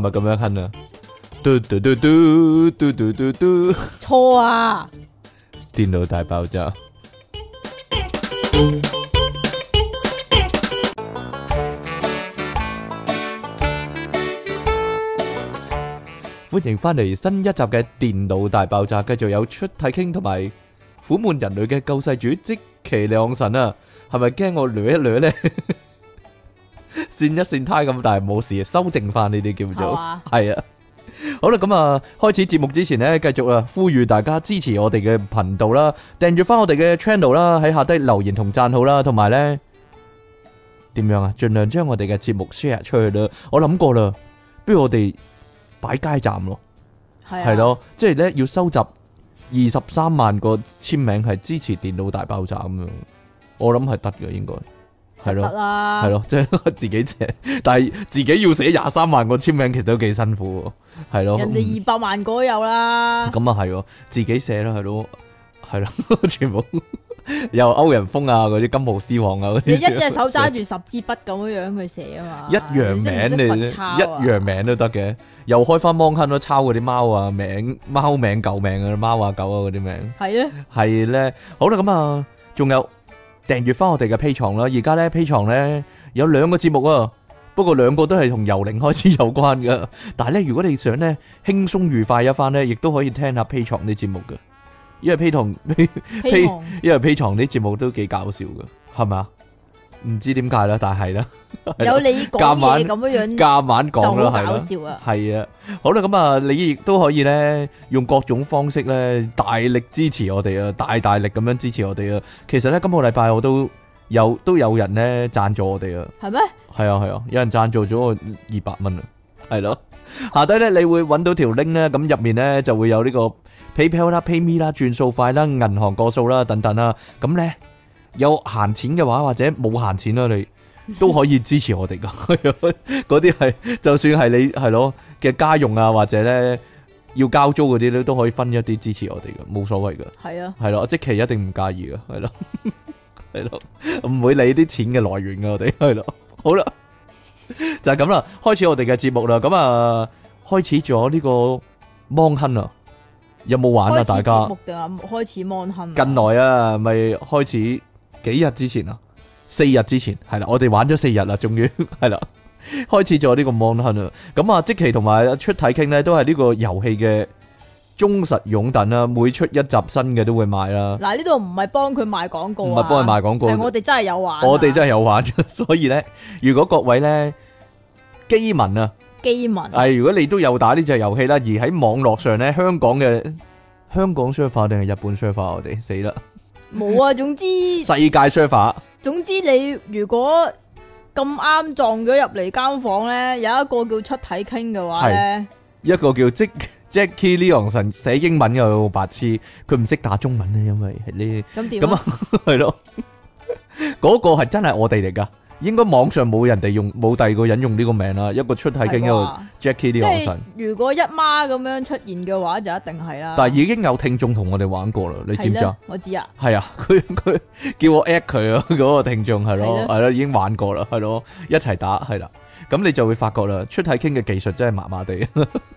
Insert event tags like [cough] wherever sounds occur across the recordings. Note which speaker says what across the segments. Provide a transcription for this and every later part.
Speaker 1: 咪咁樣哼啊？嘟嘟嘟嘟嘟嘟嘟嘟，
Speaker 2: 錯啊！
Speaker 1: 電腦大爆炸。歡迎翻嚟新一集嘅電腦大爆炸，繼續有出體 king 同埋苦悶人類嘅救世主即其兩神啊！係咪驚我捋一捋 [laughs] 咧？跣一跣胎咁，但係冇事，修正翻呢啲叫
Speaker 2: 係
Speaker 1: 做
Speaker 2: 嘛
Speaker 1: 係啊。好啦，咁啊，開始節目之前呢，繼續啊，呼籲大家支持我哋嘅頻道啦，訂閱翻我哋嘅 channel 啦，喺下低留言同讚好啦，同埋呢點樣啊？盡量將我哋嘅節目 share 出去啦。我諗過啦，不如我哋擺街站咯。
Speaker 2: 係啊
Speaker 1: 系，咯，即系咧要收集二十三万个签名系支持電腦大爆炸咁樣，我諗係得嘅應該係
Speaker 2: 得
Speaker 1: 咯，
Speaker 2: 啦，
Speaker 1: 係，咯，即係 [laughs] 自己寫，但係自己要寫廿三萬個簽名，其實都幾辛苦喎，係咯，
Speaker 2: 人哋二百萬個都有啦
Speaker 1: 嗯，咁啊係喎，自己寫啦，係咯，係咯， [laughs] 全部又歐人風啊，嗰啲金毛獅王啊，嗰
Speaker 2: 你
Speaker 1: 啲
Speaker 2: 一隻手揸住十支筆咁樣樣去寫啊嘛，
Speaker 1: 一樣名你
Speaker 2: 你識唔識罰抄啊
Speaker 1: 一樣名都得嘅，又開翻芒坑咯，抄嗰啲貓啊名貓名狗名啊，貓啊狗啊嗰啲名。 [laughs]
Speaker 2: 係啊，
Speaker 1: 系咧，好啦，咁啊，仲有訂閱翻我哋嘅 P 床啦。而家咧 P 床咧有兩個節目啊，不過兩個都係同游靈開始有關噶。 [laughs] 但係咧，如果你想咧輕鬆愉快一番咧，亦都可以聽下 P 床啲節目噶，因為 P 床
Speaker 2: 希望
Speaker 1: 因為 P 床啲節目都幾搞笑噶，係咪啊？唔知點解啦，但係啦，係
Speaker 2: 有
Speaker 1: 咯
Speaker 2: 你講
Speaker 1: 夾
Speaker 2: 嘢
Speaker 1: 硬
Speaker 2: 咁樣樣
Speaker 1: 夾硬
Speaker 2: 嗯就
Speaker 1: 講
Speaker 2: 好
Speaker 1: 啦，係
Speaker 2: 搞
Speaker 1: 啦。
Speaker 2: 笑啊！
Speaker 1: 係啊，好啦，咁啊，你亦都可以咧，用各種方式咧，大力支持我哋啊，大大力咁樣支持我哋啊。其實咧，今個禮拜我都有都有人咧贊助我哋啊，
Speaker 2: 係咩？
Speaker 1: 係啊係啊，有人贊助咗我二百蚊啊，係咯。下低咧，你會揾到條 link 咧，咁入面咧就會有呢個 PayPal 啦、PayMe 啦、轉數快啦、銀行個數啦等等啦。咁咧有閒錢嘅話，或者冇閒錢啦， [laughs] 你。都可以支持我哋噶，係啊 [laughs] 嗰啲係就算係你係咯嘅家用啊，或者咧要交租嗰啲咧，都可以分一啲支持我哋嘅，冇所謂噶，
Speaker 2: 係啊，
Speaker 1: 係咯，即期一定唔介意噶，係咯， [laughs] 係咯，唔會理啲錢嘅來源噶，我哋係咯，好啦，就係咁啦，開始我哋嘅節目啦，咁啊，開始咗呢個芒亨啊，有冇玩啊？
Speaker 2: 開始
Speaker 1: 大
Speaker 2: 節
Speaker 1: 家
Speaker 2: 目定係開始 mon 亨啊？
Speaker 1: 近來啊，咪開始幾日之前啊，四日之前係啦，我哋玩咗四日啦，終於 [laughs] 係啦，開始咗呢個 Mon Hunt 啊。咁啊，即期同埋出體傾呢，都係呢個遊戲嘅忠實擁趸啦，每出一集新嘅都會買啦。
Speaker 2: 嗱，呢度唔係幫佢賣廣告啊，
Speaker 1: 唔係幫佢賣廣告
Speaker 2: 係我哋真係有玩啊，
Speaker 1: 我哋真係有玩， [laughs] 所以呢，如果各位呢，基民啊，
Speaker 2: 基民
Speaker 1: 係如果你都有打呢隻遊戲啦，而喺網絡上呢，香港嘅香港 server 定係日本 server，我哋死啦，
Speaker 2: 冇啊。總之
Speaker 1: 世界啊 server
Speaker 2: 總之，你如果咁啱撞咗入嚟間房咧，有一個叫出體傾嘅話咧，
Speaker 1: 一個叫 Jack Jackie Leon 神寫英文嘅有個白痴，佢唔識打中文咧，因為係呢 [laughs]
Speaker 2: 咁點
Speaker 1: 咁
Speaker 2: 啊？
Speaker 1: 啊，係咯，嗰個係真係我哋嚟噶，應該網上冇人哋用，冇第二個人用呢個名啊啦，一個出體傾，一個
Speaker 2: 係啩
Speaker 1: Jackie
Speaker 2: 即
Speaker 1: Leon
Speaker 2: 係
Speaker 1: 神，
Speaker 2: 如果一孖咁樣出現嘅話，就一定係啦。
Speaker 1: 但係已經有聽眾同我哋玩過啦，你知唔
Speaker 2: 係
Speaker 1: 知
Speaker 2: 啦
Speaker 1: 啊？，
Speaker 2: 我知啊，
Speaker 1: 係啊， [laughs] 佢佢叫我 at 佢啊， [laughs] 嗰個聽眾係咯
Speaker 2: 係，咯
Speaker 1: 係咯，已經玩過啦，係咯，一齊打係啦，咁你就會發覺啦，出體傾嘅技術真係麻麻地，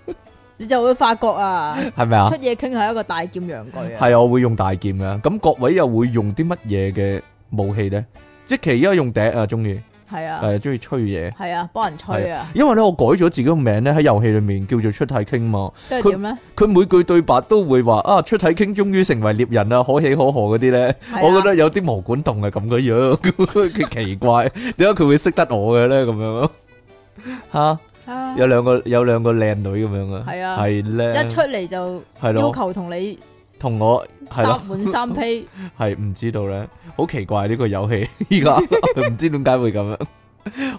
Speaker 1: [laughs]
Speaker 2: 你就會發覺啊，
Speaker 1: 係咪啊
Speaker 2: 出？嘢傾係一個大劍陽具啊。
Speaker 1: 系啊，我會用大劍嘅。咁各位又會用啲乜嘢嘅武器咧？即其而家用笛啊，中意
Speaker 2: 係啊，
Speaker 1: 诶，中意吹嘢。
Speaker 2: 係啊，幫人吹啊，
Speaker 1: 因為咧，我改咗自己個名咧喺遊戲裏面叫做出體傾嘛。
Speaker 2: 跟住點咧？
Speaker 1: 佢每句對白都會話啊，出體傾終於成為獵人啦，可喜可賀嗰啲咧，
Speaker 2: 係啊
Speaker 1: 我覺得有啲毛管戙嘅咁嘅樣， [laughs] 佢奇怪，點解佢會識得我嘅咧？咁樣吓，
Speaker 2: 啊
Speaker 1: 有兩個有两个靓女咁樣啊，
Speaker 2: 係啊
Speaker 1: 係咧，
Speaker 2: 一出嚟就
Speaker 1: 係
Speaker 2: 要
Speaker 1: 咯，
Speaker 2: 求同你
Speaker 1: 同我係咯
Speaker 2: 三。滿三批，
Speaker 1: 系唔知道咧，好奇怪呢個遊戲， [laughs] 依家唔知點解會咁樣。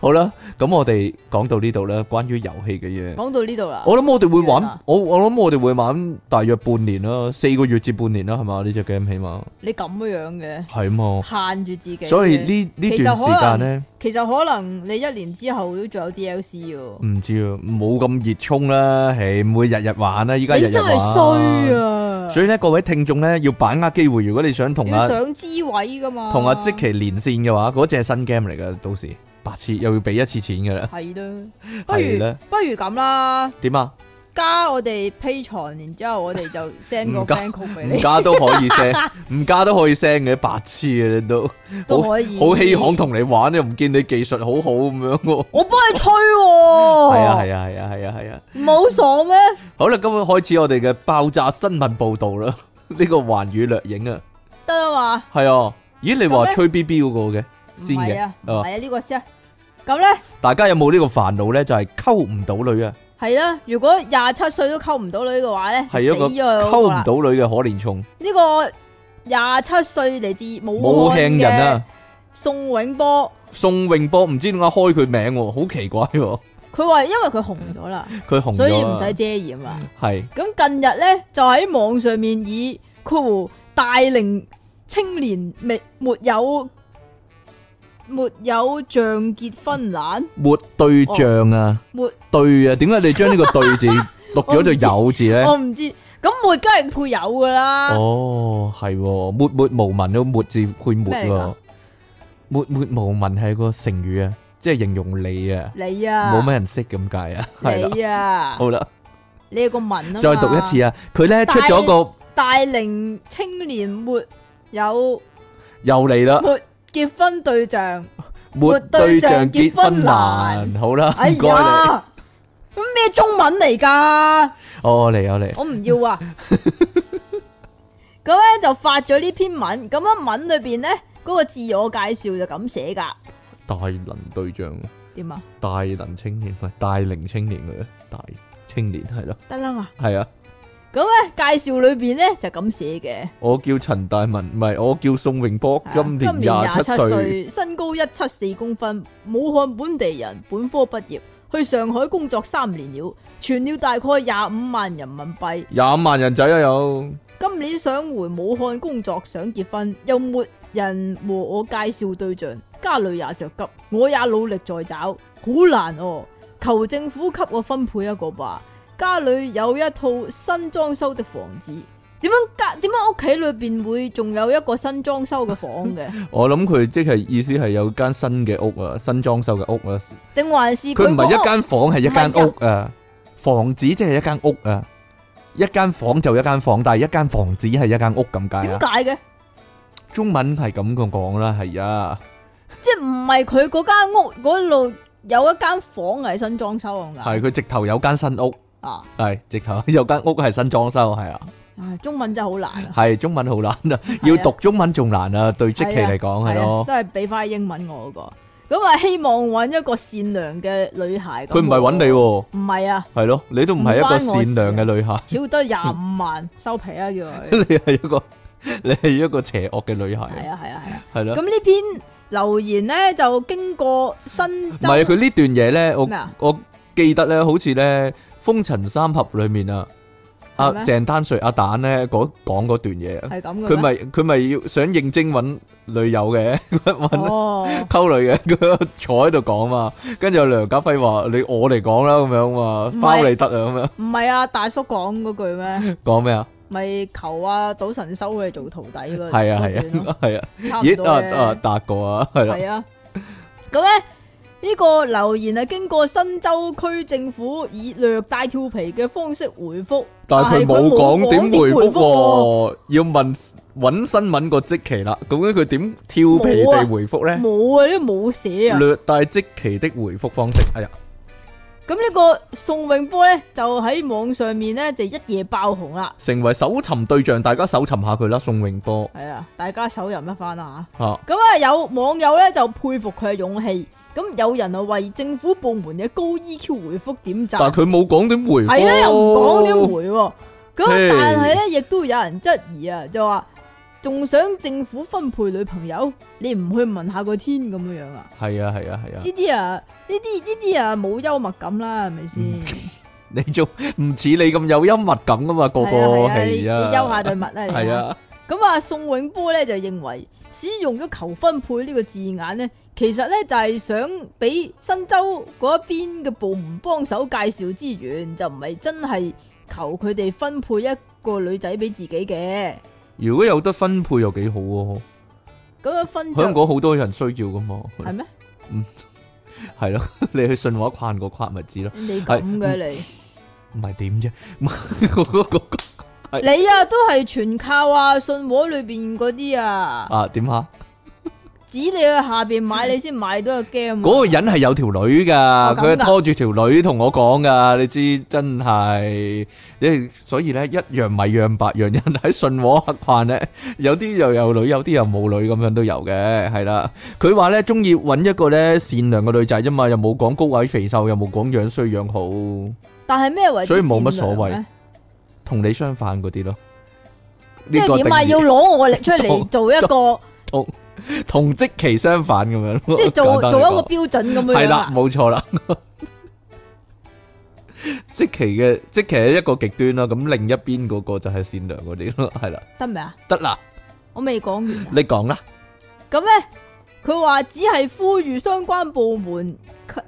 Speaker 1: 好啦，咁我哋講到呢度啦，關於遊戲嘅嘢，
Speaker 2: 講到呢度啦。
Speaker 1: 我諗我哋會
Speaker 2: 完
Speaker 1: 玩
Speaker 2: 啦，
Speaker 1: 我我谂我哋會玩大約半年啦，四個月至半年啦，係嘛？呢只 game 起碼
Speaker 2: 你咁樣嘅
Speaker 1: 係嘛，
Speaker 2: 限住自己，
Speaker 1: 所以呢呢
Speaker 2: 其實
Speaker 1: 段時間咧，
Speaker 2: 其實可能你一年之後都仲有 DLC 喎。
Speaker 1: 唔知啊，冇咁熱衷啦，唉，唔會日日玩啦，依家日
Speaker 2: 你
Speaker 1: 日
Speaker 2: 真
Speaker 1: 玩。
Speaker 2: 係衰！啊！
Speaker 1: 所以咧，各位聽眾咧，要把握機會，如果你想同
Speaker 2: 要
Speaker 1: 阿
Speaker 2: 上支位噶嘛？
Speaker 1: 同阿即其連線嘅話，嗰只係新 game 嚟噶，到時白痴，又要俾一次錢噶啦，
Speaker 2: 系啦，不
Speaker 1: 係
Speaker 2: 如
Speaker 1: 啦，
Speaker 2: 不如咁啦，
Speaker 1: 點啊？
Speaker 2: 加我哋 P 床，然之后我哋就 send
Speaker 1: 唔
Speaker 2: 個
Speaker 1: 加
Speaker 2: friend 曲俾
Speaker 1: 唔
Speaker 2: 你，
Speaker 1: 加都可以
Speaker 2: [laughs]
Speaker 1: 聲，唔加都可以聲嘅，白痴嘅你都
Speaker 2: 都可以。
Speaker 1: 好稀罕，同你玩，啊又唔見你技術好好咁樣喎。
Speaker 2: 我幫你吹喎。
Speaker 1: 係啊係
Speaker 2: 啊，
Speaker 1: 啊係啊係啊係啊。
Speaker 2: 唔好爽咩？
Speaker 1: 好啦，今日開始我哋嘅爆炸新聞報導啦，呢個環宇掠影啊，
Speaker 2: 得啦嘛，
Speaker 1: 係啊。咦，你
Speaker 2: 咁
Speaker 1: 話
Speaker 2: 咧
Speaker 1: 吹 B B 嗰個嘅先
Speaker 2: 唔係
Speaker 1: 嘅
Speaker 2: 啊，唔，係啊呢個先啊。咁咧
Speaker 1: 大家有冇呢個煩惱咧？就係溝唔到女啊，
Speaker 2: 係啦，如果廿七歲都溝唔到女嘅話咧，
Speaker 1: 係啊一個
Speaker 2: 就死咗佢
Speaker 1: 溝
Speaker 2: 嗰個
Speaker 1: 唔
Speaker 2: 啦
Speaker 1: 到女嘅可憐蟲，
Speaker 2: 呢個廿七歲嚟自武
Speaker 1: 冇
Speaker 2: 漢
Speaker 1: 慶人
Speaker 2: 嘅
Speaker 1: 啊！
Speaker 2: 宋永波，
Speaker 1: 宋永波唔知點解開佢名喎，好奇怪喎，
Speaker 2: 佢話因為佢紅咗啦，
Speaker 1: 佢紅咗啊
Speaker 2: 所以唔使遮掩啦。
Speaker 1: 係
Speaker 2: 咁近日咧就喺網上面以括弧大齡青年未沒有沒有像結婚難，
Speaker 1: 沒對象啊，
Speaker 2: 沒
Speaker 1: 對啊，點解你將呢個
Speaker 2: [laughs]
Speaker 1: 對字讀咗做有字咧？
Speaker 2: 我唔知。咁沒梗係配有噶啦，
Speaker 1: 哦，係喎，沒沒無聞咯，沒字配沒
Speaker 2: 咩嚟
Speaker 1: 喎
Speaker 2: 㗎，
Speaker 1: 沒沒無聞係個成語啊，即係形容你啊，
Speaker 2: 你啊，
Speaker 1: 冇乜人識咁解啊，係啦，
Speaker 2: 你啊，
Speaker 1: 好啦，
Speaker 2: 你有個文啊嘛
Speaker 1: 再讀一次啊，佢咧
Speaker 2: 大
Speaker 1: 出咗個
Speaker 2: 大齡青年沒有
Speaker 1: 又嚟啦，
Speaker 2: 沒結婚對象。
Speaker 1: 沒對
Speaker 2: 沒對
Speaker 1: 象
Speaker 2: 象
Speaker 1: 結
Speaker 2: 結
Speaker 1: 婚
Speaker 2: 婚
Speaker 1: 難，
Speaker 2: 難
Speaker 1: 好啦，
Speaker 2: 哎
Speaker 1: [laughs] 唔該你，
Speaker 2: 呀，咁咩中文嚟噶？
Speaker 1: 哦嚟啊嚟，
Speaker 2: 我唔
Speaker 1: [laughs]
Speaker 2: 要啊！咁咧就發咗呢篇文，咁啊文裏边咧嗰個自我介紹就咁寫噶，
Speaker 1: 大能對象，
Speaker 2: 點啊？
Speaker 1: 大能青年，喂，大齡青年嘅大青年係咯，
Speaker 2: 得啦嘛，
Speaker 1: 係啊。
Speaker 2: 咁咧介紹裏边咧就咁寫嘅，
Speaker 1: 我叫陳大文，唔係我叫宋榮波，
Speaker 2: 啊
Speaker 1: 今年廿七歲，
Speaker 2: 歲，身高一七四公分，武漢本地人，本科畢業，去上海工作三年了，存了大概廿五萬人民幣。
Speaker 1: 廿五萬人仔啊有，
Speaker 2: 今年想回武漢工作，想結婚，又沒人和我介紹對象，家裏也着急，我也努力在找，好難哦。求政府給我分配一個吧。家裏有一套新裝修的房子，點樣家點解屋企裏邊會仲有一個新裝修嘅房嘅？
Speaker 1: [laughs] 我諗佢即係意思係有間新嘅屋啊，新裝修嘅屋啊，
Speaker 2: 定還是
Speaker 1: 佢唔係
Speaker 2: 嗰
Speaker 1: 一
Speaker 2: 個
Speaker 1: 間房係一間屋啊，房子即係一間屋啊，一間房就一間房，但係一間房子係一間屋咁解啊
Speaker 2: 點，解嘅？
Speaker 1: 中文係咁講啦，係啊，
Speaker 2: 即係唔係佢嗰間屋嗰度有一間房係新裝修咁解
Speaker 1: 係佢直頭有間新屋，
Speaker 2: 啊？
Speaker 1: 係直頭有間屋係新裝修，係啊，
Speaker 2: 唉，中文真係好難啊！
Speaker 1: 係中文好難啊，要讀中文仲難啊，對即期嚟講係
Speaker 2: 係啊
Speaker 1: 咯。
Speaker 2: 都系俾翻英文我嗰、個。咁啊希望揾一個善良嘅女孩咁喎。
Speaker 1: 佢唔係揾你喎，
Speaker 2: 唔係啊，
Speaker 1: 係咯，你都唔係一個善良嘅女 [laughs] 孩，
Speaker 2: 少得廿五萬收皮啊叫
Speaker 1: [laughs] 你
Speaker 2: 佢。
Speaker 1: 係一個你係一個邪惡嘅女
Speaker 2: 係
Speaker 1: 孩，
Speaker 2: 啊係啊係啊。
Speaker 1: 係
Speaker 2: 咁
Speaker 1: 咯。
Speaker 2: 呢篇留言咧就經過新
Speaker 1: 唔係
Speaker 2: 增
Speaker 1: 佢呢段嘢咧，
Speaker 2: 咩啊
Speaker 1: 我我記得咧，好似咧《風塵三俠》裏面啊，阿
Speaker 2: 係咩
Speaker 1: 鄭丹瑞阿蛋咧嗰講嗰段嘢啊，
Speaker 2: 係咁嘅咩
Speaker 1: 佢咪佢咪要想認真揾女友嘅， [laughs] 揾
Speaker 2: 哦，
Speaker 1: 溝女嘅， [laughs] 佢坐喺度講嘛，跟住阿梁家輝話：你我嚟講啦，咁樣嘛，
Speaker 2: 唔係
Speaker 1: 包你得啊，咁樣 [laughs]
Speaker 2: 唔係啊，大叔講嗰句咩？
Speaker 1: 講咩啊？
Speaker 2: 咪求啊賭神收佢做徒弟嗰
Speaker 1: 係啊
Speaker 2: 嗰段
Speaker 1: 係
Speaker 2: 咯
Speaker 1: 啊 [laughs] 係啊，
Speaker 2: 差唔
Speaker 1: 咦
Speaker 2: 多
Speaker 1: 啊啊
Speaker 2: 嘅。
Speaker 1: 達過啊，係啦。
Speaker 2: 系啊，咁咧呢個留言係經過新州區政府以略帶調皮嘅方式回覆，
Speaker 1: 但系佢冇講點回覆
Speaker 2: 但係佢冇講點回覆
Speaker 1: 喎，要問揾新聞個即期啦。咁佢點調皮
Speaker 2: 冇啊
Speaker 1: 地回覆呢？
Speaker 2: 冇啊，呢個冇寫啊。
Speaker 1: 略帶即期的回覆方式。哎呀，
Speaker 2: 咁呢個宋永波咧就喺網上面咧就一夜爆紅啦。
Speaker 1: 成為搜尋對象，大家搜尋下佢啦。宋永波
Speaker 2: 係啊，大家手淫一番啦
Speaker 1: 吓，啊
Speaker 2: 吓。咁啊，有網友咧就佩服佢嘅勇氣，咁有人啊為政府部門嘅高 EQ 回覆點
Speaker 1: 但
Speaker 2: 讚，
Speaker 1: 係佢冇講點回覆。
Speaker 2: 係啊，又唔講點回喎。咁
Speaker 1: 嘿
Speaker 2: 但係咧，亦都有人質疑啊，就話仲想政府分配女朋友，你唔去問下個天咁樣樣啊？
Speaker 1: 係啊，係啊，係啊
Speaker 2: 呢。啲啊，呢啲呢啲啊冇幽默感啦，係咪先？
Speaker 1: 嗯你仲唔似你咁有幽默感噶嘛？個個
Speaker 2: 係啊
Speaker 1: 係
Speaker 2: 係啊你你休下
Speaker 1: 啊，
Speaker 2: 對物啦，你
Speaker 1: 係。啊，
Speaker 2: 咁啊，宋永波咧就認為使用咗求分配呢個字眼咧，其實咧就係想俾新州嗰一邊嘅部門幫手介紹資源，就唔係真係求佢哋分配一個女仔俾自己嘅。
Speaker 1: 如果有得分配又幾好喎。
Speaker 2: 咁樣分就
Speaker 1: 香港好多人需要噶嘛。
Speaker 2: 係咩？
Speaker 1: 系咯，你去信和框個框咪知咯，
Speaker 2: 你咁嘅你，
Speaker 1: 唔係點啫？唔係 [laughs] 嗰個
Speaker 2: 你啊都係全靠啊信和裏边嗰啲啊，
Speaker 1: 啊點啊？
Speaker 2: 指你去下边買，你先買到個 game 啊。
Speaker 1: 嗰個人係有條女㗎，
Speaker 2: 哦咁㗎
Speaker 1: 佢係拖住條女同我講㗎，你知真係，你所以咧一樣米養百樣人喺信和黑飯咧， [laughs] 有啲又有女，有啲又冇女咁樣都有嘅，係啦。佢話咧中意揾一個咧善良嘅女仔啫嘛，又冇講高矮肥瘦，又冇講樣衰樣好，
Speaker 2: 但係咩為
Speaker 1: 所
Speaker 2: 之
Speaker 1: 以冇乜
Speaker 2: 善良
Speaker 1: 所謂
Speaker 2: 咧
Speaker 1: 同你相反嗰啲咯。
Speaker 2: 即
Speaker 1: 呢個
Speaker 2: 係點
Speaker 1: 定
Speaker 2: 啊？
Speaker 1: 義
Speaker 2: 要攞我力出
Speaker 1: [laughs]
Speaker 2: 嚟做一個，
Speaker 1: 同即其相反咁樣 [laughs] 咯，
Speaker 2: 即係
Speaker 1: 簡
Speaker 2: 做
Speaker 1: 單
Speaker 2: 做一
Speaker 1: 嚟講
Speaker 2: 個標準咁
Speaker 1: 系
Speaker 2: 樣
Speaker 1: 啦，
Speaker 2: 啊。
Speaker 1: 冇错啦。即其嘅即其係一個極端啦，咁另一邊嗰個就係善良嗰啲咯，係啦，
Speaker 2: 得未啊？
Speaker 1: 得啦，
Speaker 2: 我未講完啊。
Speaker 1: 你講啦，
Speaker 2: 咁咧，佢話只係呼籲相關部門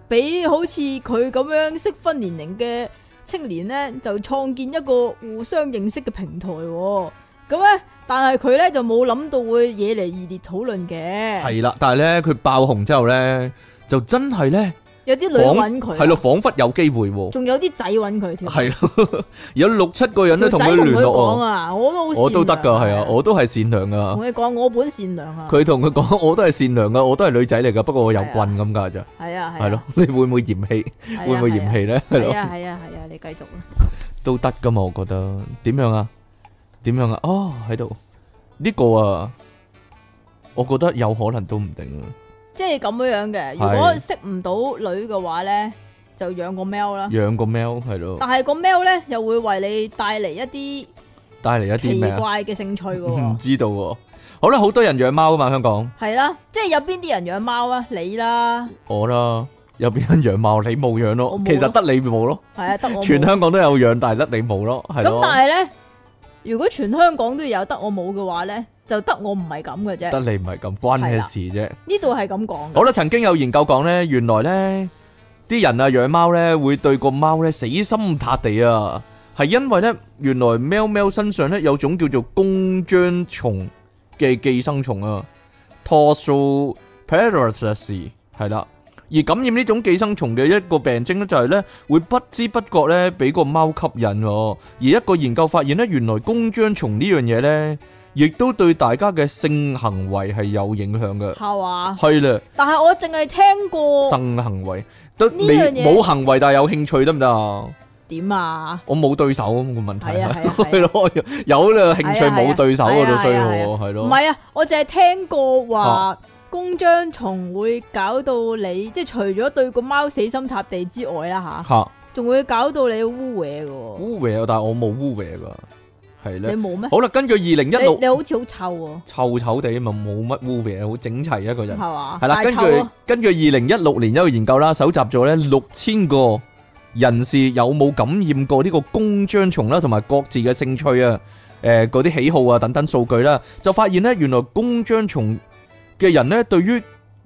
Speaker 2: 俾好似佢咁樣適婚年齡嘅青年咧，就創建一個互相認識嘅平台、喎。咁咧，但係佢咧就冇諗到會惹嚟熱烈討論嘅。
Speaker 1: 係啦，但係咧佢爆紅之後咧，就真係咧，
Speaker 2: 有啲女
Speaker 1: 仿
Speaker 2: 揾佢啊，
Speaker 1: 係咯，仿佛有機會喎，
Speaker 2: 仲有啲仔揾佢添。
Speaker 1: 係咯， [laughs] 有六七個人
Speaker 2: 條
Speaker 1: 都
Speaker 2: 仔
Speaker 1: 同
Speaker 2: 同
Speaker 1: 聯
Speaker 2: 佢講
Speaker 1: 絡
Speaker 2: 啊，我都好
Speaker 1: 我，
Speaker 2: 善
Speaker 1: 我都得㗎，
Speaker 2: 良
Speaker 1: 係啊，我都係善良㗎。
Speaker 2: 同你講，我本善良啊。
Speaker 1: 佢同佢講， [laughs] 我都係善良㗎，我都係女仔嚟㗎，不過我有棍咁㗎咋，
Speaker 2: 係啊，
Speaker 1: 係咯，， [laughs] 你會唔會嫌棄？會唔會嫌棄咧？係
Speaker 2: 係
Speaker 1: 咯。
Speaker 2: 啊，係啊，係啊，你繼續啊。
Speaker 1: 都得噶嘛，我覺得點樣啊？點樣啊？哦，喺度呢個啊，我覺得有可能都唔定啊。
Speaker 2: 即係咁樣樣嘅。如果識唔到女嘅話咧，就養個喵啦。
Speaker 1: 養個喵係咯，
Speaker 2: 但係個喵咧又會為你帶嚟一啲
Speaker 1: 帶嚟一
Speaker 2: 奇
Speaker 1: 啲咩啊？嗯
Speaker 2: 怪嘅興趣嘅
Speaker 1: 唔 [laughs]
Speaker 2: 喎。
Speaker 1: 知道喎。好啦，好多人養貓啊嘛，香港
Speaker 2: 係啦，即係有邊啲人養貓啊？你啦，
Speaker 1: 我啦，有邊人養貓？你冇養
Speaker 2: 我
Speaker 1: 咯
Speaker 2: 冇，咯
Speaker 1: 其實得你冇咯，
Speaker 2: 係啊，得我冇
Speaker 1: 全香港都有養，但係得你冇咯，係
Speaker 2: 咁，
Speaker 1: 咯，
Speaker 2: 但係咧，如果全香港都有得我冇嘅話咧，就得我唔係咁嘅啫。
Speaker 1: 得你唔係咁，關
Speaker 2: 係
Speaker 1: 咩
Speaker 2: 啦
Speaker 1: 事啫？
Speaker 2: 呢度係咁講嘅，
Speaker 1: 好啦，曾經有研究講咧，原來咧啲人啊養貓咧會對個貓咧死心塌地啊，係因為咧原來喵喵身上咧有種叫做弓漿蟲嘅寄生蟲啊 t o s o p a r a s i t 係啦。而感染呢種寄生蟲嘅一個病徵咧，就係咧會不知不覺咧俾個貓吸引喎。而一個研究發現咧，原來弓漿蟲呢樣嘢咧，亦都對大家嘅性行為係有影響嘅。
Speaker 2: 係嘛？
Speaker 1: 係啦。
Speaker 2: 但係我淨係聽過
Speaker 1: 性行為都
Speaker 2: 呢
Speaker 1: 未
Speaker 2: 樣嘢
Speaker 1: 冇行為，但係有興趣得唔得啊？
Speaker 2: 點啊？
Speaker 1: 我冇對手咁個問題
Speaker 2: 係
Speaker 1: [laughs]
Speaker 2: 啊係啊係啊
Speaker 1: 係咯，有呢個興趣
Speaker 2: 係啊係啊
Speaker 1: 冇對手嗰
Speaker 2: 係
Speaker 1: 度
Speaker 2: 啊
Speaker 1: 衰
Speaker 2: 係
Speaker 1: 我
Speaker 2: 啊
Speaker 1: 係
Speaker 2: 唔
Speaker 1: 咯，
Speaker 2: 係啊，我淨係聽過話
Speaker 1: 啊
Speaker 2: 弓漿蟲會搞到你，即係除咗對個貓死心塌地之外啦吓，
Speaker 1: 嚇
Speaker 2: 仲會搞到你污嘢嘅喎。
Speaker 1: 污衊，但係我冇污衊㗎，係
Speaker 2: 你
Speaker 1: 咧。
Speaker 2: 冇咩？
Speaker 1: 好啦，根據二哦零一
Speaker 2: 你
Speaker 1: 六
Speaker 2: 你好似好臭喎，
Speaker 1: 臭臭地嘛，冇乜污衊，好整齊啊一個
Speaker 2: 係
Speaker 1: 人。
Speaker 2: 嘛？
Speaker 1: 係啦，
Speaker 2: 大
Speaker 1: 根
Speaker 2: 臭
Speaker 1: 據
Speaker 2: 啊
Speaker 1: 根據二零一六年一個研究啦，搜集咗咧六千個人士有冇感染過呢個弓漿蟲啦，同埋各自嘅興趣啊、誒嗰啲喜好啊等等數據啦，就發現咧原來弓漿蟲嘅人咧對於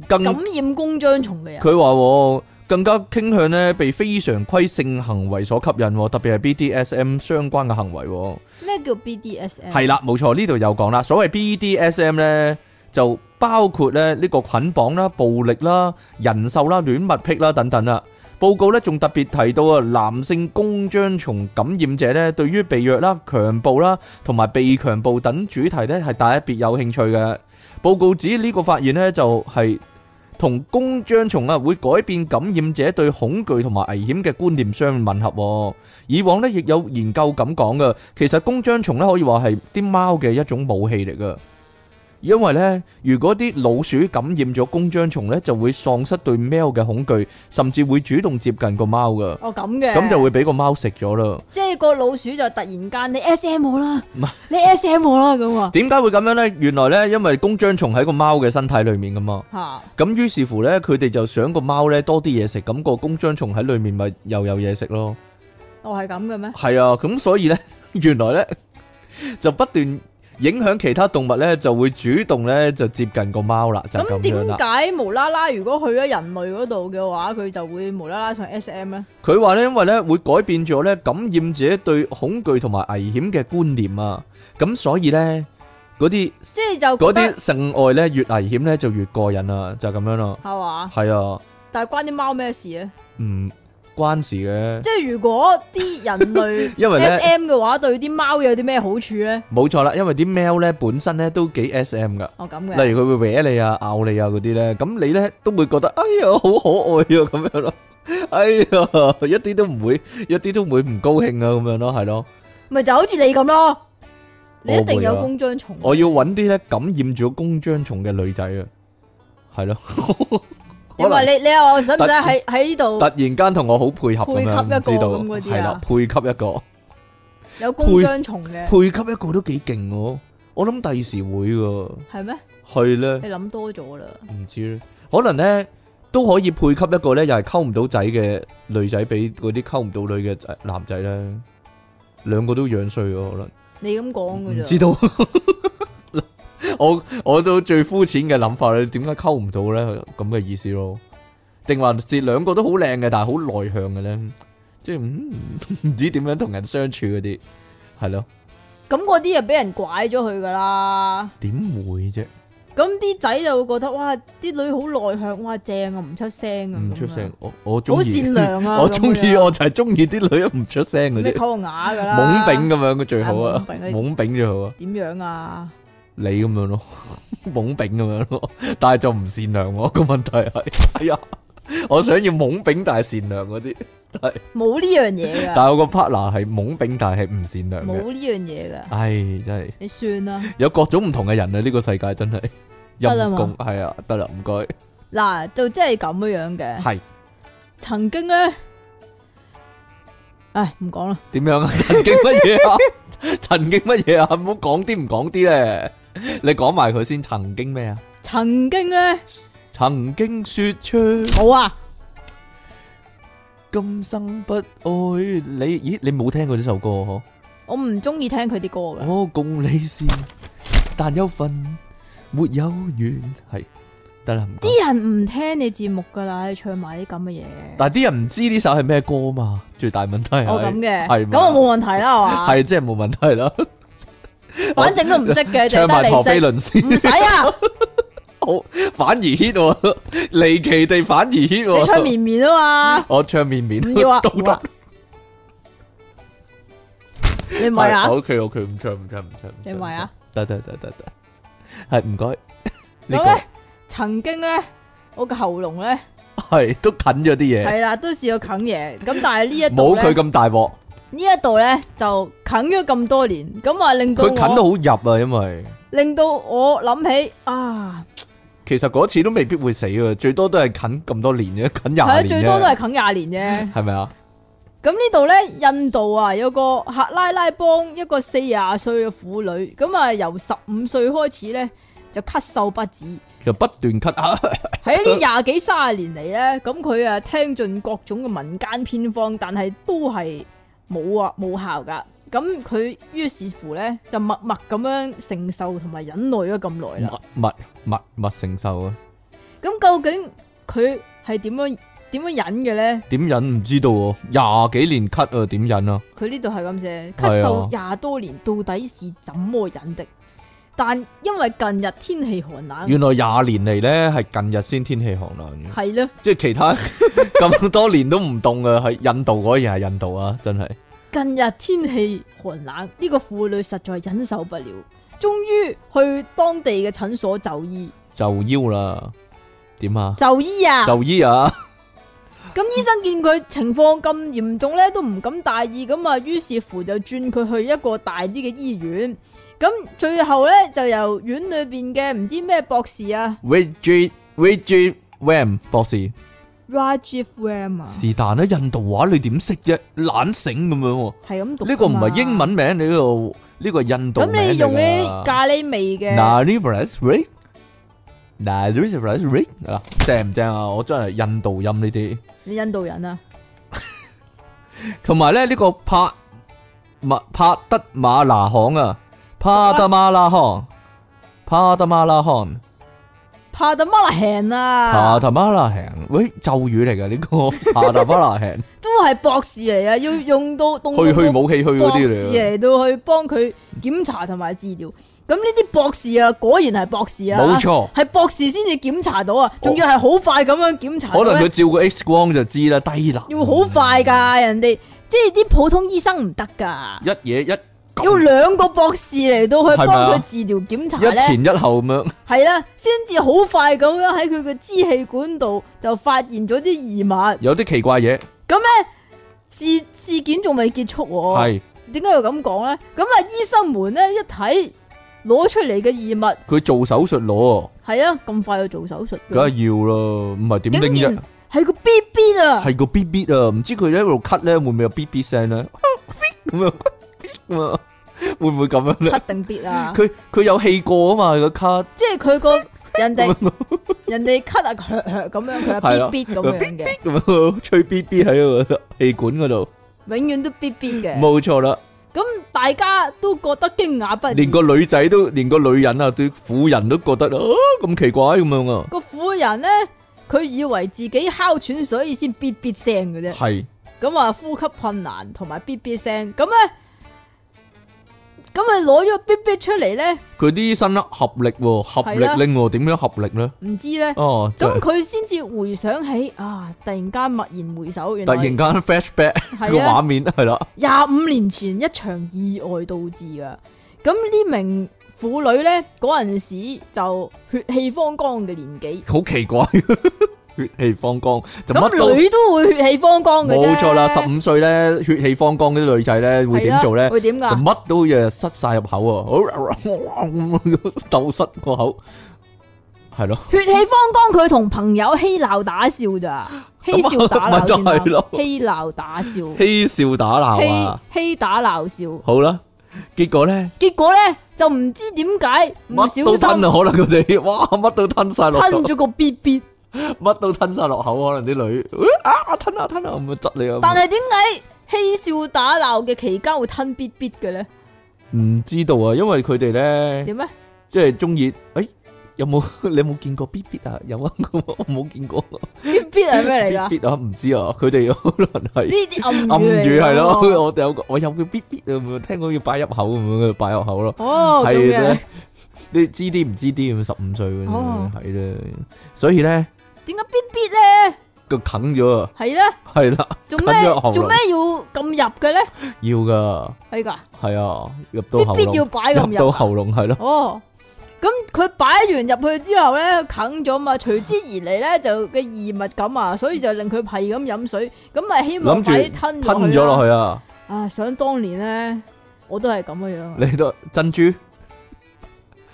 Speaker 1: 更
Speaker 2: 感染弓漿蟲嘅
Speaker 1: 嗯
Speaker 2: 人，
Speaker 1: 佢話喎更加傾向咧被非常規性行為所吸引喎，特別係 BDSM 相關嘅行為喎。
Speaker 2: 咩叫 BDSM？
Speaker 1: 係啊啦，冇錯，呢度有講啦。所謂 BDSM 咧，就包括咧呢個捆綁啦、暴力啦、人獸啦、戀物癖啦等等啦。報告咧仲特別提到啊，男性弓漿蟲感染者咧，對於被虐啦、強暴啦同埋被強暴等主題咧，係大家別有興趣嘅。報告指呢個發現咧，就係同弓漿蟲啊會改變感染者對恐懼同埋危險嘅觀念相吻合喎。以往咧亦有研究咁講嘅，其實弓漿蟲咧可以話係啲貓嘅一種武器嚟嘅，因為咧如果啲老鼠感染咗弓漿蟲咧，就會喪失對喵嘅恐懼，甚至會主動接近個貓嘅，
Speaker 2: 哦咁嘅，
Speaker 1: 咁就會俾個貓食咗啦。
Speaker 2: 即係個老鼠就突然間你 SM 我啦，你 SM 我啦咁啊
Speaker 1: 點解會咁樣呢？原來呢，因為弓漿蟲喺個貓嘅身體裡面噶嘛，
Speaker 2: 吓，
Speaker 1: 咁於是乎呢，佢哋就想個貓呢多啲嘢食，咁、個弓漿蟲喺裡面咪又有嘢食咯。
Speaker 2: 我哦係咁嘅咩？
Speaker 1: 系啊，咁所以咧， [laughs] 原來咧就不斷影響其他動物咧，就會主動咧就接近個貓啦，就係
Speaker 2: 咁
Speaker 1: 咁樣
Speaker 2: 點
Speaker 1: 啦。
Speaker 2: 解無啦啦如果去咗人類嗰度嘅話，佢就會無啦啦上 S.M 咧？
Speaker 1: 佢話咧，因為咧會改變咗咧感染者對恐懼同埋危險嘅觀念啊，咁所以咧嗰啲
Speaker 2: 即係就
Speaker 1: 嗰
Speaker 2: 覺得
Speaker 1: 啲性愛咧越危險咧就越過癮啊，就係咁樣咯。
Speaker 2: 係嘛？
Speaker 1: 係啊，
Speaker 2: 但系关啲猫咩事啊？
Speaker 1: 唔關事嘅，
Speaker 2: 即系如果啲人类
Speaker 1: [laughs] 因為咧
Speaker 2: S M 嘅话，对啲猫有啲咩好处咧？
Speaker 1: 冇錯啦，因為啲喵咧本身咧都幾 S.M. 噶。
Speaker 2: 哦咁
Speaker 1: 例
Speaker 2: 嘅，
Speaker 1: 如佢會搲你啊、咬你啊嗰啲咧，咁你咧都會覺得哎呀好可愛啊咁樣咯， [laughs] 哎呀一啲都唔會，一啲都唔會唔高興啊咁樣咯，係咯，
Speaker 2: 咪就好似你咁咯，你一定有
Speaker 1: 我會啊
Speaker 2: 公章蟲。
Speaker 1: 我要揾啲咧感染咗弓章蟲嘅女仔啊，係咯，
Speaker 2: [laughs] 因
Speaker 1: 可能
Speaker 2: 為你你又話想唔
Speaker 1: 突
Speaker 2: 想喺喺呢
Speaker 1: 突
Speaker 2: 度
Speaker 1: 然間同我好配合咁
Speaker 2: 配給一個
Speaker 1: 樣，知道
Speaker 2: 咁嗰啲啊
Speaker 1: 係啦，配給一個，
Speaker 2: 有公章蟲嘅
Speaker 1: 配給一個都幾勁喎，我諗第時會噶，
Speaker 2: 係咩？
Speaker 1: 係咧。
Speaker 2: 你諗多咗啦，
Speaker 1: 唔知咧，可能咧都可以配給一個咧，又係溝唔到仔嘅女仔俾嗰啲溝唔到女嘅仔男仔咧，兩個都樣衰嘅可能，
Speaker 2: 你咁講
Speaker 1: 唔
Speaker 2: 嘅
Speaker 1: 知
Speaker 2: 啫。
Speaker 1: 道。我我到最膚淺嘅諗法咧，點解溝唔到咧？咁嘅意思咯，定還是兩個都好靚嘅，但係好內向嘅咧，即係嗯 [laughs] 唔、知點樣同人相處嗰啲，係咯？
Speaker 2: 咁嗰啲就俾人拐咗佢噶啦。
Speaker 1: 點會啫？
Speaker 2: 咁啲仔就會覺得哇，啲女好內向，哇正啊，唔出聲啊，
Speaker 1: 唔出
Speaker 2: 咁
Speaker 1: 聲
Speaker 2: 樣，，
Speaker 1: 我我中
Speaker 2: 好
Speaker 1: 意
Speaker 2: 善，良
Speaker 1: [laughs]
Speaker 2: 啊。
Speaker 1: 我中
Speaker 2: 咁
Speaker 1: 意，
Speaker 2: 樣
Speaker 1: 我就係中意啲女唔出聲嗰
Speaker 2: 咩
Speaker 1: 啲。
Speaker 2: 溝個啞噶啦，
Speaker 1: 懵丙咁樣嘅最好啊
Speaker 2: 啊懵丙，
Speaker 1: 懵丙最好啊，
Speaker 2: 點樣啊？
Speaker 1: 你咁樣 [laughs] 咯，懵丙咁樣咯，但係就唔善良喎。個問題係，哎呀，我想要懵丙但係善良嗰啲，
Speaker 2: 冇呢樣嘢
Speaker 1: 但 [laughs]
Speaker 2: 噶，
Speaker 1: 係我個 partner 係懵丙但係唔善良
Speaker 2: 冇
Speaker 1: 嘅，
Speaker 2: 呢樣嘢噶，
Speaker 1: 唉，真係
Speaker 2: 你算啦。
Speaker 1: 有各種唔同嘅人啊！呢個世界真係
Speaker 2: 得啦
Speaker 1: 陰
Speaker 2: 嘛
Speaker 1: 公，係啊，得啦，唔該，
Speaker 2: 嗱，就真係咁樣樣嘅。
Speaker 1: 係
Speaker 2: 曾經咧，唉，唔講啦。
Speaker 1: 點樣啊？曾經乜嘢啊？曾經乜嘢啊？唔好講啲唔講啲咧，你講埋佢先。曾經咩啊？
Speaker 2: 曾經咧，
Speaker 1: 曾經説出。
Speaker 2: 冇啊。
Speaker 1: 今生不愛你，咦？你冇聽過呢首歌嗬？
Speaker 2: 我唔中意聽佢啲歌嘅，
Speaker 1: 我共你是，但有份沒有緣，係得啦。唔該
Speaker 2: 啲人唔聽你節目噶啦，你唱埋啲咁嘅嘢。
Speaker 1: 但係啲人唔知呢首係咩歌嘛，最大問題係
Speaker 2: 我咁嘅，
Speaker 1: 係嘛
Speaker 2: 咁我冇問題
Speaker 1: [laughs]
Speaker 2: 啦，係嘛？
Speaker 1: 係真係冇問題啦。
Speaker 2: 反正都
Speaker 1: [laughs]
Speaker 2: 唔識嘅，就
Speaker 1: 唱埋陀
Speaker 2: 係
Speaker 1: 飛
Speaker 2: 得你識。
Speaker 1: 輪先，
Speaker 2: 唔使
Speaker 1: [laughs]
Speaker 2: 啊，
Speaker 1: 好反而 hit 喎，離奇地反而 hit
Speaker 2: 你唱
Speaker 1: 喎。
Speaker 2: 綿綿啊嘛，
Speaker 1: 我唱綿綿
Speaker 2: 唔要啊，
Speaker 1: 都
Speaker 2: 唔好
Speaker 1: 得
Speaker 2: 啊。你唔係啊？
Speaker 1: O K O K，唔唱唔唱唔唱。唔唱
Speaker 2: 你咪啊？
Speaker 1: 得得得得得，係唔該。呢
Speaker 2: 咁咧，曾經咧，我個喉嚨咧
Speaker 1: 個係都近咗啲嘢。
Speaker 2: 係啦，都試過啃嘢，咁但係呢一度
Speaker 1: 冇佢
Speaker 2: 咧，
Speaker 1: 咁大鑊，
Speaker 2: 呢一度咧就啃咗咁多年，咁啊令到
Speaker 1: 佢近
Speaker 2: 我
Speaker 1: 得好入啊，因為
Speaker 2: 令到我諗起啊，
Speaker 1: 其實嗰次都未必會死啊，最多都係近咁多年啫，近廿
Speaker 2: 係啊，
Speaker 1: 年啫
Speaker 2: 最多都係啃廿年啫。
Speaker 1: 係咪啊？
Speaker 2: 咁呢度咧，印度啊有個克拉拉邦一個四廿歲嘅婦女，咁啊由十五歲開始咧就咳嗽不止，
Speaker 1: 就不斷咳啊，
Speaker 2: 喺呢廿幾卅年嚟咧，咁佢啊聽盡各種嘅民間偏方，但係都係冇啊冇效噶。咁佢於是乎咧就默默咁樣承受同埋忍耐咗咁耐啦。
Speaker 1: 密密密承受啊，
Speaker 2: 咁究竟佢係點樣點樣忍嘅咧？
Speaker 1: 點忍唔知道喎，廿幾年咳啊，點忍啊？
Speaker 2: 佢呢度係咁寫，咳
Speaker 1: 係
Speaker 2: 嗽
Speaker 1: 啊
Speaker 2: 廿多年，到底是怎麼忍的？但因為近日天氣寒冷，
Speaker 1: 原來廿年嚟咧係近日先天氣寒冷嘅，
Speaker 2: 係咯，
Speaker 1: 即係其他咁多年都唔凍啊，係印度果然係印度啊，真係
Speaker 2: 近日天氣寒冷，呢、個婦女實在忍受不了，終於去當地嘅診所就醫。
Speaker 1: 就腰啦，點啊？
Speaker 2: 就醫啊！
Speaker 1: 就醫啊，
Speaker 2: 咁醫生見佢情況咁嚴重咧，都唔敢大意咁啊，於是乎就轉佢去一個大啲嘅醫院。咁最後咧就由院裏邊嘅唔知咩博士啊
Speaker 1: r i g i r i g i Ram 博士。
Speaker 2: ，Rajiv Ram 啊，
Speaker 1: 是但啦，印度話你點識啫？懶醒咁樣喎，
Speaker 2: 係咁讀㗎嘛。
Speaker 1: 呢個唔係英文名，你呢個呢個印度名
Speaker 2: 咁你用啲
Speaker 1: 啲
Speaker 2: 咖喱味嘅，
Speaker 1: Naribras r i n a r i b r a s r i 嗱正唔正啊？我真係印度音呢啲，
Speaker 2: 你印度人啊，
Speaker 1: 同埋咧呢個帕麥帕德馬拿行啊，帕德馬拉行，帕德馬拉行，
Speaker 2: 帕特馬拉汗啊
Speaker 1: 帕，德馬拉行，喂咒語嚟㗎呢
Speaker 2: [laughs]
Speaker 1: 個帕德馬拉行，
Speaker 2: 都係博士嚟啊，要用到動
Speaker 1: 去去
Speaker 2: 到
Speaker 1: 冇氣去嗰啲
Speaker 2: 博
Speaker 1: 啊
Speaker 2: 士
Speaker 1: 嚟㗎，
Speaker 2: 嚟到去幫佢檢查同埋治療。咁呢啲博士啊，果然係博士啊，
Speaker 1: 冇錯，哦
Speaker 2: 系博士先至檢查到啊，仲要係好快咁樣檢查到
Speaker 1: 可
Speaker 2: 呢，
Speaker 1: 能佢照個 X 光就知啦，低能，
Speaker 2: 要好快㗎，人哋即係啲普通醫生唔得㗎，
Speaker 1: 一嘢一撳
Speaker 2: 要兩個博士嚟到去
Speaker 1: 係
Speaker 2: 幫
Speaker 1: 咪啊
Speaker 2: 佢治療檢查
Speaker 1: 一
Speaker 2: 咧，
Speaker 1: 前一後咁樣，
Speaker 2: 係啦，先至好快咁樣喺佢嘅支氣管度就發現咗啲異物。
Speaker 1: 有啲奇怪嘢
Speaker 2: 事事件仲未結束喎、
Speaker 1: 係
Speaker 2: 點解要咁講咧？咁啊，醫生們咧一睇攞出嚟嘅異物，
Speaker 1: 佢做手術攞，
Speaker 2: 係啊，咁快就做手術
Speaker 1: 梗
Speaker 2: 嘅，
Speaker 1: 係要啦，唔係點拎
Speaker 2: 竟
Speaker 1: 啫
Speaker 2: 然？係個 B B 啊！
Speaker 1: 係個 B B 啊，唔知佢一路咳咧，會唔會有 B B 聲咧？ [laughs] 咁樣咁啊，會唔會咁樣咧？
Speaker 2: 咳定 B 啊！
Speaker 1: 佢佢有氣過啊嘛，佢個
Speaker 2: 即係佢個
Speaker 1: 咳
Speaker 2: 人哋
Speaker 1: 咁樣啊
Speaker 2: 人哋咳啊，咳咳咁樣，佢
Speaker 1: 係啦啊
Speaker 2: 係 B B 咁樣嘅，
Speaker 1: 咁樣吹 B B 喺個氣管嗰度，
Speaker 2: 永遠都 B B 嘅。
Speaker 1: 冇錯啦。
Speaker 2: 咁大家都覺得驚訝不
Speaker 1: 連
Speaker 2: 已。
Speaker 1: 個女仔都，連個女人啊，對婦人都覺得啊咁奇怪咁樣啊，
Speaker 2: 個婦人呢，佢以為自己哮喘，所以先 B B 聲嘅啫。
Speaker 1: 係
Speaker 2: 咁啊，呼吸困難同埋 B B 聲。咁咧，咁啊攞咗 B B 出嚟呢，
Speaker 1: 佢啲醫生合力喎，合
Speaker 2: 係啦
Speaker 1: 力拎喎，點樣合力咧？
Speaker 2: 唔知呢。
Speaker 1: 哦，就
Speaker 2: 咁
Speaker 1: 係
Speaker 2: 佢先至回想起啊，突然間默然回首，原
Speaker 1: 突然
Speaker 2: 來
Speaker 1: 間 flashback
Speaker 2: 係啊
Speaker 1: 個畫面係啦，
Speaker 2: 廿五年前一場意外導致噶。咁呢名婦女呢，嗰陣時就血氣方剛嘅年紀，
Speaker 1: 好奇 [laughs] 怪，血氣方剛就乜都
Speaker 2: 咁。女都會血氣方剛嘅啫。
Speaker 1: 冇錯啦，十五歲咧血氣方剛嗰啲女仔咧會點做
Speaker 2: 係
Speaker 1: 咧
Speaker 2: 啦？會點
Speaker 1: 就
Speaker 2: 㗎？
Speaker 1: 乜都嘢塞晒入口啊，好鬥塞個口，係咯，
Speaker 2: 血氣方剛，佢同朋友嬉鬧打笑咋？嬉笑打
Speaker 1: 啊咪就係
Speaker 2: 鬧先
Speaker 1: 咯
Speaker 2: 啊嬉鬧打笑，
Speaker 1: 嬉
Speaker 2: 嬉
Speaker 1: 笑打鬧啊！
Speaker 2: 嬉打鬧笑。
Speaker 1: 好啦，結果咧
Speaker 2: 結果呢，就唔知點解唔
Speaker 1: 乜都
Speaker 2: 小
Speaker 1: 吞
Speaker 2: 心
Speaker 1: 啊，可能佢哋哇乜都吞晒落
Speaker 2: 吞
Speaker 1: 口，
Speaker 2: 咗個 B B，
Speaker 1: 啊乜都吞晒落口，可能啲女啊吞啊吞啊咁樣窒你啊，
Speaker 2: 但係點解嬉笑打鬧嘅期間會吞 B B 嘅呢？
Speaker 1: 唔知道啊，因為佢哋咧。
Speaker 2: 點呢？
Speaker 1: 即係中意，誒有冇 [laughs] 你有冇見過 B B 啊？有啊，我冇見過
Speaker 2: B B 係咩嚟
Speaker 1: B [laughs]
Speaker 2: 㗎？
Speaker 1: B 啊，唔知啊，佢哋 [laughs] 可能係
Speaker 2: 呢啲暗
Speaker 1: 暗語
Speaker 2: 語
Speaker 1: 係
Speaker 2: 嚟
Speaker 1: 咯，
Speaker 2: 㗎喎。
Speaker 1: 我有個我有個 B B 啊，咁樣聽講要擺入口咁樣，擺入口咯，
Speaker 2: 哦，咁
Speaker 1: 係
Speaker 2: 樣
Speaker 1: 咧，你知啲唔知啲咁，十五歲嗰
Speaker 2: 哦
Speaker 1: 啲係咧，所以咧
Speaker 2: 點解 B B 咧？
Speaker 1: 個啃咗啊，
Speaker 2: 係咧，
Speaker 1: 係啦，
Speaker 2: 做
Speaker 1: 啃咗
Speaker 2: 咩
Speaker 1: 喉
Speaker 2: 做
Speaker 1: 嚨
Speaker 2: 咩要咁入嘅咧？
Speaker 1: 要噶，
Speaker 2: 係噶
Speaker 1: 係啊，入到
Speaker 2: ，B
Speaker 1: 喉
Speaker 2: B 要
Speaker 1: 嚨，
Speaker 2: 擺
Speaker 1: 入
Speaker 2: 咁
Speaker 1: 到
Speaker 2: 入。
Speaker 1: 喉嚨係咯，
Speaker 2: 哦，咁佢擺完入去之後咧，啃咗嘛，隨之而嚟咧就嘅異物感啊，所以就令佢係咁飲水，咁咪希望
Speaker 1: 諗住
Speaker 2: 快啲吞
Speaker 1: 吞咗落
Speaker 2: 去啦。
Speaker 1: 去啊，
Speaker 2: 啊，想當年咧，我都係咁嘅樣啊，
Speaker 1: 你都珍珠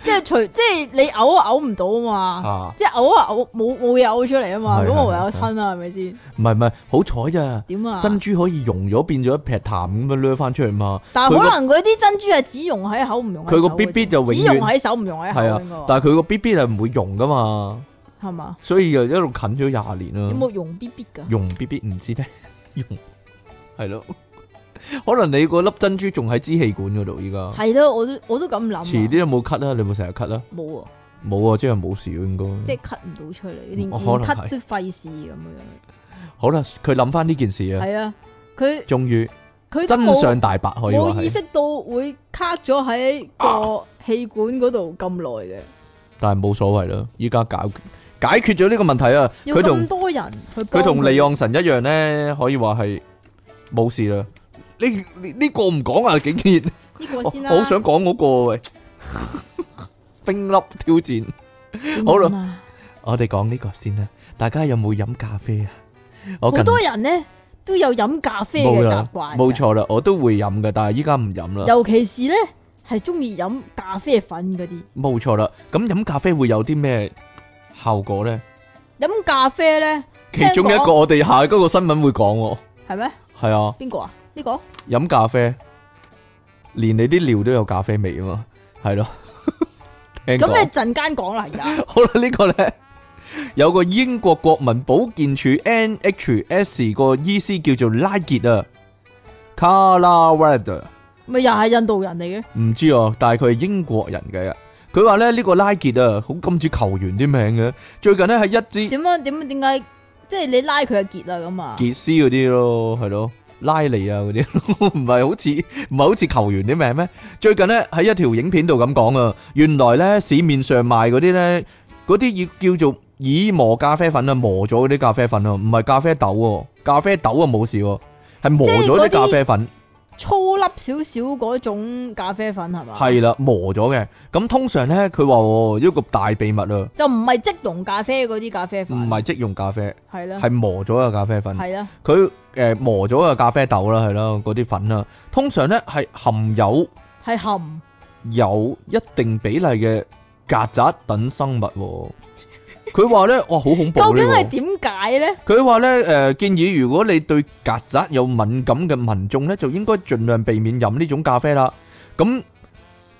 Speaker 2: 即係隨即係你嘔啊嘔唔到啊嘛，
Speaker 1: 啊，
Speaker 2: 即係嘔啊嘔冇冇嘢嘔出嚟啊嘛，
Speaker 1: 係
Speaker 2: 咁我唯
Speaker 1: 係
Speaker 2: 有
Speaker 1: 係
Speaker 2: 吞啊，係咪先？
Speaker 1: 唔係唔係，好彩咋。
Speaker 2: 點啊？
Speaker 1: 珍珠可以溶咗變咗一劈痰咁樣掠翻出嚟嘛，
Speaker 2: 但
Speaker 1: 佢個
Speaker 2: 係可能嗰啲珍珠係只溶喺口唔溶喺手
Speaker 1: 佢個
Speaker 2: 嗰
Speaker 1: BB
Speaker 2: 啲
Speaker 1: 就永
Speaker 2: 只
Speaker 1: 遠
Speaker 2: 溶喺手唔溶喺口
Speaker 1: 係啊
Speaker 2: 應該話，
Speaker 1: 但係佢個 B B 係唔會溶噶嘛，
Speaker 2: 係嘛？
Speaker 1: 所以就一路近咗廿
Speaker 2: 有
Speaker 1: 年啦。
Speaker 2: 冇溶 BB 㗎？
Speaker 1: 溶 B B 唔知咧， [laughs] 溶係咯，可能你嗰粒珍珠仲喺支氣管嗰度依家，
Speaker 2: 係咯，我都我都咁諗啊。
Speaker 1: 遲啲有冇咳啊？你有冇成日咳啊？
Speaker 2: 冇啊，
Speaker 1: 冇啊，即係冇事啊應該
Speaker 2: 即。係咳唔到出嚟，連連
Speaker 1: 我可能係
Speaker 2: 咳都費事咁樣。
Speaker 1: 好啦，佢諗翻呢件事啊，
Speaker 2: 係啊，佢
Speaker 1: 終於
Speaker 2: 佢都
Speaker 1: 真
Speaker 2: 冇
Speaker 1: 相大白可以話
Speaker 2: 冇意
Speaker 1: 係，
Speaker 2: 識到會卡咗喺個氣管嗰度咁耐嘅，
Speaker 1: 但係冇所謂啦，依家解解決咗呢個問題啊，
Speaker 2: 要
Speaker 1: 佢同
Speaker 2: 咁。多人去幫
Speaker 1: 佢同利昂神一樣咧，可以話係冇事啦。呢呢呢個唔講啊，竟然
Speaker 2: 呢個
Speaker 1: 我
Speaker 2: 先啦。
Speaker 1: 我好想講嗰個喂 [laughs] 冰粒挑戰，
Speaker 2: 點
Speaker 1: 好啦
Speaker 2: 諗啊，
Speaker 1: 我哋講呢個先啦。大家有冇飲咖啡啊？我
Speaker 2: 好
Speaker 1: 近
Speaker 2: 多人咧都有飲咖啡嘅
Speaker 1: 冇
Speaker 2: 習
Speaker 1: 啦，
Speaker 2: 慣㗎。
Speaker 1: 冇錯啦，我都會飲嘅，但係依家唔飲啦，
Speaker 2: 尤其是咧係中意飲咖啡粉嗰啲，
Speaker 1: 冇錯啦。咁飲咖啡會有啲咩效果咧？
Speaker 2: 飲咖啡咧
Speaker 1: 其中一
Speaker 2: 聽
Speaker 1: 個
Speaker 2: 講
Speaker 1: 我哋下嗰個新聞會講喎，
Speaker 2: 係咩？
Speaker 1: 係啊。
Speaker 2: 邊個啊？呢、個
Speaker 1: 飲咖啡，連你啲尿都有咖啡味啊嘛，係咯。 [laughs] 聽講
Speaker 2: 咁你陣間講啦，
Speaker 1: [laughs]
Speaker 2: 而家
Speaker 1: 好啦，呢個呢，有個英國國民保健署 NHS 個醫師叫做拉傑啊 c a r a w a d e
Speaker 2: 咪又係印度人嚟嘅，
Speaker 1: [laughs] 唔知啊，但係佢係英國人嘅。佢話咧呢個拉傑啊，好今次球員啲名嘅。最近呢，喺一支
Speaker 2: 啊點樣點樣點解？即係你拉佢就結啦咁啊？
Speaker 1: 傑斯嗰啲咯，係咯， [laughs] 拉尼啊嗰啲，唔系好似唔系好似球員啲名咩？最近咧喺一條影片度咁講啊，原來咧市面上賣嗰啲咧，嗰啲要叫做已磨咖啡粉啊，磨咗嗰啲咖啡粉啊，唔係咖啡豆喎，咖啡豆啊冇事喎，係磨咗啲咖啡粉。
Speaker 2: 粗粒少少嗰種咖啡粉係嘛？
Speaker 1: 係啦，磨咗嘅。咁通常咧，佢話喎一個大秘密啊，
Speaker 2: 就唔係即溶咖啡嗰啲咖啡
Speaker 1: 唔
Speaker 2: 粉，
Speaker 1: 係即用咖啡，
Speaker 2: 係啦，
Speaker 1: 係磨咗嘅咖啡粉。
Speaker 2: 係啦，
Speaker 1: 佢誒磨咗嘅咖啡豆啦，係啦，嗰啲粉啦，通常咧係含有
Speaker 2: 係含
Speaker 1: 有一定比例嘅曱甴等生物喎。
Speaker 2: [laughs]
Speaker 1: 佢話咧，哇，好恐怖
Speaker 2: 究
Speaker 1: 呢
Speaker 2: 竟
Speaker 1: 個！
Speaker 2: 係點解咧？
Speaker 1: 佢話咧，誒、建議如果你對曱甴有敏感嘅民眾咧，就應該盡量避免飲呢種咖啡啦。咁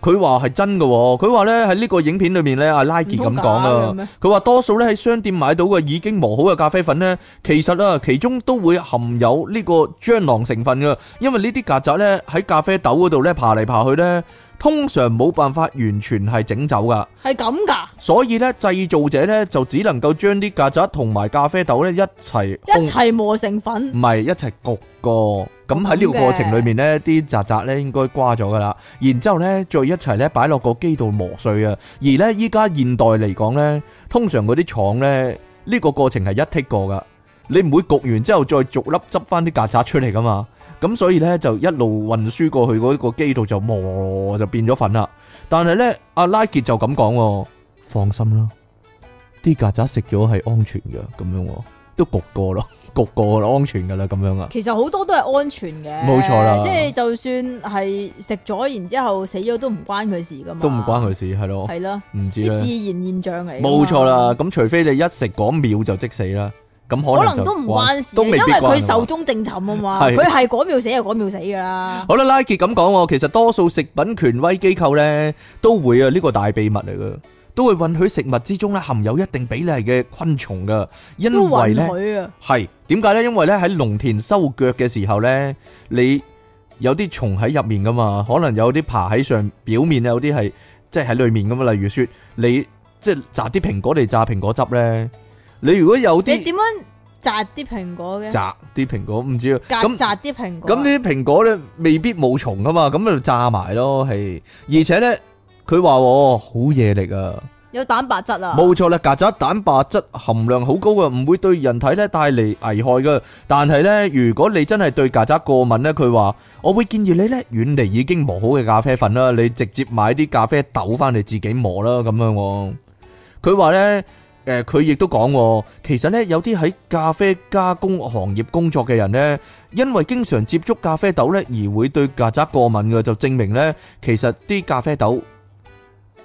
Speaker 1: 佢話係真嘅喎，佢話咧喺呢個影片裏面咧，阿拉
Speaker 2: 唔
Speaker 1: 傑
Speaker 2: 通
Speaker 1: 咁
Speaker 2: 假
Speaker 1: 講啊
Speaker 2: 嘅。咩？
Speaker 1: 佢話多數咧喺商店買到嘅已經磨好嘅咖啡粉呢，其實啊其中都會含有呢個蟑螂成分噶，因為呢啲曱甴呢，喺咖啡豆嗰度呢爬嚟爬去呢，通常冇辦法完全係整走噶，
Speaker 2: 係咁㗎，
Speaker 1: 所以呢，製造者呢，就只能夠將啲曱甴同埋咖啡豆呢一齊烘
Speaker 2: 一齊磨成粉
Speaker 1: 唔係一齊焗過，咁喺呢個
Speaker 2: 咁嘅
Speaker 1: 過程裏面呢，啲曱甴呢應該瓜咗噶啦，然之後呢，再一齊呢擺落個機度磨碎啊。而呢，依家現代嚟講呢，通常嗰啲廠呢，呢、個過程係一剔過噶，你唔會焗完之後再逐粒執翻啲曱甴出嚟噶嘛。咁所以呢，就一路運輸過去嗰個機度就磨就變咗粉啦。但係呢，阿拉傑就咁講喎，放心啦，啲曱甴食咗係安全嘅，咁樣喎，都焗過咯， [laughs] 焗過咯，安全噶啦，咁樣啊。
Speaker 2: 其實好多都係安全嘅，
Speaker 1: 冇錯啦
Speaker 2: 即係就算係食咗，然之後死咗都唔關佢事噶嘛，
Speaker 1: 都唔關佢事，係咯，
Speaker 2: 係啦，
Speaker 1: 唔知
Speaker 2: 啲自
Speaker 1: 咧，
Speaker 2: 然現象嚟㗎嘛。
Speaker 1: 冇錯啦。咁除非你一食嗰秒就即死啦，咁
Speaker 2: 可
Speaker 1: 能就
Speaker 2: 能都唔關事，
Speaker 1: 都
Speaker 2: 因
Speaker 1: 未
Speaker 2: 為
Speaker 1: 必關
Speaker 2: 佢
Speaker 1: 啊
Speaker 2: 壽終正寢啊嘛，
Speaker 1: 係
Speaker 2: 佢係嗰秒死就嗰秒死噶啦。
Speaker 1: 好啦，拉杰咁講喎，其實多數食品權威機構呢都會啊，呢個大秘密嚟嘅，都會允許食物之中咧含有一定比例嘅昆蟲噶，因
Speaker 2: 都
Speaker 1: 為
Speaker 2: 允
Speaker 1: 呢。
Speaker 2: 許啊，
Speaker 1: 係點解呢？因為呢，喺農田收腳嘅時候呢，你有啲蟲喺入面噶嘛，可能有啲爬喺上表面，有啲係即係喺裏面噶嘛。例如說，你即係摘啲蘋果嚟榨蘋果汁呢，你如果有
Speaker 2: 你
Speaker 1: 啲
Speaker 2: 點啊樣摘啲蘋果嘅？
Speaker 1: 摘啲蘋果，唔知啊
Speaker 2: 隔
Speaker 1: 咁。
Speaker 2: 摘啲蘋果啊。
Speaker 1: 咁呢啲蘋果咧，未必冇蟲噶嘛，咁咪炸埋咯，係。而且咧，佢話喎好嘢啊嚟噶，
Speaker 2: 有蛋白質啊？
Speaker 1: 冇錯啦，曱甴蛋白質含量好高嘅，唔會對人體咧帶嚟危害嘅。但係咧，如果你真係對曱甴過敏咧，佢話我會建議你咧遠離已經磨好嘅咖啡粉啦，你直接買啲咖啡豆翻嚟自己磨啦，咁樣喎。佢話咧。誒佢亦都講喎，其實咧有啲喺咖啡加工行業工作嘅人咧，因為經常接觸咖啡豆咧，而會對曱甴過敏嘅，就證明咧其實啲咖啡豆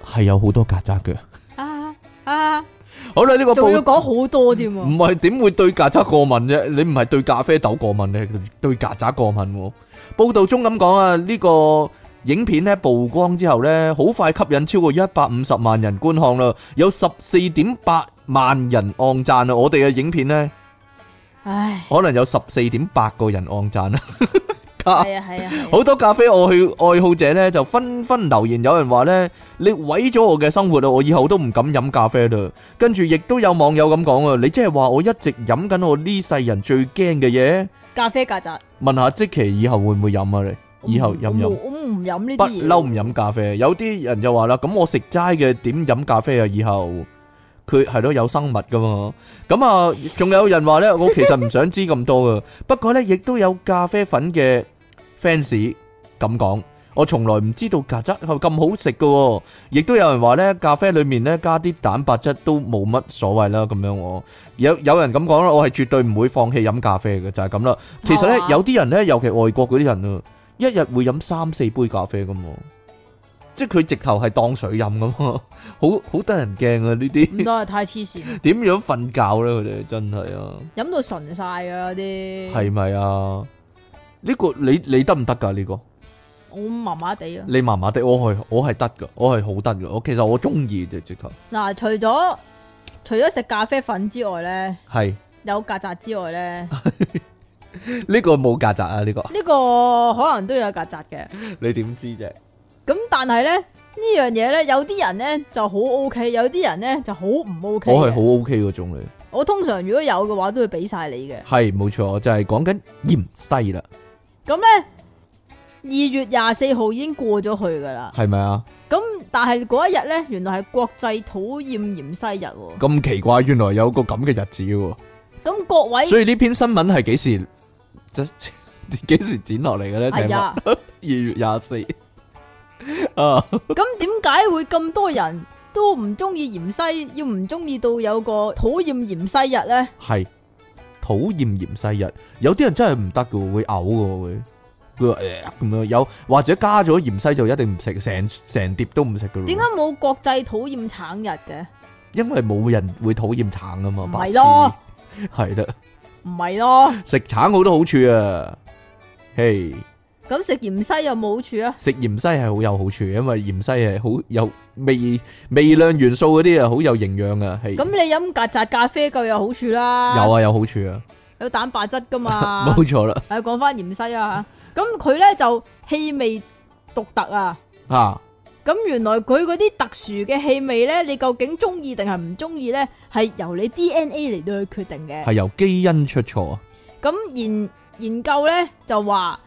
Speaker 1: 係有好多曱甴嘅。
Speaker 2: 啊啊！
Speaker 1: 好啦，呢、個
Speaker 2: 仲要
Speaker 1: 報
Speaker 2: 講好多添啊！
Speaker 1: 唔係點會對曱甴過敏啫？你唔係對咖啡豆過敏，你係對曱甴過敏喎。報道中咁講啊，呢、個影片咧曝光之後咧，好快吸引超過一百五十萬人觀看啦，有十四點八萬人按讚啊！我哋嘅影片咧，
Speaker 2: 唉，
Speaker 1: 可能有十四點八個人按讚啊啦。
Speaker 2: 係啊係啊係啊，
Speaker 1: 好多咖啡愛去愛好者咧就紛紛留言，有人話咧：你毀咗我嘅生活啊！我以後都唔敢飲咖啡啦。跟住亦都有網友咁講啊，你即係話我一直飲緊我呢世人最驚嘅嘢？
Speaker 2: 咖啡曱甴。
Speaker 1: 問下即期以後會唔會飲啊？你以後飲唔飲
Speaker 2: 我冇？我唔飲呢 [laughs]
Speaker 1: 不
Speaker 2: 啲嘢。
Speaker 1: 嬲唔飲咖啡。有啲人就話啦，咁我食齋嘅點飲咖啡啊？以後佢係咯有生物噶嘛。咁啊，仲有人話咧，我其實唔想知咁多噶。不過咧，亦都有咖啡粉嘅 fans 咁講。我從來唔知道曱甴係咁好食嘅喎，亦都有人話咧，咖啡裡面咧加啲蛋白質都冇乜所謂啦，咁樣喎。有有人咁講啦，我係絕對唔會放棄飲咖啡嘅，就係咁啦。其實咧
Speaker 2: 係，嘛
Speaker 1: 有啲人咧，尤其外國嗰啲人啊，一日會飲三四杯咖啡咁喎，即係佢直頭係當水飲咁喎， [laughs] 好好得人驚啊！呢
Speaker 2: 唔
Speaker 1: 啲
Speaker 2: 得啊，太黐
Speaker 1: [laughs]
Speaker 2: 線，
Speaker 1: 點樣瞓覺咧？佢哋真係啊，
Speaker 2: 飲到純晒啊啲。
Speaker 1: 係咪啊？呢個你你得唔得㗎？呢個？
Speaker 2: 我麻麻地啊。
Speaker 1: 你麻麻地，我係我係得噶，我係好得噶，我其實我中意嘅直頭
Speaker 2: 嗱，除咗除咗食咖啡粉之外咧，
Speaker 1: 係
Speaker 2: 有曱甴之外咧，
Speaker 1: [laughs]
Speaker 2: 呢
Speaker 1: 呢個冇曱甴啊，呢個
Speaker 2: 個可能都有曱甴嘅。
Speaker 1: 你點知啫？
Speaker 2: 咁但係咧，呢樣嘢咧，有啲人咧就好 O K，有啲人咧就好唔 O K。
Speaker 1: 我係好 OK 嗰種嚟，
Speaker 2: 我通常如果有嘅話，都會俾晒你嘅。
Speaker 1: 係冇錯，就係講緊芫荽啦，
Speaker 2: 咁咧，二月廿四號已經過咗去噶啦。
Speaker 1: 係咪啊？
Speaker 2: 咁但係嗰一日咧，原來係國際討厭芫荽日喎。
Speaker 1: 咁奇怪，原來有個咁嘅日子喎，
Speaker 2: 咁各位，
Speaker 1: 所以呢篇新聞係幾時？即 [laughs] 幾時剪落嚟嘅咧？請
Speaker 2: 哎
Speaker 1: 問
Speaker 2: 呀，
Speaker 1: 二月廿四 [laughs] 啊，
Speaker 2: 咁點解會咁多人都唔中意芫荽，要唔中意到有個討厭芫荽日咧？
Speaker 1: 係討厭芫荽日，有啲人真係唔得嘅，會嘔嘅會。佢話誒咁樣有，或者加咗芫荽就一定唔食，成成碟都唔食嘅咯。
Speaker 2: 點解冇國際討厭橙日嘅？
Speaker 1: 因為冇人會討厭橙啊嘛，
Speaker 2: 唔
Speaker 1: 白
Speaker 2: 係
Speaker 1: 痴
Speaker 2: 咯。
Speaker 1: 係啦，
Speaker 2: 唔係咯，
Speaker 1: 食橙好多好處啊。嘿，
Speaker 2: 咁食芫荽有冇好處啊？
Speaker 1: 食芫荽係好有好處，因為芫荽係好有微微量元素嗰啲啊，好有營養啊。係
Speaker 2: 咁你飲曱甴咖啡夠有好處啦，
Speaker 1: 有啊，有好處啊，
Speaker 2: 有蛋白質噶嘛。
Speaker 1: [laughs] 冇錯啦。
Speaker 2: 係講翻芫荽啊，咁佢咧就氣味獨特啊。
Speaker 1: 啊，
Speaker 2: 咁原來佢嗰啲特殊嘅氣味咧，你究竟中意定係唔中意咧，係由你 DNA 嚟到去決定嘅。
Speaker 1: 係由基因出錯啊。
Speaker 2: 咁研研究咧就話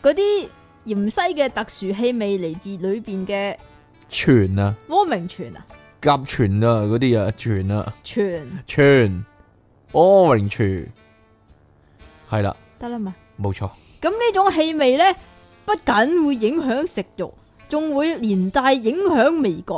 Speaker 2: 嗰啲芫荽嘅特殊氣味嚟自裏邊嘅
Speaker 1: 全啊，
Speaker 2: 汪明荃啊，
Speaker 1: 甲醛啊，嗰啲啊，全啊，
Speaker 2: 荃
Speaker 1: 全 orange 係啦，
Speaker 2: 得啦嘛。
Speaker 1: 冇錯，
Speaker 2: 咁呢種氣味咧，不僅會影響食慾，仲會連帶影響味覺，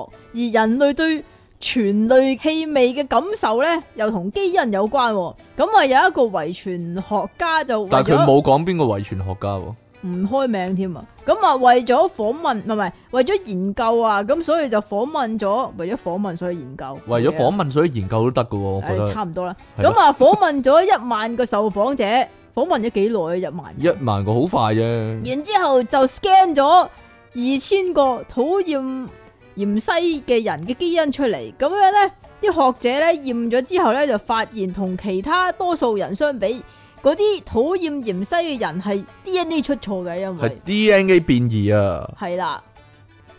Speaker 2: 而人類對全類氣味嘅感受咧，又同基因有關、喎。咁啊，有一個遺傳學家就為
Speaker 1: 但係佢
Speaker 2: 咗
Speaker 1: 冇講邊個遺傳學家喎，
Speaker 2: 唔開名添啊，咁啊為咗訪問，唔係唔係為咗研究啊，咁所以就訪問咗，為咗訪問所以研究，
Speaker 1: 為咗訪問所以研究都得㗎喎，我覺
Speaker 2: 唉，
Speaker 1: 得
Speaker 2: 啊差唔多啦。
Speaker 1: 係
Speaker 2: 咁
Speaker 1: 咯
Speaker 2: 啊，訪問咗一萬個受訪者，訪問咗幾耐啊？一萬個。
Speaker 1: 一萬個好快啫，
Speaker 2: 然之後就 scan 咗二千個討厭芫荽嘅人嘅基因出嚟，咁樣呢啲學者呢驗咗之後呢，就發現同其他多數人相比，嗰啲討厭芫荽嘅人係 DNA 出錯嘅，因為
Speaker 1: 係 DNA 變異啊，
Speaker 2: 係啦。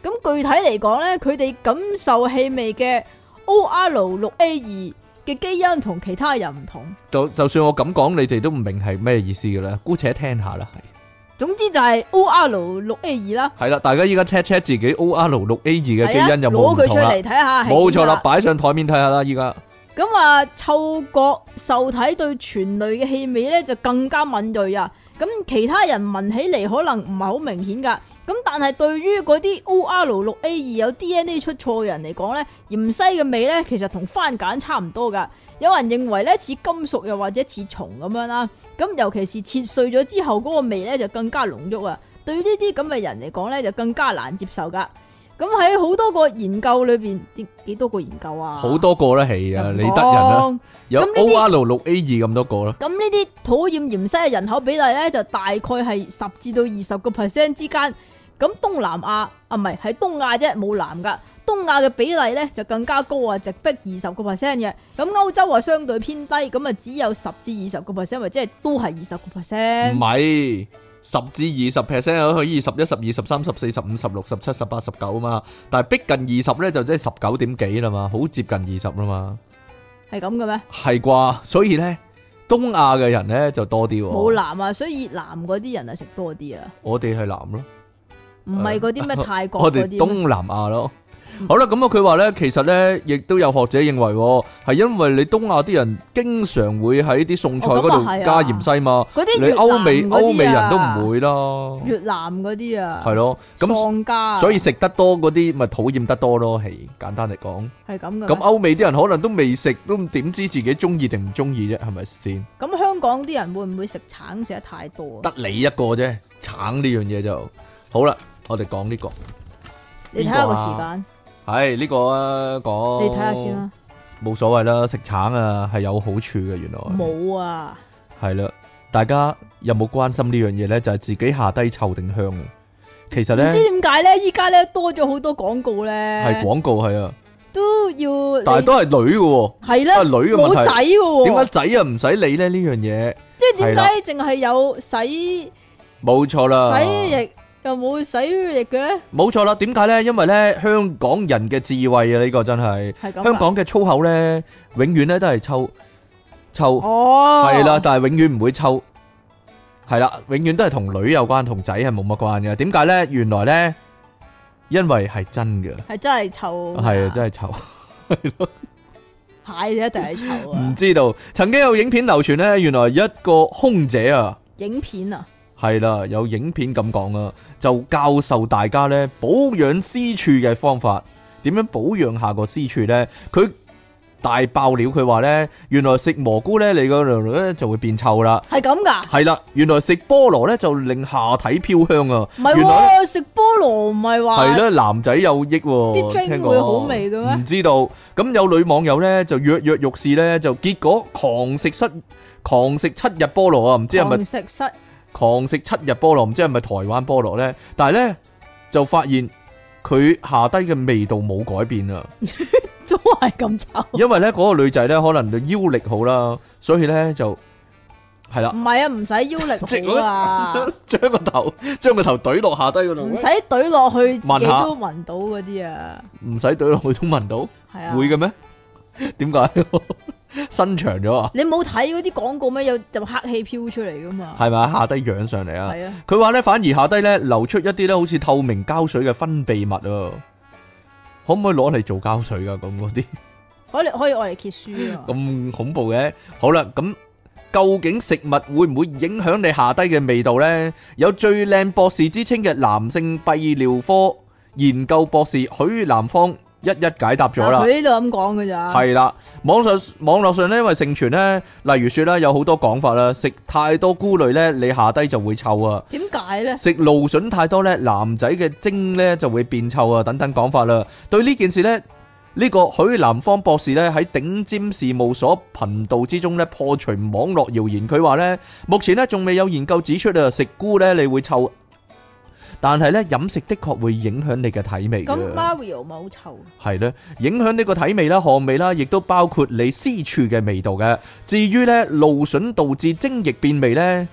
Speaker 2: 咁具體嚟講呢，佢哋感受氣味嘅 OR 六 A 二嘅基因同其他人唔同。
Speaker 1: 就就算我咁講，你哋都唔明係咩意思㗎啦，姑且聽下啦，係
Speaker 2: 總之就係 OR 六 A 二啦，
Speaker 1: 係啦，大家依家 check check 自己 OR 六 A 二嘅
Speaker 2: 係啊
Speaker 1: 基因有冇
Speaker 2: 攞
Speaker 1: 唔
Speaker 2: 佢
Speaker 1: 同
Speaker 2: 出
Speaker 1: 啦，
Speaker 2: 嚟睇下係
Speaker 1: 冇
Speaker 2: 點
Speaker 1: 錯啦，
Speaker 2: 啦。
Speaker 1: 擺上台面睇下啦，依家
Speaker 2: 咁啊，嗅覺受體對全類嘅氣味咧就更加敏鋭啊！咁其他人聞起嚟可能唔係好明顯噶，咁但係對於嗰啲 OR 六 A 二有 DNA 出錯嘅人嚟講咧，芫荽嘅味咧其實同番梘差唔多噶。有人認為咧似金屬又或者似蟲咁樣啦，咁尤其是切碎咗之後嗰個味咧就更加濃郁啊！對於呢啲咁嘅人嚟講咧就更加難接受噶。咁喺好多個研究裏邊，啲幾多個研究啊？
Speaker 1: 好多個啦，係啊，
Speaker 2: 又唔
Speaker 1: 你得人啦。
Speaker 2: 講
Speaker 1: 有
Speaker 2: 咁呢啲
Speaker 1: OR 六 A 二咁多個啦，
Speaker 2: 咁呢啲討厭芫荽嘅人口比例咧，就大概係十至到二十個 percent 之間。咁東南亞啊，唔係喺東亞啫，冇南噶。東亞嘅比例咧就更加高啊，直逼二十個 percent 嘅。咁歐洲啊相對偏低，咁啊只有十至二十個 percent，或者係都係二十個 percent
Speaker 1: 唔。係十至二十 percent 有可以十一、十二、十三、十四、十五、十六、十七、十八、十九啊嘛，但係逼近二十咧就即係十九點幾啦嘛，好接近二十啦嘛，
Speaker 2: 係咁嘅咩？
Speaker 1: 係啩？所以咧，東亞嘅人咧就多啲
Speaker 2: 冇
Speaker 1: 喎，
Speaker 2: 南啊，所以南嗰啲人啊食多啲啊，
Speaker 1: 我哋係南咯，
Speaker 2: 唔係嗰啲咩泰
Speaker 1: 我
Speaker 2: 國嗰
Speaker 1: 哋
Speaker 2: 啲啊咩。
Speaker 1: 東南亞咯。好啦，咁啊，佢話咧，其實咧，亦都有學者認為喎係因為你東亞啲人經常會喺啲餸菜
Speaker 2: 哦
Speaker 1: 嗰
Speaker 2: 咁啊
Speaker 1: 度
Speaker 2: 係啊
Speaker 1: 加芫荽嘛，
Speaker 2: 嗰啲
Speaker 1: 你歐美歐美人都唔
Speaker 2: 會。
Speaker 1: 會啦。
Speaker 2: 越南嗰啲啊，
Speaker 1: 系咯，咁
Speaker 2: 喪家啊，
Speaker 1: 所以食得多嗰啲咪討厭得多咯，係簡單嚟講。
Speaker 2: 係咁嘅。
Speaker 1: 咁歐美啲人可能都未食，都點知自己中意定唔中意啫，係咪先？
Speaker 2: 咁香港啲人會唔會食橙食得太多啊？
Speaker 1: 得你一個啫，橙呢樣嘢就好啦。我哋講呢個，邊個啊
Speaker 2: 你睇下個時間，
Speaker 1: 係呢個啊講。
Speaker 2: 你睇下先，啦。
Speaker 1: 冇所謂啦，食橙啊係有好處嘅，原來
Speaker 2: 冇啊，
Speaker 1: 係啦。大家有冇關心呢樣嘢咧？就係自己下低臭定香啊。其實
Speaker 2: 唔
Speaker 1: 咧
Speaker 2: 知點解咧？依家咧多咗好多廣告
Speaker 1: 係
Speaker 2: 咧，
Speaker 1: 廣告係啊，
Speaker 2: 都要
Speaker 1: 但係
Speaker 2: 你
Speaker 1: 都係女嘅喎，
Speaker 2: 係
Speaker 1: 都係
Speaker 2: 咧，
Speaker 1: 女嘅問
Speaker 2: 冇
Speaker 1: 題
Speaker 2: 仔。嘅
Speaker 1: 點解
Speaker 2: 喎，
Speaker 1: 仔啊唔使理咧呢樣嘢？
Speaker 2: 即係點解淨係有洗洗
Speaker 1: 冇錯啦，
Speaker 2: 液又冇洗血液嘅咧，
Speaker 1: 冇錯啦，點解呢？因為呢，香港人嘅智慧啊，呢、個真係
Speaker 2: 係咁㗎。
Speaker 1: 香港嘅粗口呢，永遠呢都係臭臭。
Speaker 2: 哦，
Speaker 1: 系啦，但系永遠唔會抽，係啦，永遠都係同女有關，同仔係冇乜關嘅。點解呢？原來呢，因為係真嘅，
Speaker 2: 係真係臭㗎，
Speaker 1: 係啊，真係臭，
Speaker 2: 蟹就一定係臭
Speaker 1: 唔
Speaker 2: 啊！
Speaker 1: 知道。曾經有影片流傳呢，原來一個空姐啊，
Speaker 2: 影片啊，
Speaker 1: 係啦，有影片咁講啊，就教授大家呢保養私處嘅方法，點樣保養下個私處呢？佢大爆料，佢話呢，原來食蘑菇呢，你個娘娘咧就會變臭啦。
Speaker 2: 係咁㗎。
Speaker 1: 系啦，原來食菠蘿咧就令下體飄香啊！
Speaker 2: 唔係
Speaker 1: 原來
Speaker 2: 喎，食菠蘿唔係
Speaker 1: 係
Speaker 2: 話
Speaker 1: 啦，男仔有益
Speaker 2: 啲
Speaker 1: 喎，
Speaker 2: drink
Speaker 1: 聽講
Speaker 2: 會好味嘅咩
Speaker 1: 唔知道。咁有女網友咧就躍躍欲試咧，就結果狂食七狂食七日菠蘿啊！唔知係咪
Speaker 2: 狂食室
Speaker 1: 狂食七日菠蘿，唔知係咪台灣菠蘿咧？但係咧就發現佢下低嘅味道冇改變啊！
Speaker 2: [laughs] 都係咁臭。
Speaker 1: 因為咧嗰、個女仔咧可能佢腰力好啦，所以咧就係啦
Speaker 2: 唔，係啊，唔使
Speaker 1: [laughs]
Speaker 2: 腰力好啊，
Speaker 1: 將個頭將個頭懟落下低嗰度 [laughs]
Speaker 2: 唔。使懟落去自
Speaker 1: 聞
Speaker 2: 己
Speaker 1: 下
Speaker 2: 都聞到嗰啲啊，
Speaker 1: 唔使懟落去都聞到，
Speaker 2: 係啊。
Speaker 1: 會嘅咩？ [laughs] 點 [laughs] 解伸長咗啊？
Speaker 2: 你冇睇嗰啲廣告咩？有就黑氣飄出嚟噶嘛？
Speaker 1: 係咪啊？下低仰上嚟啊？
Speaker 2: 係啊，
Speaker 1: 佢話咧，反而下低咧流出一啲咧，好似透明膠水嘅分泌物啊！可唔可以攞嚟做膠水噶？咁嗰啲
Speaker 2: 可以可以愛嚟揭書啊！
Speaker 1: 咁恐怖嘅。好啦，咁究竟食物會唔會影響你下低嘅味道呢？有最靚博士之稱嘅男性泌尿科研究博士許南方一一解答咗啦
Speaker 2: 嗱。佢呢度咁講噶咋？
Speaker 1: 系啦，網上網絡上咧，因為盛傳咧，例如说咧，有好多講法啦，食太多菇類咧，你下低就會臭啊；
Speaker 2: 點解咧？
Speaker 1: 食蘆筍太多咧，男仔嘅精咧就會變臭啊，等等講法啦。對呢件事咧，呢、個許南方博士咧喺頂尖事務所頻道之中咧破除網絡謠言，佢話咧，目前咧仲未有研究指出啊，食菇咧你會臭，但係咧飲食的確會影響你嘅體味嘅。啊
Speaker 2: 咁 Mario 咪好臭？
Speaker 1: 系咧，影響呢個體味啦、汗味啦，亦都包括你私處嘅味道嘅。至於咧蘆筍導致精液變味咧，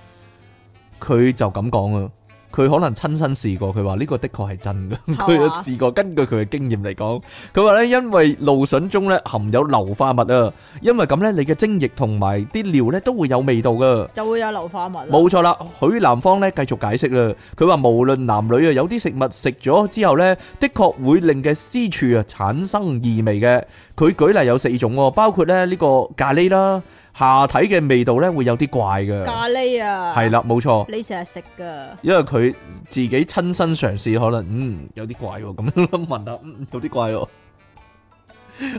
Speaker 1: 佢就咁講啊，佢可能親身試過，佢話呢個的確係真嘅，
Speaker 2: 嘛
Speaker 1: 佢有試過。根據佢嘅經驗嚟講，佢話咧因為蘆筍中咧含有硫化物啊，因為咁咧你嘅精液同埋啲尿咧都會有味道噶。
Speaker 2: 就會有硫化物啦。
Speaker 1: 冇錯啦，許南方咧繼續解釋啦。佢話無論男女啊，有啲食物食咗之後呢，的確會令嘅私處啊產生異味嘅。佢舉例有四種喎，包括咧呢個咖喱啦，下體嘅味道呢會有啲怪嘅。
Speaker 2: 咖喱啊，
Speaker 1: 係，啦，冇錯，
Speaker 2: 你成日食噶，
Speaker 1: 因為佢自己親身嘗試，可能嗯有啲怪喎，咁樣 [laughs] 聞下，嗯有啲怪喎，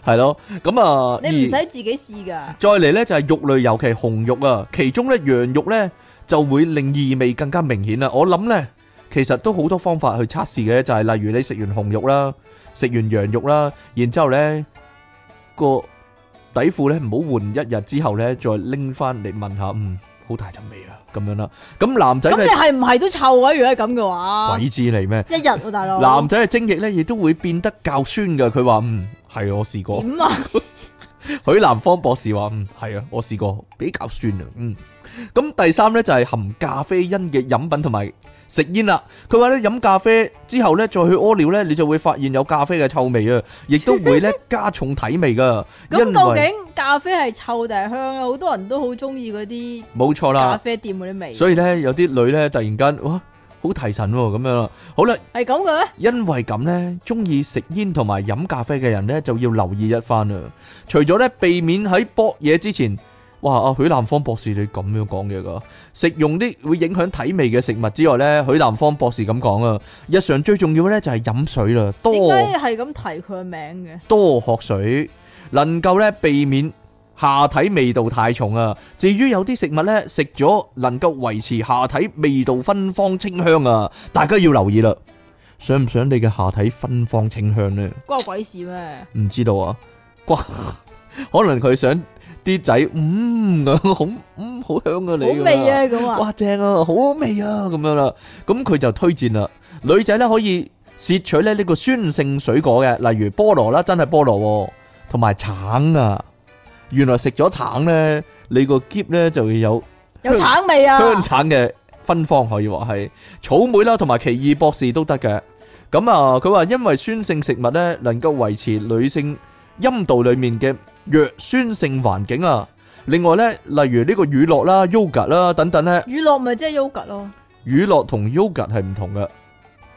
Speaker 1: 係咯，咁啊，
Speaker 2: 你
Speaker 1: 而
Speaker 2: 唔使自己試噶。
Speaker 1: 再嚟呢就係肉類，尤其紅肉啊，其中呢羊肉呢就會令異味更加明顯啦。我諗呢，其實都好多方法去測試嘅，就係、例如你食完紅肉啦，食完羊肉啦，然之後呢個底褲呢唔好換一日之後呢，再拎翻嚟問下，嗯，好大陣味啊，咁樣啦。咁男仔
Speaker 2: 咁你
Speaker 1: 嘅
Speaker 2: 係唔係都臭啊？如果係咁嘅
Speaker 1: [laughs]
Speaker 2: 話，
Speaker 1: 鬼知你咩？
Speaker 2: 一日喎，大佬。
Speaker 1: 男仔嘅精液呢亦都會變得較酸嘅。佢話嗯係我試過。
Speaker 2: 點啊？
Speaker 1: 許南方博士話：嗯，係啊，我試過比較酸啊。嗯，咁第三呢，就係含咖啡因嘅飲品同埋食煙啦。佢話呢，飲咖啡之後呢，再去屙尿呢，你就會發現有咖啡嘅臭味啊，亦都會
Speaker 2: [laughs]
Speaker 1: 呢加重體味噶。因
Speaker 2: 咁究
Speaker 1: 為
Speaker 2: 竟咖啡係臭定係香啊？好多人都好中意嗰啲
Speaker 1: 冇錯
Speaker 2: 咖
Speaker 1: 啦，
Speaker 2: 啡店嗰啲味，
Speaker 1: 所以呢，有啲女呢，突然間哇好提神喎咁樣啦。好啦，
Speaker 2: 係咁嘅咩？
Speaker 1: 啊因為咁呢，中意食煙同埋飲咖啡嘅人呢，就要留意一番啦。除咗呢，避免喺搏嘢之前，哇！阿許南方博士你咁樣講嘢噶，食用啲會影響體味嘅食物之外呢，許南方博士咁講啊，日常最重要呢就係飲水啦，
Speaker 2: 點
Speaker 1: 多
Speaker 2: 解係咁提佢個名嘅？
Speaker 1: 多喝水，能夠呢避免下體味道太重啊。至於有啲食物呢，食咗能夠維持下體味道芬芳清香啊，大家要留意啦。想唔想你嘅下體芬芳清香呢？
Speaker 2: 關我鬼事咩？
Speaker 1: 唔知道啊，瓜 [laughs] 可能佢想啲仔嗯 [laughs] 咁好嗯好香啊
Speaker 2: 好
Speaker 1: 你咁樣
Speaker 2: 味啊咁啊！
Speaker 1: 哇正啊，好味啊咁樣啦，咁佢就推薦啦，女仔咧可以攝取咧呢個酸性水果嘅，例如菠蘿啦，真係菠蘿喎，同埋橙啊。原來食咗橙咧，你個箧咧就會有
Speaker 2: 有橙味啊！
Speaker 1: 香橙嘅芬芳可以話係草莓啦，同埋奇異博士都得嘅。咁啊，佢話因為酸性食物咧能夠維持女性陰道裡面嘅弱酸性環境啊。另外咧，例如呢個乳酪啦、yogurt 啦等等咧，
Speaker 2: 乳酪咪即係 yogurt 咯
Speaker 1: 乳酪同 yogurt 係唔同嘅，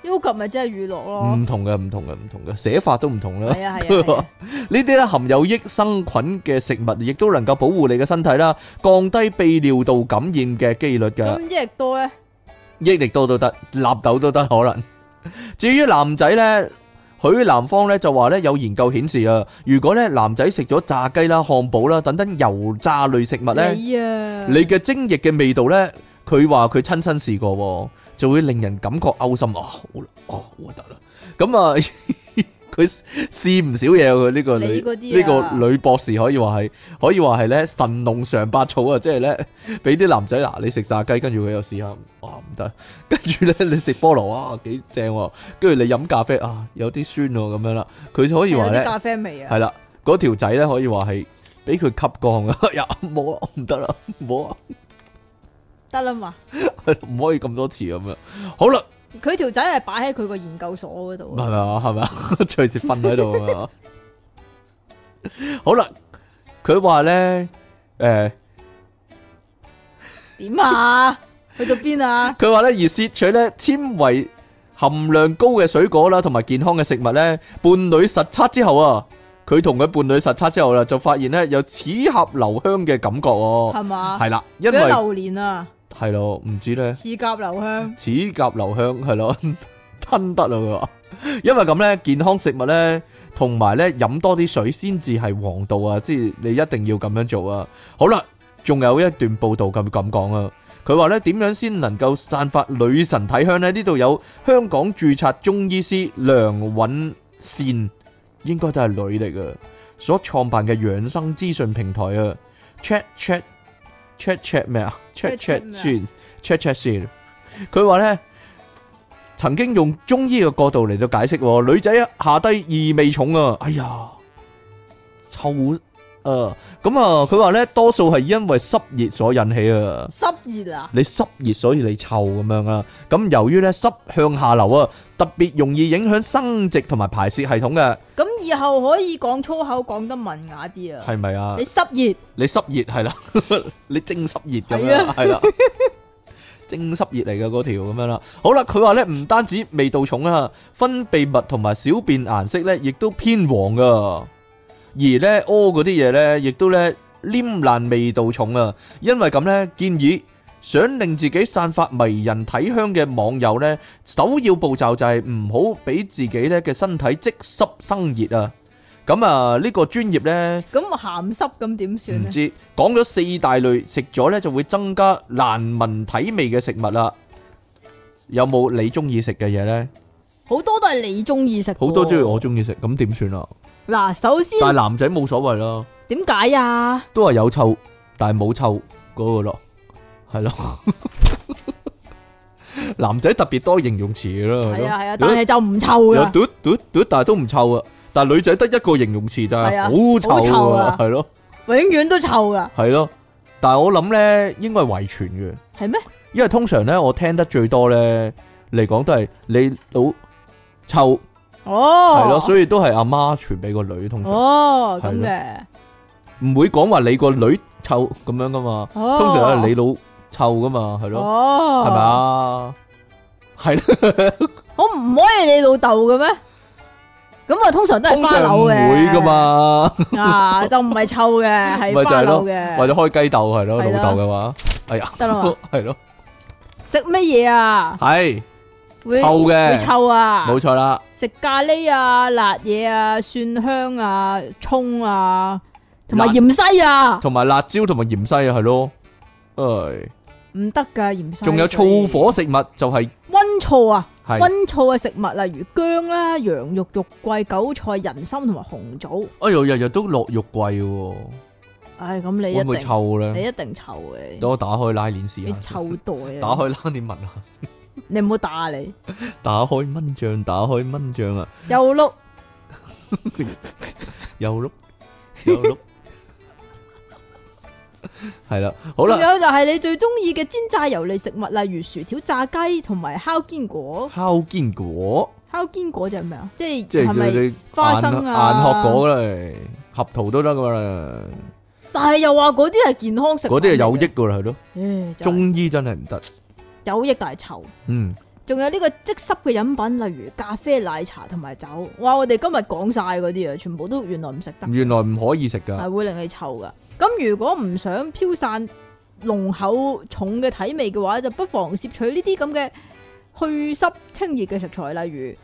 Speaker 2: ，yogurt 咪即係乳酪咯，
Speaker 1: 唔同嘅，唔同嘅，唔同嘅，寫法都唔同啦。
Speaker 2: 係啊係啊
Speaker 1: [laughs]
Speaker 2: 係啊，
Speaker 1: 呢啲咧含有益生菌嘅食物，亦都能夠保護你嘅身體啦，降低泌尿道感染嘅機率嘅。
Speaker 2: 咁益力多咧，
Speaker 1: 益力多都得，納豆都得可能。 [laughs] 至於男仔呢，許南方呢就話呢，有研究顯示啊，如果呢男仔食咗炸雞啦、漢堡啦等等油炸類食物呢，
Speaker 2: 你啊，
Speaker 1: 你嘅精液嘅味道呢，佢話佢親身試過喎，就會令人感覺嘔心啊，好啦哦好核突啦，咁啊 [laughs] 佢試唔少嘢啊佢呢個女
Speaker 2: 你嗰
Speaker 1: 呢
Speaker 2: 啲啊
Speaker 1: 個女博士可以話係可以話係咧神農嘗百草啊，即係咧俾啲男仔嗱，你食炸雞，跟住佢又試下，哇唔得， [laughs] 跟住咧你食菠蘿啊幾正喎，跟住你飲咖啡啊有啲酸喎咁樣啦，佢就可以
Speaker 2: 有
Speaker 1: 話
Speaker 2: 啲
Speaker 1: 咧
Speaker 2: 咖啡味啊，
Speaker 1: 係啦，嗰條仔咧可以話係俾佢吸乾啊，哎 [laughs] 呀冇啊唔得啦，冇啊
Speaker 2: 得啦嘛，
Speaker 1: [laughs] 唔可以咁多次咁樣，好啦。
Speaker 2: 佢條仔係擺喺佢個研究所嗰度
Speaker 1: 系
Speaker 2: 啊，
Speaker 1: 咪啊？系咪啊？ [laughs] 隨時瞓喺度啊！好啦，佢話咧，诶、
Speaker 2: 點啊？去到邊
Speaker 1: [laughs]
Speaker 2: 啊？
Speaker 1: 佢話咧，而攝取咧纖維含量高嘅水果啦，同埋健康嘅食物咧，伴侶實測之後啊，佢同佢伴侶實測之後啦，就發現咧有齒合留香嘅感覺喎，
Speaker 2: 係嘛？
Speaker 1: 哦係啦，因
Speaker 2: 變
Speaker 1: 為
Speaker 2: 咗榴蓮啊，
Speaker 1: 係咯，唔知咧。
Speaker 2: 刺甲留香，
Speaker 1: 齒甲留香係咯，吞得啦佢話，因為咁咧健康食物咧，同埋咧飲多啲水先至係王道啊！即係你一定要咁樣做啊！好啦，仲有一段報道咁咁講啊，佢話咧點樣先能夠散發女神體香咧？呢度有香港註冊中醫師梁允善，應該都係女嚟嘅，所創辦嘅養生資訊平台啊，check check check check 咩啊？check
Speaker 2: check
Speaker 1: check
Speaker 2: 咩啊
Speaker 1: 先，check check 先。佢話咧曾經用中醫嘅角度嚟到解釋喎，女仔下低異味重啊，哎呀，臭啊！咁啊，佢話咧多數係因為濕熱所引起啊。
Speaker 2: 濕熱啊，
Speaker 1: 你濕熱所以你臭咁樣啦。咁由於咧濕向下流啊，特別容易影響生殖同埋排泄系統嘅，
Speaker 2: 咁以後可以講粗口講得文雅啲啊，
Speaker 1: 係咪啊
Speaker 2: 你？濕熱
Speaker 1: 你濕熱係啦，你蒸濕熱咁
Speaker 2: 係
Speaker 1: 樣
Speaker 2: 啊
Speaker 1: 係啦，蒸濕熱嚟嘅嗰條咁樣啦。好啦，佢話咧唔單止味道重啊，分泌物同埋小便顏色咧亦都偏黃噶，而咧屙嗰啲嘢咧亦都咧黏爛味道重啊。因為咁咧，建議想令自己散發迷人體香嘅網友咧，首要步驟就係唔好俾自己咧嘅身體即濕生熱啊。咁啊，呢個專業咧。
Speaker 2: 咁鹹濕咁點算
Speaker 1: 唔
Speaker 2: 咧？
Speaker 1: 知講咗四大類，食咗咧就會增加難聞體味嘅食物啦。有冇你中意食嘅嘢呢？
Speaker 2: 好多都係你中意食喎，
Speaker 1: 好多中意我中意食，咁點算啊？
Speaker 2: 嗱，首先
Speaker 1: 但係男仔冇所謂啦，
Speaker 2: 點解啊？
Speaker 1: 都係有臭，但係冇臭嗰個咯，係咯。 [laughs] 男仔特別多形容詞啦，
Speaker 2: 係啊係啊，
Speaker 1: 咯
Speaker 2: 但係就唔臭
Speaker 1: 有
Speaker 2: 噶，
Speaker 1: 嘟嘟嘟，但係都唔臭啊。但係女仔得一個形容詞就
Speaker 2: 係
Speaker 1: 係
Speaker 2: 啊
Speaker 1: 好
Speaker 2: 好
Speaker 1: 臭
Speaker 2: 臭
Speaker 1: 啊
Speaker 2: 啊，
Speaker 1: 係咯
Speaker 2: 永遠都臭噶，
Speaker 1: 係咯。但係我諗呢，應該係遺傳嘅。
Speaker 2: 係咩？
Speaker 1: 因為通常咧，我聽得最多咧嚟講都係你老臭
Speaker 2: 哦，
Speaker 1: 係咯，所以都係阿媽傳俾個女，通常
Speaker 2: 哦咁
Speaker 1: 係咯
Speaker 2: 嘅，
Speaker 1: 唔會講話你個女臭咁樣噶嘛，
Speaker 2: 哦，
Speaker 1: 通常係你老臭噶嘛，係咯，
Speaker 2: 哦，
Speaker 1: 係咪？啊？係啦，
Speaker 2: 我唔可以你老豆嘅咩？咁啊，通常都係
Speaker 1: 通
Speaker 2: 花
Speaker 1: 常唔
Speaker 2: 柳
Speaker 1: 會
Speaker 2: 嘅，
Speaker 1: 噶嘛，
Speaker 2: 啊，就唔係臭嘅，
Speaker 1: 咪
Speaker 2: 係
Speaker 1: 就係
Speaker 2: 花
Speaker 1: 咯
Speaker 2: 柳
Speaker 1: 為
Speaker 2: 嘅，
Speaker 1: 咗開雞竇係咯，
Speaker 2: 係啦
Speaker 1: 老豆嘅話，哎呀，
Speaker 2: 得啦
Speaker 1: [laughs]
Speaker 2: 嘛
Speaker 1: 係咯，
Speaker 2: 食乜嘢啊？
Speaker 1: 係
Speaker 2: 會
Speaker 1: 臭嘅
Speaker 2: 會臭啊！
Speaker 1: 冇錯啦，
Speaker 2: 食咖喱啊、辣嘢啊、蒜香啊、葱啊，同埋
Speaker 1: 辣
Speaker 2: 芫茜啊，
Speaker 1: 同埋辣椒同埋芫荽啊，係咯，唉，
Speaker 2: 唔得噶芫茜。
Speaker 1: 仲有燥火食物就係
Speaker 2: 温燥啊！
Speaker 1: 係。
Speaker 2: 温燥嘅食物，例如姜啦、羊肉、肉桂、韭菜、人參同埋紅棗。
Speaker 1: 哎呦，日日都落肉桂喎，
Speaker 2: 唉，咁你
Speaker 1: 會
Speaker 2: 一
Speaker 1: 唔會
Speaker 2: 定
Speaker 1: 臭
Speaker 2: 你
Speaker 1: 咧？
Speaker 2: 一定臭嘅，
Speaker 1: 等我打開拉鏈試
Speaker 2: 你
Speaker 1: 下。
Speaker 2: 臭袋啊！
Speaker 1: [laughs] 打開拉鏈聞下， [laughs]
Speaker 2: 你唔好打你，
Speaker 1: 打開蚊醬，打開蚊醬啊！
Speaker 2: 又碌
Speaker 1: [laughs] 又碌又碌，系啦，好
Speaker 2: 仲
Speaker 1: 啦，
Speaker 2: 有就係你最中意嘅煎炸油膩食物，例如薯條、炸雞同埋烤堅果。
Speaker 1: 烤坚果
Speaker 2: 烤堅果就係咩啊？即
Speaker 1: 即
Speaker 2: 係
Speaker 1: 系
Speaker 2: 係咪？
Speaker 1: 你
Speaker 2: 花生啊
Speaker 1: 硬殼果啦，合桃都得噶啦，
Speaker 2: 但係又話嗰啲係健康食物，
Speaker 1: 嗰啲系有益。噶啦，系咯，
Speaker 2: 唉，真係
Speaker 1: 中醫真係唔得，
Speaker 2: 嗯有益但係臭。
Speaker 1: 嗯，
Speaker 2: 仲有呢個即濕嘅飲品，例如咖啡、奶茶同埋酒。哇！我哋今日講晒嗰啲啊，全部都原來唔食得，
Speaker 1: 原來唔可以食噶，
Speaker 2: 係會令你臭噶。咁如果唔想飄散濃厚重嘅體味嘅話，就不妨攝取呢啲咁嘅去濕清熱嘅食材，例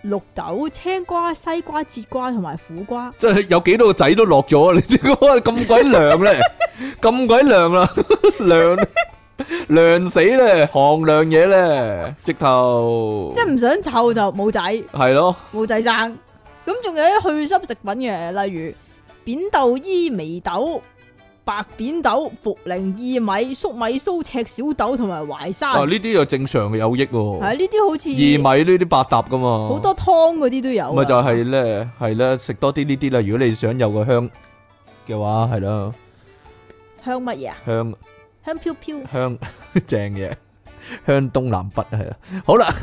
Speaker 2: 如綠豆、青瓜、西瓜、節瓜同埋苦瓜。
Speaker 1: 即係有幾多個仔都落咗啊！你啲歌咁鬼涼
Speaker 2: [laughs]
Speaker 1: 咧，咁鬼涼啦， [laughs] 涼涼死咧，寒涼嘢咧，直頭
Speaker 2: 即係唔想臭就冇仔
Speaker 1: 係咯，
Speaker 2: 冇仔生。咁仲有啲去濕食品嘅，例如扁豆、伊眉豆、白扁豆、茯苓、薏米、粟米酥、赤小豆同埋淮山。
Speaker 1: 啊呢
Speaker 2: 係
Speaker 1: 啲又正常嘅有益
Speaker 2: 啊
Speaker 1: 喎，
Speaker 2: 呢啲好
Speaker 1: 薏米
Speaker 2: 似
Speaker 1: 呢啲百搭噶嘛，
Speaker 2: 好多湯嗰啲都有啊。
Speaker 1: 咪就係咧，係咧，食多啲呢啲啦。如果你想有個香嘅話，係啦，
Speaker 2: 香乜嘢啊？
Speaker 1: 香
Speaker 2: 香飄飄。
Speaker 1: [laughs] 香正嘢，香東南北係啦。好 [laughs] 啦，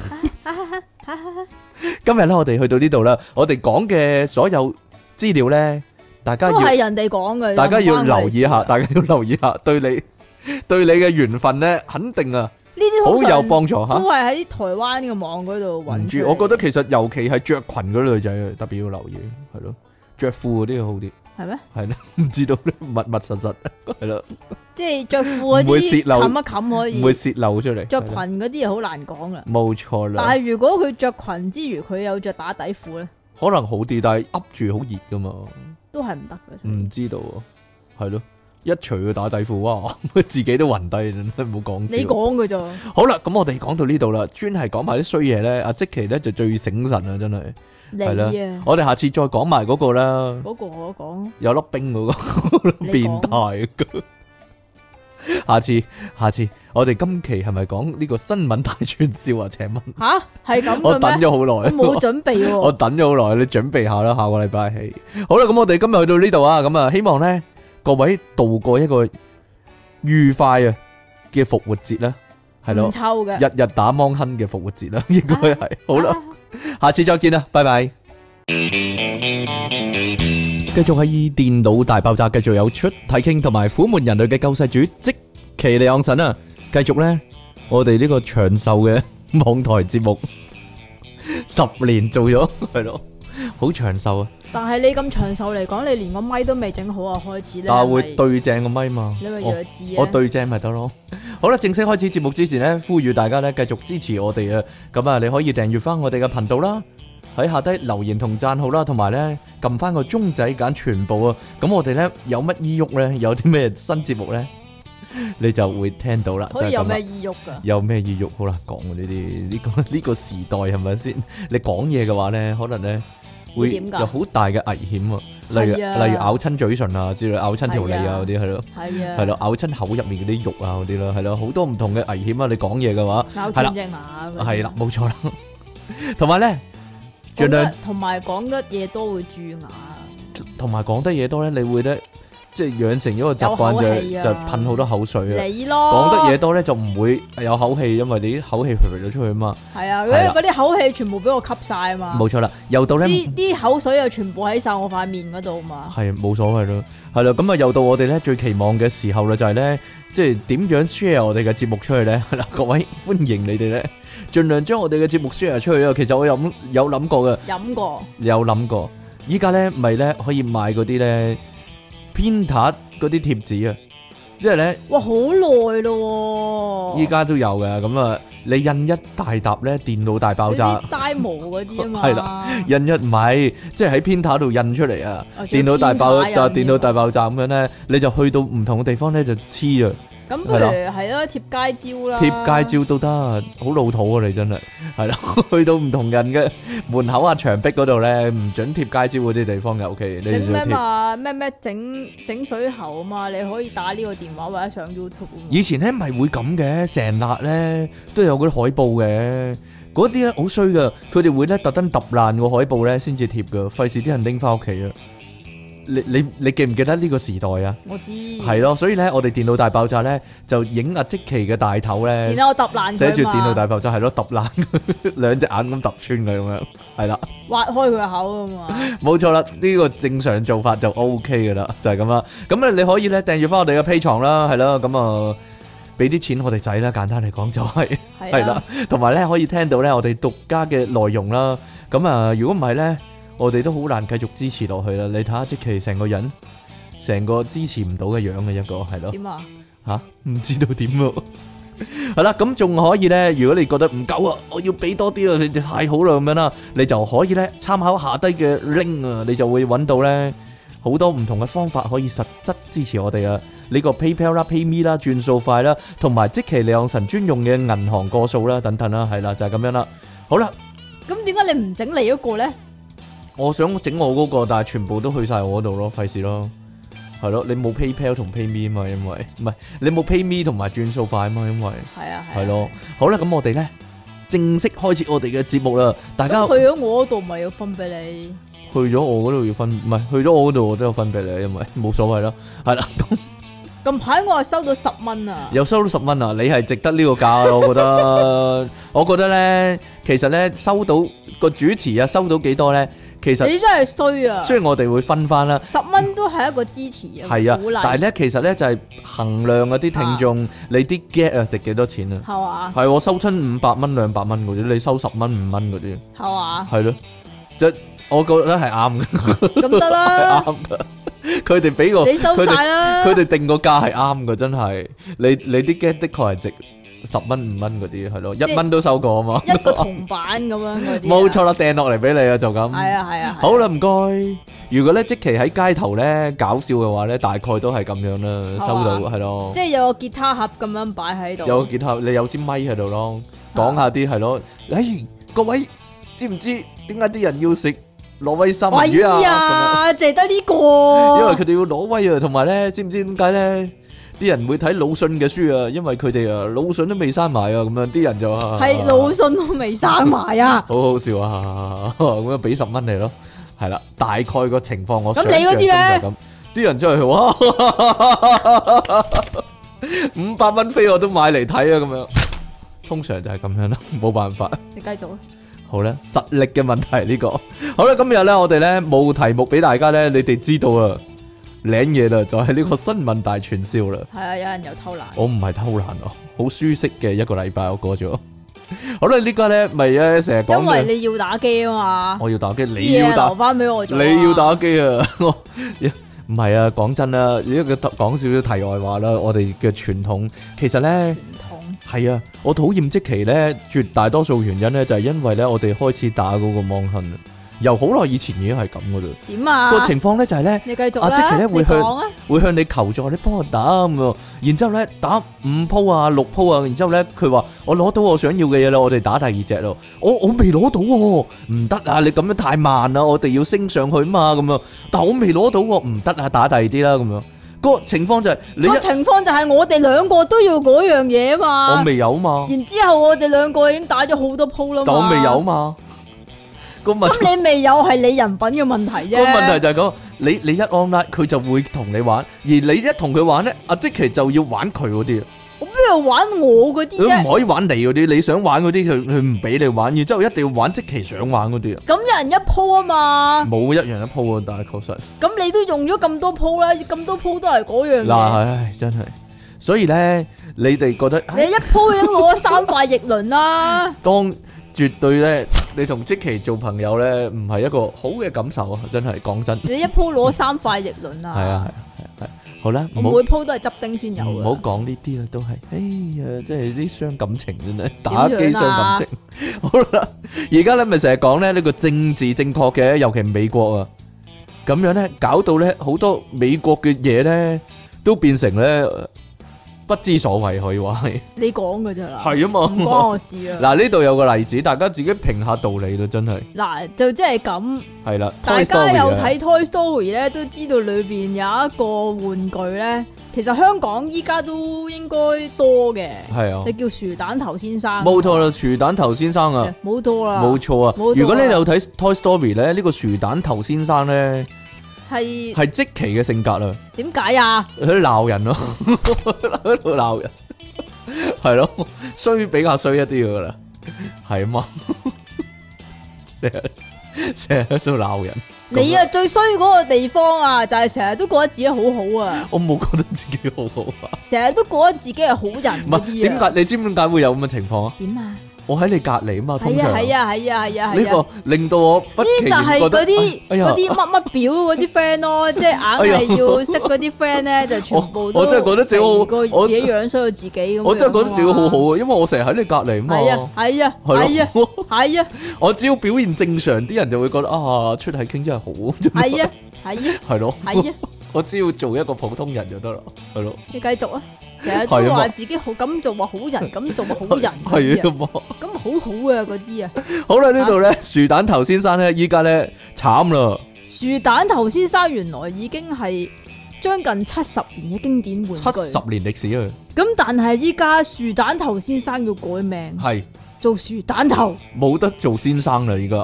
Speaker 1: 今日咧我哋去到呢度啦，我哋講嘅所有資料咧，大家
Speaker 2: 都
Speaker 1: 要
Speaker 2: 係人哋講嘅，
Speaker 1: 大家
Speaker 2: 就唔
Speaker 1: 要
Speaker 2: 關我哋
Speaker 1: 留意
Speaker 2: 事
Speaker 1: 下，
Speaker 2: 啊
Speaker 1: 大家要留意下，對你對你嘅緣分咧，肯定啊，
Speaker 2: 呢啲
Speaker 1: 好
Speaker 2: 通常
Speaker 1: 有幫助吓。
Speaker 2: 都係喺台灣嘅網嗰度
Speaker 1: 唔
Speaker 2: 揾出
Speaker 1: 知，
Speaker 2: 嚟。
Speaker 1: 我覺得其實尤其係着裙嗰啲女仔，特別要留意，係咯，着褲嗰啲好啲。
Speaker 2: 係咩？
Speaker 1: 系 [laughs] 啦，唔知道咧，密密實實係啦，
Speaker 2: 即係着褲嗰
Speaker 1: 唔會泄
Speaker 2: 啲
Speaker 1: 漏
Speaker 2: 冚一冚可
Speaker 1: 唔會
Speaker 2: 以，
Speaker 1: 泄漏出嚟。
Speaker 2: 着
Speaker 1: 係
Speaker 2: 裙
Speaker 1: 啦
Speaker 2: 嗰啲又好難講啦。
Speaker 1: 冇錯啦
Speaker 2: 但，係如果佢着裙之餘，佢有着打底褲咧，
Speaker 1: 可能好啲，但係噏住好熱噶嘛，
Speaker 2: 都係唔得嘅。所以
Speaker 1: 唔知道啊，係咯，一除佢打底褲，哇， [laughs] 自己都暈低，真係唔好講笑。
Speaker 2: 你講嘅咋？
Speaker 1: 好啦，咁我哋講到呢度啦，專係講埋啲衰嘢咧，阿即奇咧就最醒神啦，真
Speaker 2: 嗯
Speaker 1: 係。
Speaker 2: 你
Speaker 1: 係啦
Speaker 2: 啊，
Speaker 1: 我哋下次再講埋嗰個啦，
Speaker 2: 嗰個我講，
Speaker 1: 有粒冰嗰個 [laughs]
Speaker 2: 你講
Speaker 1: 變態。下次，下次，我哋今期係咪講呢個新聞大串燒啊？請問？
Speaker 2: 吓係咁
Speaker 1: 我等
Speaker 2: 嘅咩？
Speaker 1: 咗好
Speaker 2: 我
Speaker 1: 耐，
Speaker 2: 冇準
Speaker 1: [laughs]
Speaker 2: 備
Speaker 1: 我
Speaker 2: 喎，
Speaker 1: 等咗好耐，你準備下啦，下個禮拜係好啦。咁我哋今日去到呢度啊，咁啊，希望咧各位度過一個愉快啊嘅復活節啦，係咯
Speaker 2: 唔，臭嘅。
Speaker 1: 日日打芒亨嘅復活節啦，應該係好啦。
Speaker 2: 嗯啊，
Speaker 1: 下次再見啦，拜拜。繼續喺電腦大爆炸，繼續有出體傾同埋虎門人類嘅救世主即其利昂神啊！繼續呢，我哋呢個長壽嘅網台節目，十年做咗係咯，好長壽啊！
Speaker 2: 但係你咁長壽嚟講，你連個咪都未整好啊，開始咧，
Speaker 1: 但係會
Speaker 2: 你咪
Speaker 1: 對正個咪嘛，
Speaker 2: 你咪
Speaker 1: 我
Speaker 2: 弱智
Speaker 1: 我
Speaker 2: 啊！
Speaker 1: 對正咪得咯。 [laughs] 好啦，正式開始節目之前呢，呼籲大家呢繼續支持我哋啊！咁啊，你可以訂閱翻我哋嘅頻道啦，喺下低留言同讚好啦，同埋呢撳翻個鐘仔揀全部啊！咁我哋呢有乜醫喐呢？有啲咩新節目呢？ [laughs] 你就會聽到啦。
Speaker 2: 可以有
Speaker 1: 就係咁啊啦
Speaker 2: 咩意欲㗎？
Speaker 1: 有咩意欲好難講喎呢啲呢個 [laughs] 呢個時代係咪先？你講嘢嘅話咧，可能咧
Speaker 2: 會
Speaker 1: 會
Speaker 2: 點㗎
Speaker 1: 有好大嘅危險啊！例如
Speaker 2: 係啊
Speaker 1: 例如咬親嘴唇啊，之類咬親條脷
Speaker 2: 係
Speaker 1: 啊
Speaker 2: 啊
Speaker 1: 嗰啲係咯，
Speaker 2: 係啊，
Speaker 1: 係咯，咬親口入面嗰啲肉啊嗰啲啦，係咯，好多唔同嘅危險啊！你講嘢嘅話
Speaker 2: 咬斷隻牙啊嗰啲
Speaker 1: 係啦，，冇錯啦。同埋咧，盡
Speaker 2: 講得
Speaker 1: 量
Speaker 2: 同埋講得嘢多會蛀牙，
Speaker 1: 同埋講得嘢多咧，你會咧即係養成一個習慣
Speaker 2: 有口
Speaker 1: 就
Speaker 2: 氣
Speaker 1: 係
Speaker 2: 啊
Speaker 1: 就係噴好多口水啊！
Speaker 2: 你咯
Speaker 1: 講得嘢多咧就唔會有口氣，因為你啲口氣排咗出去啊嘛。
Speaker 2: 係啊，因為
Speaker 1: 係啦
Speaker 2: 嗰啲口氣全部俾我吸晒啊嘛，
Speaker 1: 冇錯啦，又到咧。
Speaker 2: 啲啲口水又全部喺晒我塊面嗰度嘛。
Speaker 1: 係冇所謂咯，係啦，咁啊又到我哋咧最期望嘅時候啦，就係咧，即係點樣 share 我哋嘅節目出去咧？係啦，各位歡迎你哋咧，盡量將我哋嘅節目 share 出去啊！其實我有諗有諗過嘅，
Speaker 2: 飲過，
Speaker 1: 有諗過，依家咧咪咧可以買嗰啲咧 printer 嗰啲貼紙啊，即係咧
Speaker 2: 哇，好耐咯喎！
Speaker 1: 依家都有嘅，咁啊你印一大沓咧電腦大爆炸
Speaker 2: 嗰。啲呆毛嗰啲啊嘛，
Speaker 1: 係啦印一米，即係喺 printer 度印出嚟啊！
Speaker 2: 哦
Speaker 1: 電腦大爆炸，
Speaker 2: 仲
Speaker 1: 電腦
Speaker 2: 有編碼
Speaker 1: 大爆炸咁樣咧，你就去到唔同嘅地方咧就黐啊，
Speaker 2: 咁不如係咯，貼街招啦，
Speaker 1: 貼街招都得，好老土啊！你真係係啦， [laughs] 去到唔同人嘅門口啊、牆壁嗰度咧，唔准貼街招嗰啲地方嘅，OK，你
Speaker 2: 整
Speaker 1: 就
Speaker 2: 咩
Speaker 1: 貼。
Speaker 2: 嘛？咩咩整整水喉啊嘛，你可以打呢個電話或者上 YouTube 啊嘛
Speaker 1: 以前咧咪會咁嘅，成辣咧都有嗰啲海報嘅，嗰啲咧好衰噶，佢哋會咧特登揼爛個海報咧先至貼噶，費事啲人拎翻屋企啊！你你你記唔記得呢個時代啊？
Speaker 2: 我知。
Speaker 1: 係咯，所以咧，我哋電腦大爆炸咧就影阿積淇嘅大頭咧
Speaker 2: 然。後我揼爛佢
Speaker 1: 寫住電腦
Speaker 2: 嘛，
Speaker 1: 大爆炸係咯，揼爛佢兩隻眼咁揼穿佢咁樣，係啦，
Speaker 2: 挖開佢個口
Speaker 1: [laughs]
Speaker 2: 啊嘛。
Speaker 1: 冇錯啦，呢、個正常做法就 O K 噶啦，就係咁啦。咁啊咧你可以咧訂閱翻我哋嘅 P 床啦，係啦，咁啊俾啲錢我哋仔啦，簡單嚟講就係、
Speaker 2: 係啊
Speaker 1: 係啦
Speaker 2: 啦，，
Speaker 1: 同埋咧可以聽到咧我哋獨家嘅內容啦。咁啊，如果唔係咧，我哋都好難繼續支持落去啦。你睇下即其成個人，成個支持唔到嘅樣嘅一個係咯，
Speaker 2: 點啊？
Speaker 1: 吓唔知道點喎。 [laughs] 係啦，咁仲可以咧，如果你覺得唔夠啊，我要俾多啲啊，你哋太好啦咁樣啦，你就可以咧參考下低嘅 link 啊，你就會揾到咧好多唔同嘅方法可以實質支持我哋啊。呢個 PayPal 啦、PayMe 啦、轉數快啦，同埋即其利昂神專用嘅銀行個數啦，等等啦，係啦，就係、咁樣啦。好啦，
Speaker 2: 咁點解你唔整你嗰個咧？
Speaker 1: 我想整我嗰、個，但係全部都去晒我嗰度咯，費事咯。係咯，你冇 PayPal 同 PayMe 啊嘛，因為唔係你冇 PayMe 同埋轉數快啊嘛，因為
Speaker 2: 係啊，
Speaker 1: 係。咯。好啦，咁我哋咧正式開始我哋嘅節目啦。大家
Speaker 2: 咁去咗我嗰度，咪要分俾你。
Speaker 1: 去咗我嗰度要分，唔係去咗我嗰度我都有分俾你，因為 [laughs] 冇所謂啦。係啦，
Speaker 2: 近排我係收到十蚊啊！
Speaker 1: 又收到十蚊啊！你係值得呢個價咯，我覺
Speaker 2: [laughs]
Speaker 1: 得。我覺得咧，其實咧收到個主持啊，收到幾多咧，其實
Speaker 2: 你真係衰啊！
Speaker 1: 雖然我哋會分翻啦，
Speaker 2: 十蚊都係一個支持啊，
Speaker 1: 係啊
Speaker 2: 鼓勵，
Speaker 1: 但係咧其實咧就係衡量嗰啲聽眾你啲 get 啊值幾多錢啊。
Speaker 2: 係嘛
Speaker 1: 係我收親五百蚊、兩百蚊嗰啲，你收十蚊、五蚊嗰啲，[laughs]
Speaker 2: 係嘛，
Speaker 1: 係咯，就我覺得係啱嘅。
Speaker 2: 咁得啦，
Speaker 1: 啱噶， [laughs] 佢哋俾個
Speaker 2: 你收
Speaker 1: 佢
Speaker 2: 晒
Speaker 1: 哋
Speaker 2: 啦，
Speaker 1: 佢哋定個價係啱噶，真係你你啲 get 的確係值十蚊五蚊嗰啲係咯，一蚊都收過啊嘛， [laughs]
Speaker 2: 一個銅板咁樣嗰啲啊，
Speaker 1: 冇錯啦，掟落嚟俾你啊，就
Speaker 2: 係
Speaker 1: 咁。
Speaker 2: 啊係啊，
Speaker 1: 好啦，唔該。如果咧即期喺街頭咧搞笑嘅話咧，大概都係咁樣啦，
Speaker 2: 嘛
Speaker 1: 收到係咯
Speaker 2: 即，係有個吉他盒咁樣擺喺度，
Speaker 1: 有個吉他，你有支咪喺度咯，講下啲係咯。誒，各位知唔知點解啲人要食挪威三文
Speaker 2: 哎
Speaker 1: 魚啊？咁樣
Speaker 2: 呀，淨係得呢
Speaker 1: 因為
Speaker 2: 個
Speaker 1: 佢，哋要攞威啊，同埋咧，知唔知點解咧？啲人會睇魯迅嘅書啊，因為佢哋啊魯迅都未生埋啊，咁樣啲人就話
Speaker 2: 係魯迅都未生埋啊！
Speaker 1: 好好笑啊， [laughs] 咁樣俾十蚊你咯，係啦，大概個情況我
Speaker 2: 咁你嗰啲
Speaker 1: 想
Speaker 2: 呢
Speaker 1: 像中就係咁，啲人真係哇， [laughs] 五百蚊飛我都買嚟睇啊，咁樣，通常就係咁樣啦，冇辦法。
Speaker 2: 你繼續啊，
Speaker 1: 好啦，實力嘅問題呢、個。 [laughs] 好啦，今日咧我哋咧冇題目俾大家咧，你哋知道啊，領嘢啦，就係、呢個新聞大串燒啦。
Speaker 2: 係啊，有人又偷懶，
Speaker 1: 我唔係偷懶啊，好舒適嘅一個禮拜我過咗。 [laughs] 好啦，呢家咧咪咧成日講
Speaker 2: 因為
Speaker 1: 嘅，
Speaker 2: 你要打機啊嘛，
Speaker 1: 我要打機，你
Speaker 2: 啲
Speaker 1: 要
Speaker 2: 嘢留
Speaker 1: 打，
Speaker 2: 翻俾我做啊，
Speaker 1: 你要打機啊！ [laughs] 我唔係啊，講真啦，呢個講少少題外話啦，我哋嘅傳統其實咧。
Speaker 2: 唔同，
Speaker 1: 係啊，我討厭即期咧，絕大多數原因咧就係因為咧，我哋開始打嗰個網恨，由好耐以前已經係咁噶啦。
Speaker 2: 點啊？
Speaker 1: 個情況咧就係咧，
Speaker 2: 你繼續
Speaker 1: 啊即係
Speaker 2: 啦，
Speaker 1: 咧
Speaker 2: 你
Speaker 1: 會向
Speaker 2: 講啊，
Speaker 1: 會向你求助，你幫我打咁喎。然之後咧打五鋪啊、六鋪啊，然之後咧佢話我攞到我想要嘅嘢啦，我哋打第二隻咯。我我未攞到喎，唔得啊！你咁樣太慢啦，我哋要升上去嘛咁樣。但我未攞到喎，唔得啊，打第二啲啦咁樣。個情況就係你
Speaker 2: 個
Speaker 1: 一
Speaker 2: 情況就係我哋兩個都要嗰樣嘢啊
Speaker 1: 我
Speaker 2: 嘛。
Speaker 1: 未有嘛，
Speaker 2: 然之後我哋兩個已經打咗好多鋪啦嘛。
Speaker 1: 但我未有。嘛。個問題
Speaker 2: 咁你未有係你人品嘅問題啫。
Speaker 1: 個問題就係咁，你你一 online 佢就會同你玩，而你一同佢玩咧，阿即奇就要玩佢嗰啲，
Speaker 2: 我邊度玩我嗰啲
Speaker 1: 佢
Speaker 2: 啫？
Speaker 1: 唔可以玩你嗰啲，你想玩嗰啲佢佢唔俾你玩，然之後一定要玩即奇想玩嗰啲啊，
Speaker 2: 咁有人一鋪啊嘛。
Speaker 1: 冇一樣一鋪啊，但係確實
Speaker 2: 咁你都用咗咁多鋪啦，咁多鋪都係嗰樣
Speaker 1: 嗱，
Speaker 2: 嘢。
Speaker 1: 唉真係，所以咧你哋覺得
Speaker 2: 你
Speaker 1: 唉，
Speaker 2: 一鋪已經攞咗三塊翼輪啦 [laughs]
Speaker 1: 當絕對咧，你同即奇做朋友咧，唔係一個好嘅感受啊，真係講真，係
Speaker 2: 你一鋪攞三塊翼輪啊。
Speaker 1: 啊係啊係啊係啊，好啦，
Speaker 2: 我
Speaker 1: 唔好
Speaker 2: 每。鋪都係執丁先有啊嗯
Speaker 1: 唔
Speaker 2: 嘅。
Speaker 1: 好講呢啲啦，都係，哎呀，即係啲傷感情真
Speaker 2: 啊
Speaker 1: 係，打機傷感情。 [laughs] 好啦，而家咧咪成日講咧呢個政治正確嘅，尤其美國啊，咁樣咧搞到咧好多美國嘅嘢咧都變成咧不知所謂，可以話係
Speaker 2: 你講嘅咋啦。
Speaker 1: 係啊
Speaker 2: 唔
Speaker 1: 嘛。
Speaker 2: 關我事啊。
Speaker 1: 嗱呢度有個例子，大家自己評下道理啦，真係
Speaker 2: 嗱，就即係咁。
Speaker 1: 係啦。
Speaker 2: 大
Speaker 1: Toy
Speaker 2: 家
Speaker 1: Story
Speaker 2: 有
Speaker 1: 啊
Speaker 2: 睇 Toy Story 咧，都知道裏边有一個玩具咧，其實香港依家都應該多嘅，
Speaker 1: 係啊
Speaker 2: 就，叫薯蛋頭先生。
Speaker 1: 冇錯啦，薯蛋頭先生啊。
Speaker 2: 冇多啦，
Speaker 1: 冇錯啊！
Speaker 2: 嗯冇錯啊
Speaker 1: 如果你有睇 Toy Story 咧，呢個薯蛋頭先生咧
Speaker 2: 系
Speaker 1: 係即期嘅性格啦，
Speaker 2: 点解啊？
Speaker 1: 佢喺度鬧人咯，喺度鬧人，係咯，衰比較衰一啲噶啦，係啊嘛，成日成日喺度鬧人，
Speaker 2: 你啊最衰嗰个地方啊，就系成日都觉得自己好
Speaker 1: [laughs]
Speaker 2: 好啊，
Speaker 1: 我冇覺得自己好好啊，
Speaker 2: 成日都觉得自己系好人
Speaker 1: 唔
Speaker 2: 嗰
Speaker 1: 係
Speaker 2: 啲
Speaker 1: 點
Speaker 2: 啊。
Speaker 1: 解？你知唔知點解會有咁嘅情況啊？
Speaker 2: 点啊？
Speaker 1: 我喺你隔離啊嘛，通
Speaker 2: 系
Speaker 1: 常
Speaker 2: 啊系啊系啊系啊
Speaker 1: 呢
Speaker 2: 系啊！
Speaker 1: 個令到我不
Speaker 2: 呢
Speaker 1: 期
Speaker 2: 就系
Speaker 1: 然覺
Speaker 2: 嗰
Speaker 1: 得哎
Speaker 2: 啲
Speaker 1: 哎呀
Speaker 2: 嗰啲乜乜表嗰啲
Speaker 1: [laughs]
Speaker 2: friend 咯，即系硬系要識嗰啲 friend 咧，就全部都
Speaker 1: 哎我我真係覺得自己好
Speaker 2: 肥過
Speaker 1: 我
Speaker 2: 自己樣衰到自己咁。
Speaker 1: 我真係覺得自己好好。啊，因為我成日喺你隔離啊嘛。
Speaker 2: 係啊係啊係
Speaker 1: 係
Speaker 2: 啊
Speaker 1: 咯，
Speaker 2: 係啊
Speaker 1: [laughs] 我只要表現正常，啲人就會覺得啊，出嚟傾真係好。
Speaker 2: 係啊係啊
Speaker 1: 係咯，[laughs]
Speaker 2: 係啊！
Speaker 1: 我只要做一個普通人就得啦，係咯，
Speaker 2: 你繼續啊！成日
Speaker 1: 係
Speaker 2: 都
Speaker 1: 啊嘛
Speaker 2: 話自己好，咁做話好人，咁做好人嗰
Speaker 1: [laughs] 係
Speaker 2: 啲
Speaker 1: 啊
Speaker 2: 啊，
Speaker 1: 嘛。
Speaker 2: 咁好好啊嗰啲啊。
Speaker 1: 好啦，呢度咧，薯蛋頭先生咧，依家咧慘啦，
Speaker 2: 樹蛋頭先生原來已經係將近七十年嘅經典玩
Speaker 1: 七
Speaker 2: 具
Speaker 1: 十，年歷史啊，
Speaker 2: 咁但係依家樹蛋頭先生要改名
Speaker 1: 係
Speaker 2: 做樹蛋頭。
Speaker 1: 冇得做先生啦，依家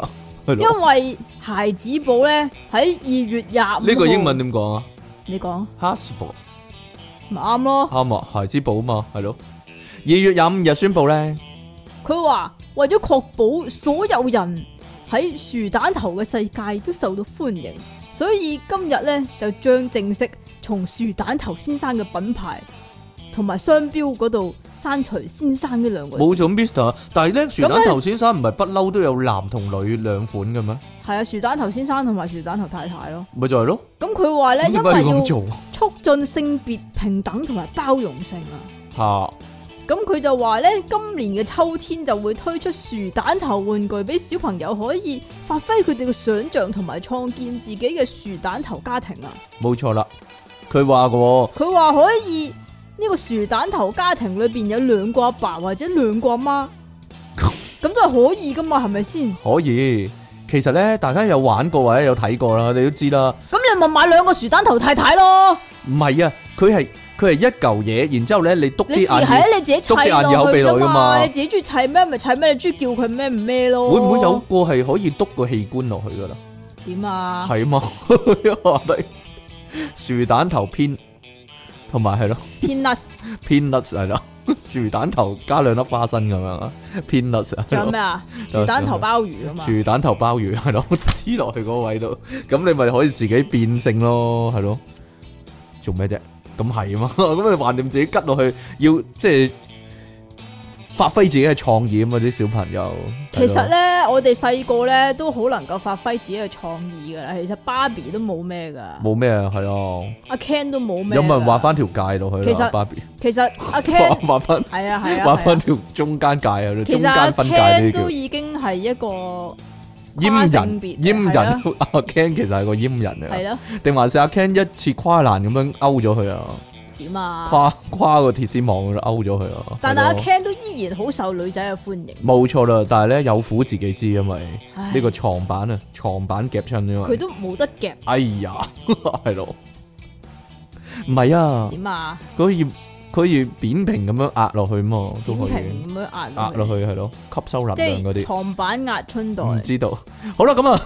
Speaker 1: 係咯。
Speaker 2: 因为孩子堡咧喺二月廿五
Speaker 1: 呢個英文點講啊
Speaker 2: 你讲
Speaker 1: ？Hasbro
Speaker 2: 咪啱咯。
Speaker 1: 啱啊，孩之寶啊嘛，係咯。二月廿五日宣布咧，
Speaker 2: 佢话为咗确保所有人喺薯蛋头嘅世界都受到欢迎，所以今日咧就将正式从薯蛋头先生嘅品牌同埋商标嗰度刪除先生呢两个字。
Speaker 1: 冇咗 Mr，但係咧薯
Speaker 2: 咁
Speaker 1: 蛋
Speaker 2: 咧
Speaker 1: 頭先生唔係不嬲都有男同女兩款嘅咩？
Speaker 2: 系啊，薯蛋头先生同埋薯蛋头太太咯。
Speaker 1: 咪就係咯，
Speaker 2: 咁佢话咧，
Speaker 1: 咁
Speaker 2: 因
Speaker 1: 點解
Speaker 2: 为
Speaker 1: 要
Speaker 2: 要
Speaker 1: 咁做啊？
Speaker 2: 促进性别平等同埋包容性啊。
Speaker 1: 吓，
Speaker 2: 咁佢就話呢，今年嘅秋天就會推出薯蛋頭玩具俾小朋友可以發揮佢哋嘅想像同埋創建自己嘅薯蛋頭家庭啊！
Speaker 1: 冇錯啦。佢話嘅
Speaker 2: 佢話可以呢個薯蛋頭家庭裏邊有兩個阿爸或者兩個阿媽，咁都係可以噶嘛？係咪先？
Speaker 1: 可以，其實咧，大家有玩過或者有睇過啦，你都知啦。
Speaker 2: 咁你咪買兩個薯蛋頭太太咯，
Speaker 1: 唔係啊，佢係佢係一嚿嘢，然之後咧你篤啲
Speaker 2: 你自係
Speaker 1: 眼
Speaker 2: 啊
Speaker 1: 耳，，
Speaker 2: 你自己砌
Speaker 1: 篤啲眼耳口
Speaker 2: 落
Speaker 1: 鼻
Speaker 2: 去
Speaker 1: 落去㗎
Speaker 2: 噶
Speaker 1: 嘛
Speaker 2: 嘛？你自己中意砌咩咪砌咩，你中意叫佢咩咪咩咯？
Speaker 1: 會唔會有個係可以篤個器官落去噶啦？
Speaker 2: 點啊？
Speaker 1: 係嘛， [laughs] 我覺得樹蛋頭偏，同埋係咯 [laughs]
Speaker 2: 偏甩
Speaker 1: 偏甩係啦，樹蛋頭加兩粒花生咁樣啊，偏甩
Speaker 2: 仲有
Speaker 1: 係
Speaker 2: 咩
Speaker 1: 咯
Speaker 2: 啊？薯蛋頭鮑魚啊嘛？
Speaker 1: 樹蛋頭鮑魚 [laughs] 係咯，黐落去嗰個位度，咁你咪可以自己變性咯，係咯，做咩啫？咁係啊嘛， [laughs] 咁你橫掂自己吉落去，要即係發揮自己嘅創意啊嘛，啲小朋友。係
Speaker 2: 其
Speaker 1: 咯
Speaker 2: 實咧，我哋細個咧都好能夠發揮自己嘅創意噶啦。其實芭比都冇咩噶，
Speaker 1: 冇咩啊，係啊，
Speaker 2: 阿 Ken 都冇咩。
Speaker 1: 有冇人畫？翻條界落去
Speaker 2: 其
Speaker 1: 啦？
Speaker 2: 實
Speaker 1: 芭比
Speaker 2: 其實阿 Ken
Speaker 1: [laughs] 畫翻
Speaker 2: 係啊係啊，
Speaker 1: 畫
Speaker 2: 係
Speaker 1: 翻
Speaker 2: 啊
Speaker 1: 條中間界啊，中
Speaker 2: 其實阿
Speaker 1: 間分界呢
Speaker 2: Ken
Speaker 1: 啲叫
Speaker 2: 都已經係一個跨
Speaker 1: 閹
Speaker 2: 性
Speaker 1: 人
Speaker 2: 別嘅
Speaker 1: 閹
Speaker 2: 係
Speaker 1: 人
Speaker 2: 啊。
Speaker 1: [laughs] 阿 Ken 其實係個啊閹人嚟
Speaker 2: 係
Speaker 1: 㗎，
Speaker 2: 咯，
Speaker 1: 定還是阿 Ken 一次跨欄咁樣勾咗佢啊？
Speaker 2: 點啊？
Speaker 1: 跨跨個鐵絲網嗰度勾咗佢啊！
Speaker 2: 但係阿
Speaker 1: 係咯
Speaker 2: Ken 都依然好受女仔嘅歡迎。
Speaker 1: 冇錯啦，但係咧有苦自己知，因為
Speaker 2: 唉
Speaker 1: 呢個床板啊，床板夾親因
Speaker 2: 佢
Speaker 1: 為，
Speaker 2: 都冇得夾，
Speaker 1: 哎呀， [laughs] 係咯，唔係啊，
Speaker 2: 點啊？
Speaker 1: 佢可以佢可以扁平咁樣壓落去嘛，都
Speaker 2: 點
Speaker 1: 可以
Speaker 2: 平咁樣壓
Speaker 1: 壓落，去係咯，吸收能
Speaker 2: 即
Speaker 1: 量嗰
Speaker 2: 係
Speaker 1: 啲。
Speaker 2: 床板壓春袋
Speaker 1: 唔知道，好啦，咁啊，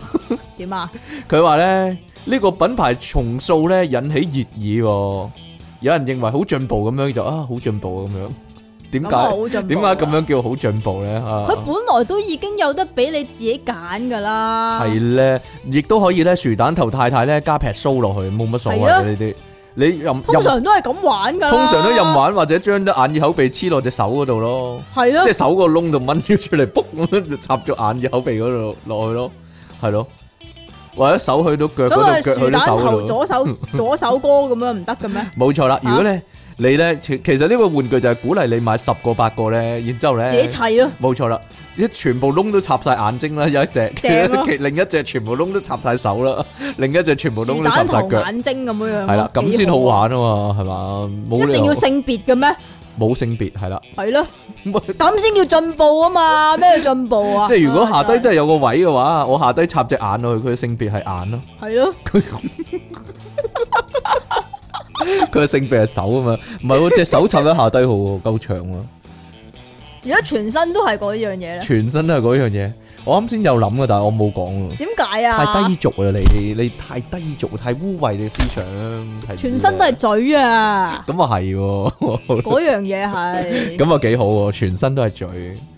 Speaker 2: 點啊？
Speaker 1: 佢話咧呢個品牌重塑咧引起熱議喎，有人認為好進步咁樣就啊好進步咁樣，點
Speaker 2: 咁啊
Speaker 1: 解
Speaker 2: 好進步
Speaker 1: 點解咁
Speaker 2: 啊
Speaker 1: 樣叫好進步咧？啊
Speaker 2: 佢本來都已經有得俾你自己揀噶啦，
Speaker 1: 係咧，亦都可以咧，薯蛋頭太太咧加劈须落去，冇乜所謂
Speaker 2: 係啊
Speaker 1: 嘅呢啲。你任
Speaker 2: 通
Speaker 1: 任
Speaker 2: 常都係咁玩噶啦，
Speaker 1: 通常都任玩，或者將啲眼耳口鼻黐落隻手嗰度咯，
Speaker 2: 係
Speaker 1: 即
Speaker 2: 咯
Speaker 1: 係，手個窿度掹咗出嚟，卜咁樣就插咗眼耳口鼻嗰度落去咯，係咯，或者手去到腳
Speaker 2: 咁啊
Speaker 1: 嗰度，腳
Speaker 2: 樹
Speaker 1: 去到
Speaker 2: 蛋
Speaker 1: [laughs] 手
Speaker 2: 頭
Speaker 1: 嗰度，
Speaker 2: 左手左手歌咁樣唔得嘅咩？
Speaker 1: 冇錯啦。如果咧你咧，其其實呢個玩具就係鼓勵你買十個八個咧，然之後
Speaker 2: 自己
Speaker 1: 咧。
Speaker 2: 砌咯，
Speaker 1: 冇錯啦，一全部窿都插晒眼睛啦，有一隻，
Speaker 2: 正咯
Speaker 1: [laughs] 其另一隻全部窿都插晒手啦， [laughs] 另一隻全部窿
Speaker 2: 樹
Speaker 1: 都插
Speaker 2: 蛋
Speaker 1: 晒
Speaker 2: 頭
Speaker 1: 腳，
Speaker 2: 眼睛咁樣樣，
Speaker 1: 係啦，咁先好。玩啊嘛，係嘛，冇
Speaker 2: 一
Speaker 1: 理
Speaker 2: 定
Speaker 1: 由
Speaker 2: 要性別嘅咩？
Speaker 1: 冇性別係啦，
Speaker 2: 係咯，
Speaker 1: 咁啊
Speaker 2: 咁先叫進步啊嘛！咩叫進步啊？
Speaker 1: 即係如果下低
Speaker 2: 係
Speaker 1: 真係有個位嘅話，我下低插隻眼落去，佢嘅性別係眼咯，
Speaker 2: 係咯，
Speaker 1: [laughs] 佢嘅性別係手啊嘛，唔係喎，隻手插喺下低好喎，夠長喎，
Speaker 2: 如果全身都係嗰樣嘢咧，
Speaker 1: 全身都係嗰樣嘢。我啱先有諗嘅，但係我冇講喎。
Speaker 2: 點解啊？
Speaker 1: 太低俗啦，你你太低俗，太污穢你思想，係
Speaker 2: 全身都係嘴啊！
Speaker 1: 咁啊
Speaker 2: [laughs]
Speaker 1: 係喎，
Speaker 2: 嗰樣嘢係，
Speaker 1: 咁啊幾好喎，全身都係嘴，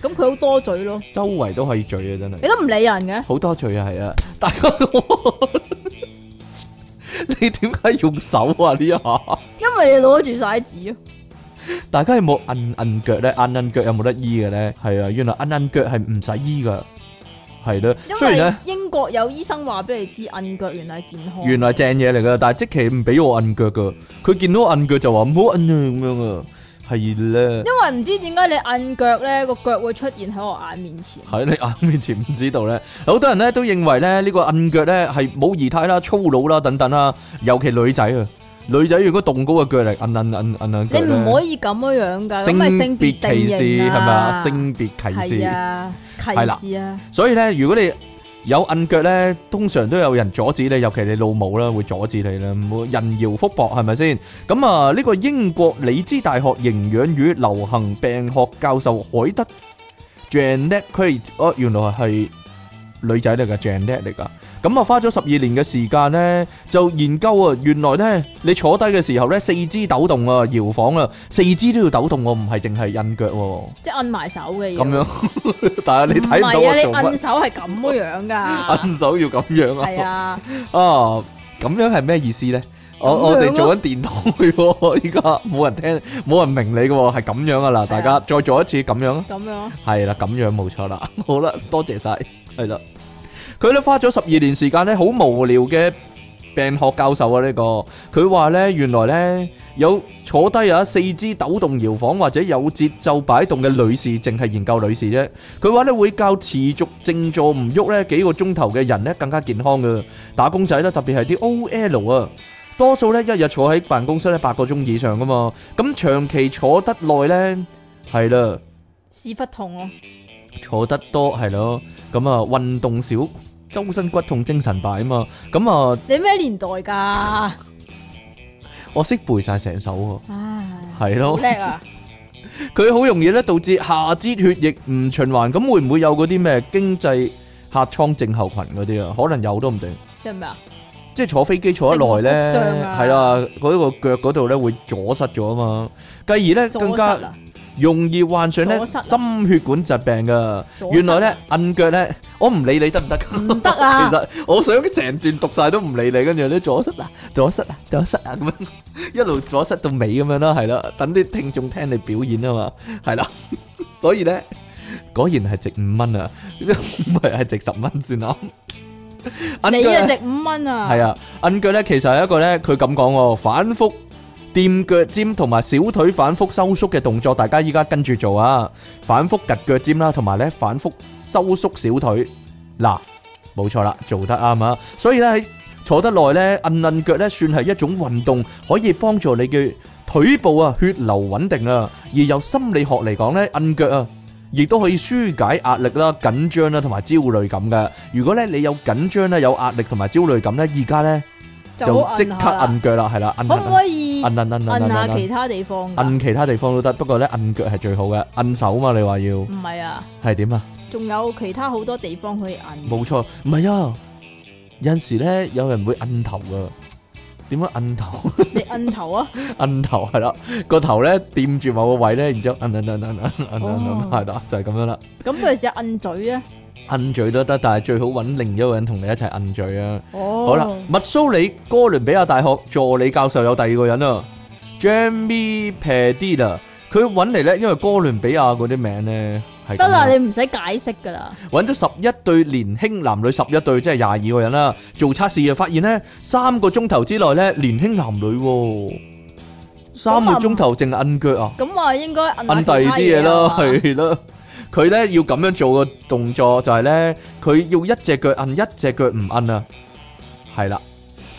Speaker 2: 咁佢好多嘴咯。
Speaker 1: 周圍都係嘴啊，真係。
Speaker 2: 你都唔理人嘅，
Speaker 1: 好多罪啊，係啊，大家我 [laughs] 你點解用手啊呢一下？
Speaker 2: 因為你攞住曬紙咯。
Speaker 1: 大家有冇摁摁腳咧？摁摁腳有冇得醫嘅咧？係啊，原來摁摁腳係唔使醫噶，係咯。
Speaker 2: 因
Speaker 1: 雖然
Speaker 2: 為
Speaker 1: 咧，
Speaker 2: 英國有醫生話俾你知，摁腳原來係健康。
Speaker 1: 原來正嘢嚟噶，但係即期唔俾我摁腳噶，佢見到我摁腳就話唔好摁啊咁樣啊，係咧。
Speaker 2: 因為唔知點解你摁腳咧，個腳會出現喺我眼面前。
Speaker 1: 喺你眼面前唔知道咧，好多人咧都認為咧呢個摁腳咧係冇儀態啦、粗魯啦等等啦，尤其女仔啊，女仔如果動高個腳嚟摁摁摁摁摁
Speaker 2: 你
Speaker 1: 腳
Speaker 2: 唔
Speaker 1: 咧
Speaker 2: 可，以咁樣樣㗎，咁
Speaker 1: 性
Speaker 2: 咪性別
Speaker 1: 別歧
Speaker 2: 定
Speaker 1: 視
Speaker 2: 型
Speaker 1: 係咪
Speaker 2: 啊？
Speaker 1: 啊？性別歧
Speaker 2: 係
Speaker 1: 視，
Speaker 2: 啊，
Speaker 1: 係啦
Speaker 2: 歧視啊！
Speaker 1: 所以咧如果你有摁腳咧，通常都有人阻止你，尤其你老母啦會阻止你啦，唔會人搖福薄係咪先？咁啊呢個英國里茲大學營養與流行病學教授海德 Janet Craig，哦原來係。女仔嚟噶 Janet 嚟噶，咁啊花咗十二年嘅時間呢，就研究啊，原來呢，你坐低嘅時候呢，四肢抖動啊，搖晃啊，四肢都要抖動喎、唔係淨係印腳喎、
Speaker 2: 即係摁埋手嘅要
Speaker 1: 咁樣， [laughs] 但係你睇唔到
Speaker 2: 唔係啊，
Speaker 1: 我
Speaker 2: 你
Speaker 1: 做乜
Speaker 2: 摁，手係咁樣㗎，
Speaker 1: 摁手要咁樣
Speaker 2: 啊係
Speaker 1: 啊，
Speaker 2: 啊，
Speaker 1: 啊，咁樣係咩意思呢？我我
Speaker 2: 咁樣
Speaker 1: 哋
Speaker 2: 咯
Speaker 1: 做緊電台喎，依家冇人聽，冇人明你嘅喎，係咁樣啊嗱，大家再做一次咁樣啊。
Speaker 2: 咁樣
Speaker 1: 係啦，咁樣冇錯啦。 [laughs] 好啦，多謝晒，係啦。佢咧花咗十二年時間咧，好無聊嘅病學教授啊呢、個。佢話咧，原來咧有坐低啊，四肢抖動搖晃或者有節奏擺動嘅女士，淨係研究女士啫。佢話咧會較持續靜坐唔喐咧幾個鐘頭嘅人咧更加健康嘅。打工仔咧，特別係啲 OL 啊。多數咧一日坐喺辦公室咧八個鐘以上噶嘛，咁長期坐得耐咧，係啦。
Speaker 2: 屎忽痛啊咯，
Speaker 1: 坐得多係咯，咁啊運動少，周身骨痛精神敗啊嘛，咁啊
Speaker 2: 你咩年代㗎？
Speaker 1: 我識背晒成首
Speaker 2: 唉，
Speaker 1: 喎，係
Speaker 2: 好
Speaker 1: 咯，
Speaker 2: 叻啊！
Speaker 1: 佢好容易咧導致下肢血液唔循環，咁會唔會有嗰啲咩經濟客艙症候群嗰啲啊？可能有都唔定，
Speaker 2: 即係咩啊？
Speaker 1: 即係坐飛機坐得耐咧
Speaker 2: 症候群啊，
Speaker 1: 係啦，嗰個腳嗰度咧會阻塞咗啊嘛，繼而咧
Speaker 2: 阻
Speaker 1: 更加
Speaker 2: 塞啊！
Speaker 1: 容易患上咧
Speaker 2: 阻塞啊
Speaker 1: 心血管疾病噶。
Speaker 2: 阻塞啊
Speaker 1: 原來咧摁腳咧，我唔理你得唔得？
Speaker 2: 唔得啊
Speaker 1: [laughs] 其！實我想成段讀晒都唔理你，跟住咧阻塞啊，阻塞啊，阻塞啊咁樣， [laughs] 一路阻塞到尾咁樣啦，係啦，等啲聽眾聽你表演啊嘛，係啦， [laughs] 所以咧果然係值五蚊啊， [laughs] 唔係係值十蚊先啱。摁
Speaker 2: 你
Speaker 1: 腳
Speaker 2: 啊
Speaker 1: 呢
Speaker 2: 值五蚊啊！
Speaker 1: 係啊，摁腳咧其實係一個咧，佢咁講喎，反覆掂腳尖同埋小腿反覆收縮嘅動作，大家依家跟住做啊，反覆趌腳尖啦，同埋咧反覆收縮小腿，嗱，冇錯啦，做得啱啊，所以咧喺坐得耐咧，摁摁腳咧算係一種運動，可以幫助你嘅腿部啊血流穩定啊，而由心理學嚟講咧，摁腳啊。亦都可以舒解壓力啦、緊張啦同埋焦慮感嘅。如果咧你有緊張啦、有壓力同埋焦慮感咧，而家咧
Speaker 2: 就
Speaker 1: 就
Speaker 2: 好
Speaker 1: 即
Speaker 2: 摁
Speaker 1: 刻
Speaker 2: 下啦。
Speaker 1: 摁腳啦，係啦，摁
Speaker 2: 可唔
Speaker 1: 摁
Speaker 2: 可以
Speaker 1: 摁摁摁摁
Speaker 2: 摁下其
Speaker 1: 摁
Speaker 2: 他地方㗎？
Speaker 1: 摁其他地方都得，不過咧摁腳係最好嘅，摁手嘛，你話要
Speaker 2: 唔係啊，
Speaker 1: 係點啊？
Speaker 2: 仲有其他好多地方可以摁。
Speaker 1: 冇錯，唔係啊，有陣時咧有人會摁頭噶，點樣摁頭？ [laughs]
Speaker 2: 你摁頭啊？
Speaker 1: 摁頭係啦，個頭咧掂住某個位咧，然之後摁摁摁摁摁摁摁
Speaker 2: 哦
Speaker 1: 摁，係啦，就係咁樣啦。
Speaker 2: 咁不如試下摁嘴啊！
Speaker 1: 摁嘴都得，但係最好揾另一個人同你一齊摁嘴啊！
Speaker 2: 哦，
Speaker 1: 好啦，密蘇里哥倫比亞大學助理教授有第二個人啊 j a m i e Padilla，佢揾嚟咧，因為哥倫比亞嗰啲名咧係咁
Speaker 2: 得啦，
Speaker 1: 樣
Speaker 2: 你唔使解釋㗎啦。
Speaker 1: 揾咗十一對年輕男女，十一對即係廿二個人啦，做測試啊，發現咧三個鐘頭之內咧，年輕男女喎，三個鐘頭淨係摁腳啊！
Speaker 2: 咁啊，應該摁下
Speaker 1: 摁第二
Speaker 2: 其他
Speaker 1: 啲嘢
Speaker 2: 啊
Speaker 1: 啦，
Speaker 2: 嘛
Speaker 1: 係咯。佢咧要咁樣做個動作就係咧，佢要一隻腳摁，一隻腳唔摁啊，係啦。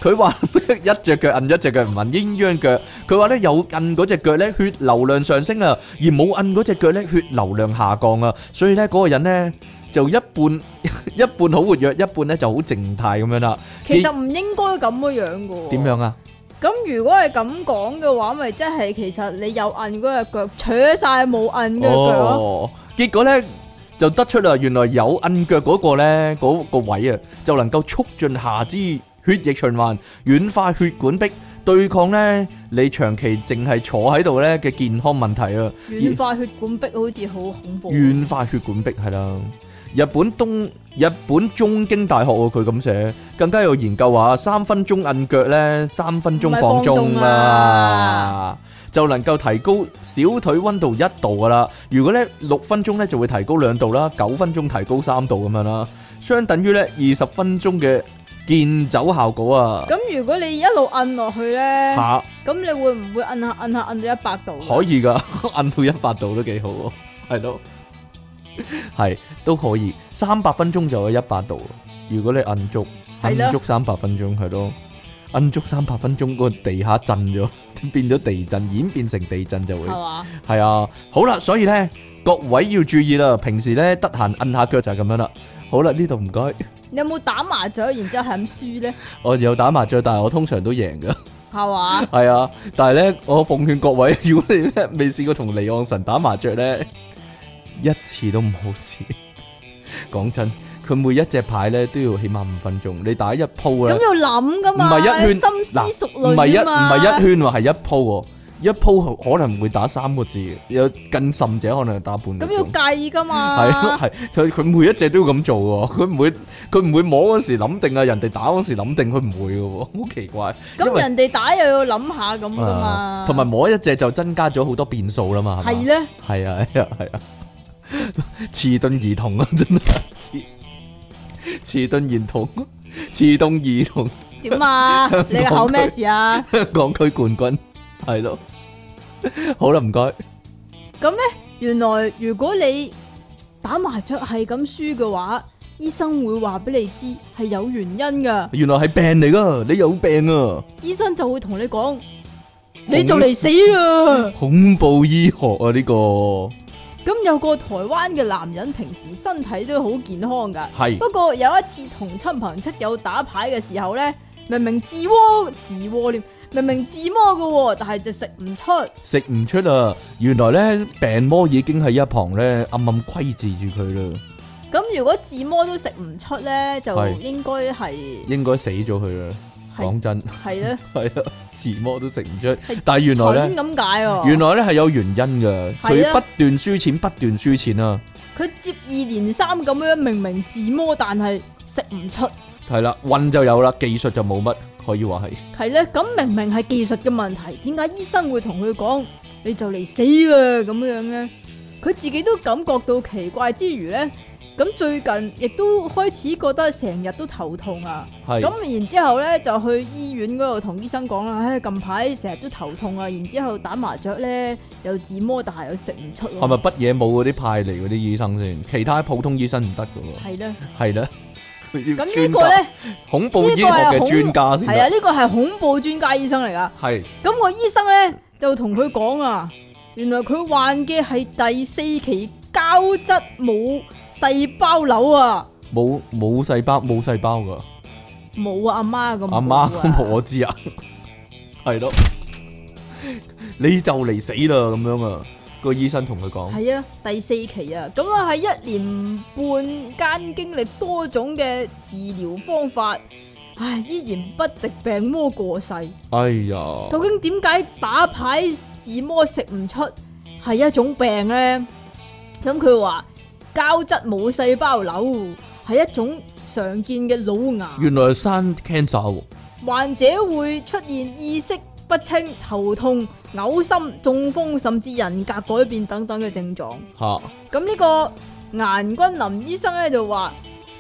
Speaker 1: 佢話一隻腳摁，一隻腳唔摁，鴛鴦腳。佢話咧有摁嗰隻腳咧血流量上升啊，而冇摁嗰隻腳咧血流量下降啊，所以咧嗰個人咧就一半 [laughs] 一半好活躍，一半咧就好靜態咁樣啦。
Speaker 2: 其實唔應該咁嘅樣嘅喎。
Speaker 1: 點樣啊？
Speaker 2: 咁如果係咁講嘅話，咪即係其實你有摁嗰只腳，扯晒冇摁嗰只腳咯。
Speaker 1: 哦，結果咧就得出啦，原來有摁腳嗰個咧，嗰、個位啊，就能夠促進下肢血液循環，軟化血管壁，對抗咧你長期淨係坐喺度咧嘅健康問題啊，
Speaker 2: 軟化血管壁好似好恐怖。
Speaker 1: 軟化血管壁係啦。日本東日本中京大學喎，佢咁寫，更加有研究話三分鐘摁腳咧，三分鐘放
Speaker 2: 唔係
Speaker 1: 縱
Speaker 2: 放縱
Speaker 1: 啊
Speaker 2: 啊，
Speaker 1: 就能夠提高小腿温度一度噶啦。如果咧六分鐘咧就會提高兩度啦，九分鐘提高三度咁樣啦，相等於咧二十分鐘嘅健走效果啊。
Speaker 2: 咁如果你一路摁落去咧，
Speaker 1: 下
Speaker 2: 咁你會唔會摁下摁下摁到一百度？
Speaker 1: 可以 [laughs] 噶，摁到一百度都幾好喎， [laughs] 係咯，係都可以，三百分鐘就有一百度。如果你摁足，
Speaker 2: 係
Speaker 1: 摁
Speaker 2: 咯
Speaker 1: 足三百分鐘係咯，摁足三百分鐘個地下震咗， [laughs] 變咗地震，演變成地震就會
Speaker 2: 係嘛？
Speaker 1: 係啊。好啦，所以咧各位要注意啦，平時咧得閒摁下腳就係咁樣啦。好啦，呢度唔該，
Speaker 2: 你有冇打麻雀然之後係咁輸咧？
Speaker 1: 我有打麻雀，但係我通常都贏噶。[laughs]
Speaker 2: 係嘛？
Speaker 1: 系啊，但系咧，我奉勸各位， [laughs] 如果你咧未試過同離岸神打麻雀咧，一次都唔好試。 [laughs] 講真，佢每一隻牌咧都要起碼五分鐘，你打一鋪
Speaker 2: 咁
Speaker 1: 咧，
Speaker 2: 要諗噶嘛？
Speaker 1: 唔係一圈
Speaker 2: 心思熟
Speaker 1: 唔係一
Speaker 2: 慮
Speaker 1: 唔
Speaker 2: 啊嘛。
Speaker 1: 係一圈喎，係一鋪喎，一鋪可能會打三個字嘅，有更甚者可能打半個
Speaker 2: 咁要啊
Speaker 1: 鐘。
Speaker 2: 計噶嘛？
Speaker 1: [laughs] 係咯，係佢佢每一隻都要咁做喎， [laughs] 佢唔會佢唔會摸嗰時諗定啊，人哋打嗰時諗定，佢唔會嘅喎，好奇怪。因
Speaker 2: 咁
Speaker 1: 為
Speaker 2: 人哋打又要諗下咁噶嘛
Speaker 1: 啊，同埋摸一隻就增加咗好多變數啦嘛，係嘛
Speaker 2: 係咧，
Speaker 1: 係啊係啊係啊，遲鈍兒童啊， [laughs] 真係遲遲鈍兒童，遲鈍兒童，
Speaker 2: 點
Speaker 1: [laughs]
Speaker 2: 啊？
Speaker 1: 香港
Speaker 2: 你個口咩事啊？
Speaker 1: 香港區冠軍係咯。好啦，唔該，
Speaker 2: 原來如果你打麻雀係咁輸嘅話，醫生會話俾你知係有原因噶，
Speaker 1: 原來係病嚟噶，你有病啊！
Speaker 2: 醫生就會同你講，你就嚟死啦！
Speaker 1: 恐怖醫學啊，呢、個
Speaker 2: 咁有個台灣嘅男人平時身體都好健康噶，
Speaker 1: 係
Speaker 2: 不過有一次同親朋戚友打牌嘅時候呢，明明自窩自窩添，明明自摸嘅喎，但係就食唔出，
Speaker 1: 食唔出啊！原來咧病魔已經喺一旁咧暗暗窺視住佢啦，
Speaker 2: 咁如果自摸都食唔出呢，就
Speaker 1: 係
Speaker 2: 應該係
Speaker 1: 應該死咗佢啦。
Speaker 2: 係
Speaker 1: 講真。
Speaker 2: 係咧
Speaker 1: 系啊，自摸都食唔出
Speaker 2: 係，
Speaker 1: 但系原來
Speaker 2: 蠢
Speaker 1: 咧，
Speaker 2: 咁解喎。
Speaker 1: 原來咧係有原因嘅，佢
Speaker 2: 係啊
Speaker 1: 不斷輸錢，不斷輸錢啊，
Speaker 2: 佢接二連三咁樣，明明自摸，但係食唔出，
Speaker 1: 係啦，運就有啦，技術就冇乜，可以話係
Speaker 2: 係咧。咁明明係技術嘅問題，點解醫生會同佢講你就嚟死啦咁樣呢？佢自己都感覺到奇怪之餘呢，咁最近亦都開始覺得成日都頭痛啊。
Speaker 1: 係
Speaker 2: 咁然之後呢，就去醫院嗰度同醫生講啦，唉，近排成日都頭痛啊。然之後打麻雀呢，又自摸，但係又食唔出喎。
Speaker 1: 係咪北野武嗰啲派嚟嗰啲醫生先？其他普通醫生唔得噶喎，
Speaker 2: 係咧？
Speaker 1: 係啦，佢要
Speaker 2: 咁呢
Speaker 1: 專
Speaker 2: 個
Speaker 1: 家
Speaker 2: 呢，
Speaker 1: 恐怖醫學嘅專家先
Speaker 2: 係啊，
Speaker 1: 得，
Speaker 2: 呢個係恐怖專家醫生嚟噶。
Speaker 1: 係
Speaker 2: 咁個醫生咧就同佢講啊，原來佢患嘅係第四期膠質冇細胞瘤啊，
Speaker 1: 冇冇細胞冇細胞噶，
Speaker 2: 冇啊阿媽咁冇啊，
Speaker 1: 阿媽我知啊，係咯，你就嚟死啦咁樣啊，個醫生同佢講。
Speaker 2: 係啊，第四期啊，咁啊喺一年半間經歷多種嘅治療方法，唉，依然不敵病魔過世。
Speaker 1: 哎呀，
Speaker 2: 究竟點解打牌自摸食唔出係一種病呢？咁佢話膠質冇細胞瘤係一種常見嘅腦癌，
Speaker 1: 原來係生 cancer 喎
Speaker 2: 患者會出現意識不清、頭痛、嘔心、中風，甚至人格改變等等嘅症狀。
Speaker 1: 吓，
Speaker 2: 咁呢個顏君林醫生咧就話，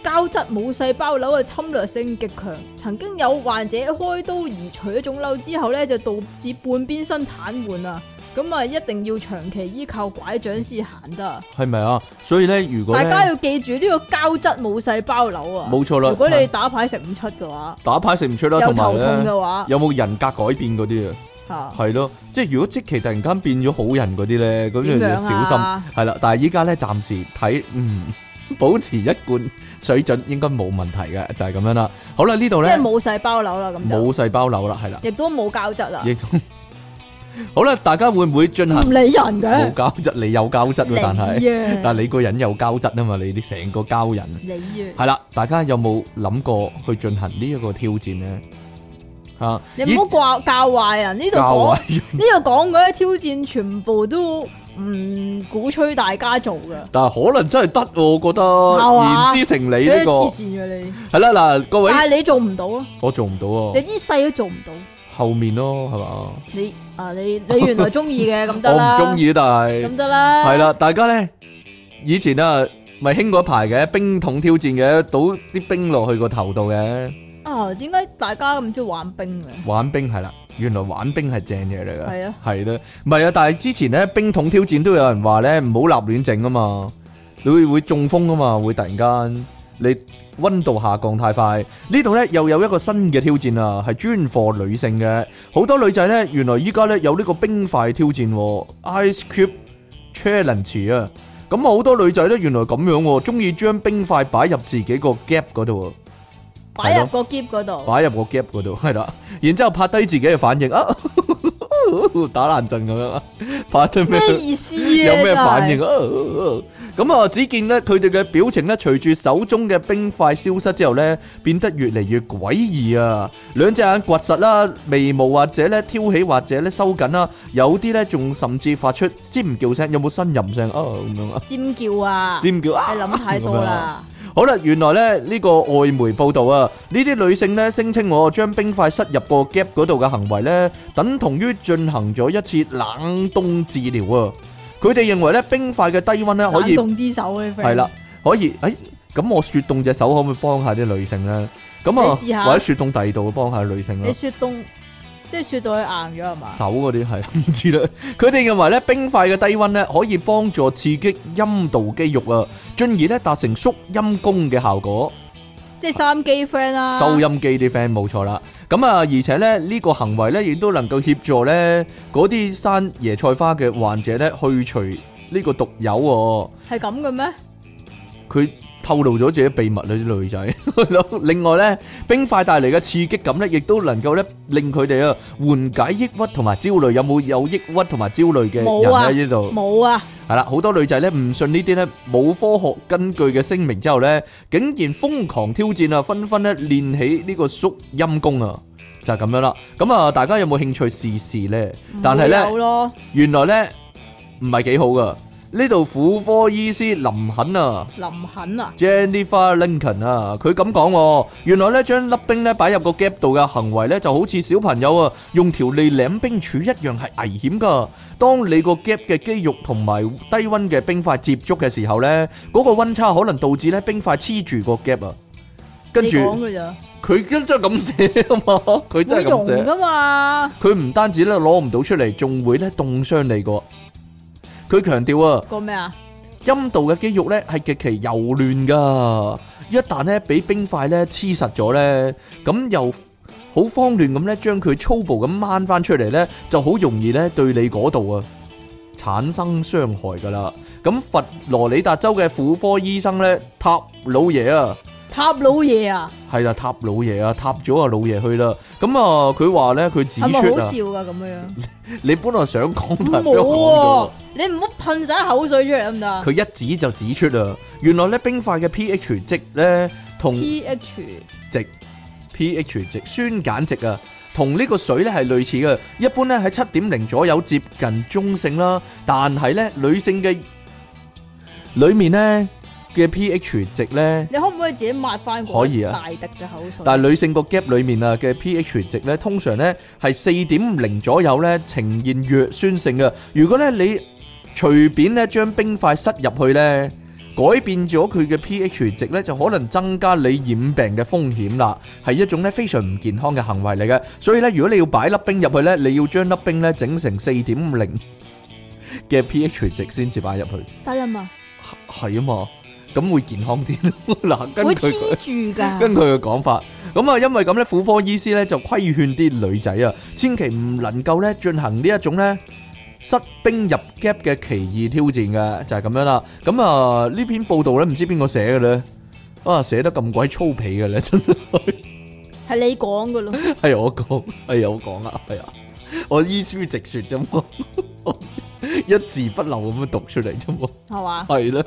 Speaker 2: 膠質冇細胞瘤嘅啊侵略性極強，曾經有患者開刀移除一種瘤之後咧，就導致半邊身癱瘓啊！咁啊，一定要長期依靠拐杖先行得啊。
Speaker 1: 係咪啊？所以咧，如果
Speaker 2: 大
Speaker 1: 咧，
Speaker 2: 家要記住呢個膠質冇細胞瘤啊！
Speaker 1: 冇錯啦
Speaker 2: 如果你打牌食唔出嘅話，
Speaker 1: 打牌食唔出啦，
Speaker 2: 有
Speaker 1: 同埋
Speaker 2: 頭痛
Speaker 1: 咧，
Speaker 2: 嘅話，
Speaker 1: 有冇人格改變嗰啲啊？
Speaker 2: 嚇
Speaker 1: 係咯，即係如果即期突然間變咗好人嗰啲咧，咁就
Speaker 2: 點
Speaker 1: 要
Speaker 2: 樣
Speaker 1: 小心
Speaker 2: 啊
Speaker 1: 係啦。但係依家咧，暫時睇，嗯， [laughs] 保持一貫水準應該冇問題嘅，就係、咁樣啦。好啦，呢度
Speaker 2: 即
Speaker 1: 呢
Speaker 2: 係，冇細胞瘤啦，咁就
Speaker 1: 冇細胞瘤啦，係啦，
Speaker 2: 亦都冇膠質啦，
Speaker 1: 亦都 [laughs] 好啦。大家會唔會進
Speaker 2: 唔
Speaker 1: 行
Speaker 2: 理人
Speaker 1: 冇
Speaker 2: 嘅，啊
Speaker 1: 膠質？你有膠質喎，但係
Speaker 2: 係
Speaker 1: 但係你個人有膠質啊嘛，你啲成個膠人
Speaker 2: 你啊，
Speaker 1: 係啦。大家有冇諗過去進行呢一個挑戰呢？啊，
Speaker 2: 你唔好教教壞人呢度
Speaker 1: 膠
Speaker 2: 講
Speaker 1: 啊！
Speaker 2: 呢度講嗰啲挑戰，全部都唔鼓吹大家做噶，
Speaker 1: 但係可能真係得喎，我覺
Speaker 2: 係
Speaker 1: 得
Speaker 2: 嘛
Speaker 1: 言之成理
Speaker 2: 你
Speaker 1: 呢個
Speaker 2: 黐線嘅你，
Speaker 1: 係啦嗱，各位
Speaker 2: 但係你做唔到咯，
Speaker 1: 我做唔到
Speaker 2: 你
Speaker 1: 啊，
Speaker 2: 啲細都做唔到，
Speaker 1: 後面咯係嘛？
Speaker 2: 你啊你你原來中
Speaker 1: [laughs]
Speaker 2: 意嘅咁得
Speaker 1: 我唔
Speaker 2: 啦，
Speaker 1: 中意，但係
Speaker 2: 咁得啦，
Speaker 1: 係啦，大家咧以前啊，咪興嗰排嘅冰桶挑戰嘅，倒啲冰落去個頭度嘅，
Speaker 2: 啊，點解大家咁中意玩冰嘅？
Speaker 1: 玩冰係啦，原來玩冰係正嘢嚟嘅，
Speaker 2: 係啊，
Speaker 1: 係啦，唔係啊，但係之前咧冰桶挑戰都有人話咧唔好立亂整啊嘛，你會會中風啊嘛，會突然間你温度下降太快，呢度咧又有一個新嘅挑戰啊，係專貨女性嘅，好多女仔咧原來依家咧有呢個冰塊挑戰喎，ice cube。challenge 啊。咁好多女仔咧，原來咁樣喎，中意將冰塊擺入自己個 gap 嗰度啊
Speaker 2: 擺入
Speaker 1: 係
Speaker 2: 個箧嗰
Speaker 1: 喎，
Speaker 2: 度，
Speaker 1: 擺入個 gap 嗰度，係啦。然之後拍低自己嘅反應啊， [laughs] 打冷震咁樣啊，拍低咩？
Speaker 2: 咩意思啊？
Speaker 1: [laughs] 有咩反
Speaker 2: 真係
Speaker 1: 應？啊？咁啊，只見咧佢哋嘅表情咧，隨住手中嘅冰塊消失之後咧，變得越嚟越詭異啊！兩隻眼掘實啦，眉毛或者咧挑起或者咧收緊啦，有啲咧仲甚至發出尖叫聲，有冇呻吟聲啊？咁樣啊，
Speaker 2: 尖叫啊！
Speaker 1: 尖叫啊！
Speaker 2: 你諗太多啦，
Speaker 1: 好啦，原來咧呢個外媒報道啊，呢啲女性咧聲稱我將冰塊塞入個 gap 嗰度嘅行為咧，等同於進行咗一次冷凍治療啊！佢哋認為咧冰塊嘅低温咧
Speaker 2: 冷
Speaker 1: 啊可以
Speaker 2: 凍之手呢 friend
Speaker 1: 係啦，，可以誒咁我雪凍隻手可唔可以幫下啲女性咧？咁啊
Speaker 2: 你試下
Speaker 1: 或者雪凍第二度幫下女性啦
Speaker 2: 你。雪凍即係雪到佢硬咗係嘛？
Speaker 1: 手嗰啲係 [laughs] 唔知啦。佢哋認為咧，冰塊嘅低温咧可以幫助刺激陰道肌肉啊，進而咧達成縮陰功嘅效果。
Speaker 2: 即係三機 friend 啊啦，
Speaker 1: 收音機啲 friend 冇錯啦。咁啊，而且咧呢個行為咧，亦都能夠協助咧嗰啲生椰菜花嘅患者咧去除呢個毒油喎。
Speaker 2: 係咁嘅咩？
Speaker 1: 佢透露咗自己秘密啦，啲女仔。 [laughs] 另外咧，冰塊帶嚟嘅刺激感咧，亦都能夠咧令佢哋啊緩解抑鬱同埋焦慮。有冇有抑鬱同埋焦慮嘅
Speaker 2: 冇啊
Speaker 1: 人咧？呢度
Speaker 2: 冇啊，
Speaker 1: 係啦，好多女仔咧唔信呢啲咧冇科學根據嘅聲明之後咧，竟然瘋狂挑戰啊，紛紛咧練起呢個縮陰功啊，就係、咁樣啦。咁啊，大家有冇興趣試試咧？但係
Speaker 2: 嗯唔會有
Speaker 1: 咧，
Speaker 2: 咯，
Speaker 1: 原來咧唔係幾好噶。呢度婦科醫師林肯啊。
Speaker 2: 林肯啊，
Speaker 1: Jennifer Lincoln 啊，佢咁講喎，原來咧將粒冰咧擺入個 gap 度嘅行為咧，就好似小朋友啊用條脷舐冰柱一樣係危險噶。當你個 gap 嘅肌肉同埋低温嘅冰塊接觸嘅時候咧，嗰、個温差可能導致咧冰塊黐住個 gap 啊。跟住
Speaker 2: 你講嘅咋，
Speaker 1: 佢真係咁寫啊
Speaker 2: [laughs]
Speaker 1: 嘛，佢真
Speaker 2: 會
Speaker 1: 係咁
Speaker 2: 溶
Speaker 1: 寫。
Speaker 2: 噶嘛？
Speaker 1: 佢唔單止咧攞唔到出嚟，仲會咧凍傷你個。佢強調啊。
Speaker 2: 個咩啊？
Speaker 1: 陰道嘅肌肉咧係極其柔嫩噶，一旦咧俾冰塊咧黐實咗咧，咁又好慌亂咁咧將佢粗暴咁掹翻出嚟咧，就好容易咧對你嗰度啊產生傷害噶啦。咁佛羅里達州嘅婦科醫生咧塔老爺啊，
Speaker 2: 塔老嘢啊，
Speaker 1: 係啦塔老爺啊，塔咗啊老爺去啦。咁啊佢話咧佢指
Speaker 2: 係咪
Speaker 1: 出
Speaker 2: 好
Speaker 1: 啊，
Speaker 2: 笑噶咁
Speaker 1: [laughs]
Speaker 2: 樣？
Speaker 1: 你本來想講但係俾我講咗
Speaker 2: 冇。喎，你唔好噴晒口水出嚟得唔得啊
Speaker 1: 佢一指就指出啊，原來咧冰塊嘅 pH 值咧同
Speaker 2: ？pH
Speaker 1: 值 pH 值酸鹼值啊，同呢個水咧係類似嘅，一般咧喺七點零左右接近中性啦，但係咧女性嘅裡面咧嘅 pH 值咧，
Speaker 2: 你可唔可以自己抹翻
Speaker 1: 可以啊
Speaker 2: 大滴嘅口水？
Speaker 1: 但係女性個 gap 裡面啊嘅 pH 值咧，通常咧係四點零左右咧呈現弱酸性嘅。如果咧你隨便咧將冰塊塞入去咧，改變咗佢嘅 pH 值咧，就可能增加你染病嘅風險啦，係一種咧非常唔健康嘅行為嚟嘅。所以咧，如果你要擺粒冰入去咧，你要將粒冰咧整成四點零嘅 pH 值先至擺入去，
Speaker 2: 得啦嘛，
Speaker 1: 係啊嘛，咁會健康啲咯。嗱，根
Speaker 2: 會
Speaker 1: 據佢
Speaker 2: 黐住㗎。
Speaker 1: 根據佢嘅講法，咁啊，因為咁咧，婦科醫師咧就規勸啲女仔啊，千祈唔能夠咧進行呢一種咧失兵入 gap 嘅奇異挑戰嘅，就係、咁樣啦。咁啊呢篇報道咧，唔知邊個寫嘅咧？啊寫得咁鬼粗鄙嘅咧，真係
Speaker 2: 系你讲噶咯，
Speaker 1: 係我講，係我講啊，係啊，我依書直説啫嘛， [laughs] 我一字不漏咁樣讀出嚟啫嘛，
Speaker 2: 系嘛？
Speaker 1: 係啦。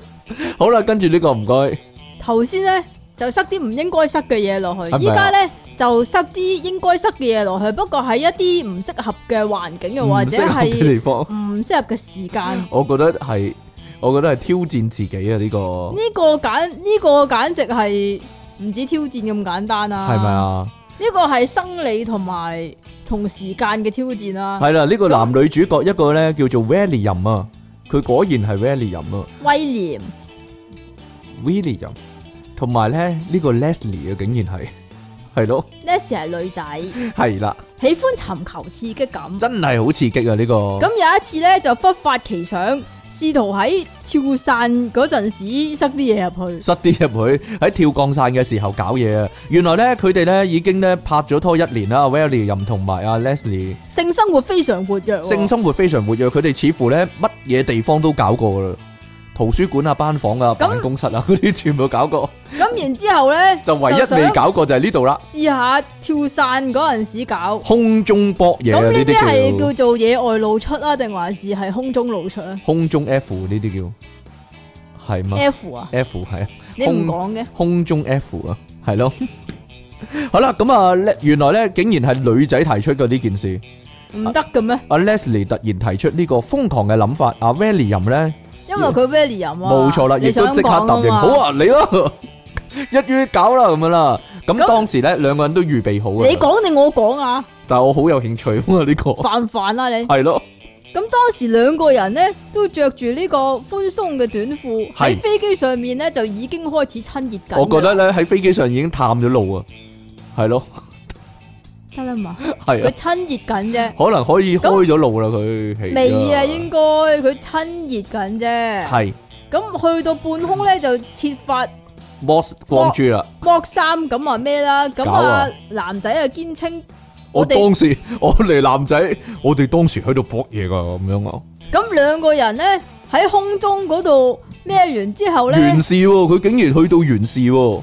Speaker 1: 好啦，跟住呢個唔該，
Speaker 2: 头先咧就塞啲唔应该塞嘅嘢落
Speaker 1: 係
Speaker 2: 去，依
Speaker 1: 咪啊
Speaker 2: 家咧就塞啲应该塞嘅嘢落去，不过喺一啲唔适合嘅环境，又或
Speaker 1: 唔
Speaker 2: 者
Speaker 1: 適合嘅
Speaker 2: 系
Speaker 1: 地方。
Speaker 2: 唔适合嘅时间。
Speaker 1: 我覺得係，我覺得係挑戰自己啊！呢、個
Speaker 2: 呢个简呢个简直系唔止挑战咁简单啦，
Speaker 1: 係咪？啊？
Speaker 2: 呢个系生理同埋同时间嘅挑啊战啦。
Speaker 1: 係啦，呢個男女主角一個咧叫做 William 啊，佢果然係 [laughs] William 啊
Speaker 2: 威廉
Speaker 1: ，William，同埋咧呢個 Leslie 啊，竟然係係咯，
Speaker 2: 呢時係女仔，
Speaker 1: 係啦，
Speaker 2: 喜歡尋求刺激感。
Speaker 1: 真係好刺激啊！呢、個
Speaker 2: 咁有一次咧就忽發奇想，試圖喺跳傘嗰陣時塞啲嘢入去。
Speaker 1: 塞啲入去喺跳降傘嘅時候搞嘢啊！原來咧佢哋咧已經咧拍咗拖一年啦，William 同埋阿 Leslie
Speaker 2: 性生活非常活躍喎，
Speaker 1: 性生活非常活躍，佢哋似乎咧乜嘢地方都搞過噶啦，圖書館啊、班房啊、辦公室啊 [laughs] 嗰啲全部搞過，
Speaker 2: 咁然之後咧
Speaker 1: 就唯一未搞過就係呢度啦，
Speaker 2: 試下跳傘嗰陣時搞。
Speaker 1: 空中搏嘢啊
Speaker 2: 咁呢
Speaker 1: 呢
Speaker 2: 啲係
Speaker 1: 啲叫
Speaker 2: 叫做野外露出啊，定還是係空中露出啊
Speaker 1: 空中 F 呢啲叫係嘛
Speaker 2: ？F 啊，
Speaker 1: F 係啊
Speaker 2: 你唔講嘅，
Speaker 1: 空中 F 啊，係咯。 [laughs] 好啦，咁啊，咧原來咧竟然係女仔提出嘅呢件事，
Speaker 2: 唔
Speaker 1: 啊
Speaker 2: 得嘅咩？
Speaker 1: 阿 Leslie 突然提出呢個瘋狂嘅諗法，阿 William 咧。
Speaker 2: 因為佢 William 啊，
Speaker 1: 冇錯啦，亦
Speaker 2: 你
Speaker 1: 都
Speaker 2: 想
Speaker 1: 即刻答
Speaker 2: 講
Speaker 1: 應，
Speaker 2: 嘛
Speaker 1: 好！啊，你咯， [laughs] 一於搞啦咁樣啦。咁
Speaker 2: 咁
Speaker 1: 當時咧，兩個人都預備好
Speaker 2: 你
Speaker 1: 嘅，
Speaker 2: 講定我講啊？
Speaker 1: 但係我好有興趣喎呢個，
Speaker 2: 犯犯啦啊
Speaker 1: [laughs]
Speaker 2: 你！
Speaker 1: 係咯，
Speaker 2: 咁當時兩個人呢都着住呢個寬鬆嘅短
Speaker 1: 係
Speaker 2: 褲，喺飛機上面呢就已經開始親熱緊㗎啦。
Speaker 1: 我覺得咧喺飛機上已經探咗路啊，係
Speaker 2: [laughs]
Speaker 1: 咯，
Speaker 2: 得啦嘛，
Speaker 1: 係
Speaker 2: 佢
Speaker 1: 啊，
Speaker 2: 親熱緊啫，
Speaker 1: 可能可以開咗路啦佢，係
Speaker 2: 未啊應該佢親熱緊啫。
Speaker 1: 係
Speaker 2: 咁去到半空呢，就設法
Speaker 1: Moss 光珠啦。
Speaker 2: 剝衫咁啊咩啦，咁
Speaker 1: 搞啊
Speaker 2: 啊男仔啊堅稱，
Speaker 1: 我
Speaker 2: 我哋
Speaker 1: 當時 [laughs] 我哋男仔，我哋當時喺度搏嘢噶咁樣啊，
Speaker 2: 咁兩個人呢喺空中嗰度咩完之後呢，
Speaker 1: 完事喎，佢竟然去到完事喎，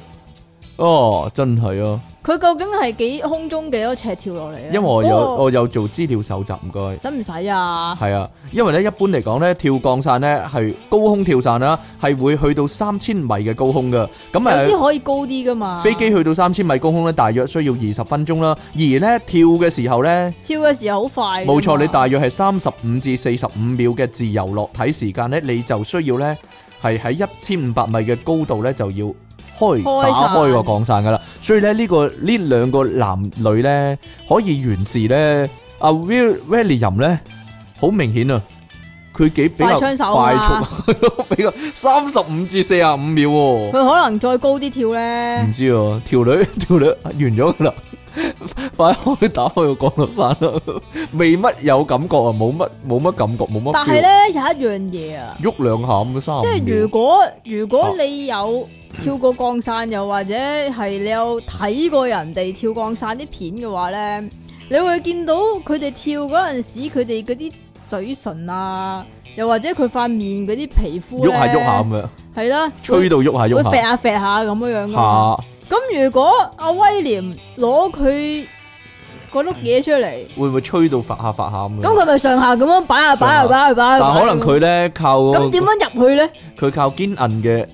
Speaker 1: 哦，真係啊，
Speaker 2: 佢究竟係幾空中幾多尺跳落嚟咧？
Speaker 1: 因為我有
Speaker 2: 嗰個
Speaker 1: 我有做資料搜集，唔該。
Speaker 2: 使唔使啊？
Speaker 1: 系啊，因為咧一般嚟講咧，跳降傘咧係高空跳傘啦，係會去到三千米嘅高空噶。咁
Speaker 2: 有
Speaker 1: 诶
Speaker 2: 啲，可以高啲噶嘛？
Speaker 1: 飛機去到三千米高空咧，大約需要二十分鐘啦。而咧跳嘅時候咧，
Speaker 2: 跳嘅時候好快㗎嘛。
Speaker 1: 冇錯，你大約係三十五至四十五秒嘅自由落體時間咧，你就需要咧係喺一千五百米嘅高度咧就要開
Speaker 2: 開
Speaker 1: 打開
Speaker 2: 傘
Speaker 1: 個降傘噶啦。所以咧呢、個呢兩個男女咧可以完事咧，阿 Will William 咧好明顯啊，佢幾比較
Speaker 2: 快槍手
Speaker 1: 快
Speaker 2: 啊嘛
Speaker 1: 速，比 [laughs] 較三十五至四十五秒喎。
Speaker 2: 佢可能再高啲跳咧
Speaker 1: 唔，知喎，條女條女完咗噶啦，快開打開個降落傘啦，未乜有感覺啊，冇乜冇乜感覺，冇乜 feel。
Speaker 2: 但係咧有一樣嘢啊，
Speaker 1: 喐兩下咁三
Speaker 2: 即
Speaker 1: 十五
Speaker 2: 係
Speaker 1: 秒
Speaker 2: 如果如
Speaker 1: 哦
Speaker 2: 果你有跳過降傘，又或者係你有睇過人哋跳降傘啲片嘅話咧，你會見到佢哋跳嗰陣時，佢哋嗰啲嘴唇啊，又或者佢塊面嗰啲皮膚
Speaker 1: 喐下喐下
Speaker 2: 咧，
Speaker 1: 咁樣，
Speaker 2: 係啦，
Speaker 1: 吹到喐下
Speaker 2: 會
Speaker 1: 喐
Speaker 2: 揈
Speaker 1: 下
Speaker 2: 下揈下咁樣樣㗎嘛。
Speaker 1: 下，
Speaker 2: 咁如果阿威廉攞佢嗰碌嘢出嚟，
Speaker 1: 會唔會吹到發下發下咁
Speaker 2: 咁
Speaker 1: 樣？
Speaker 2: 佢咪上下咁樣擺下擺
Speaker 1: 上下
Speaker 2: 下擺下擺下，
Speaker 1: 但可能佢咧靠
Speaker 2: 咁點樣入去咧？
Speaker 1: 佢靠堅硬 [laughs] 嘅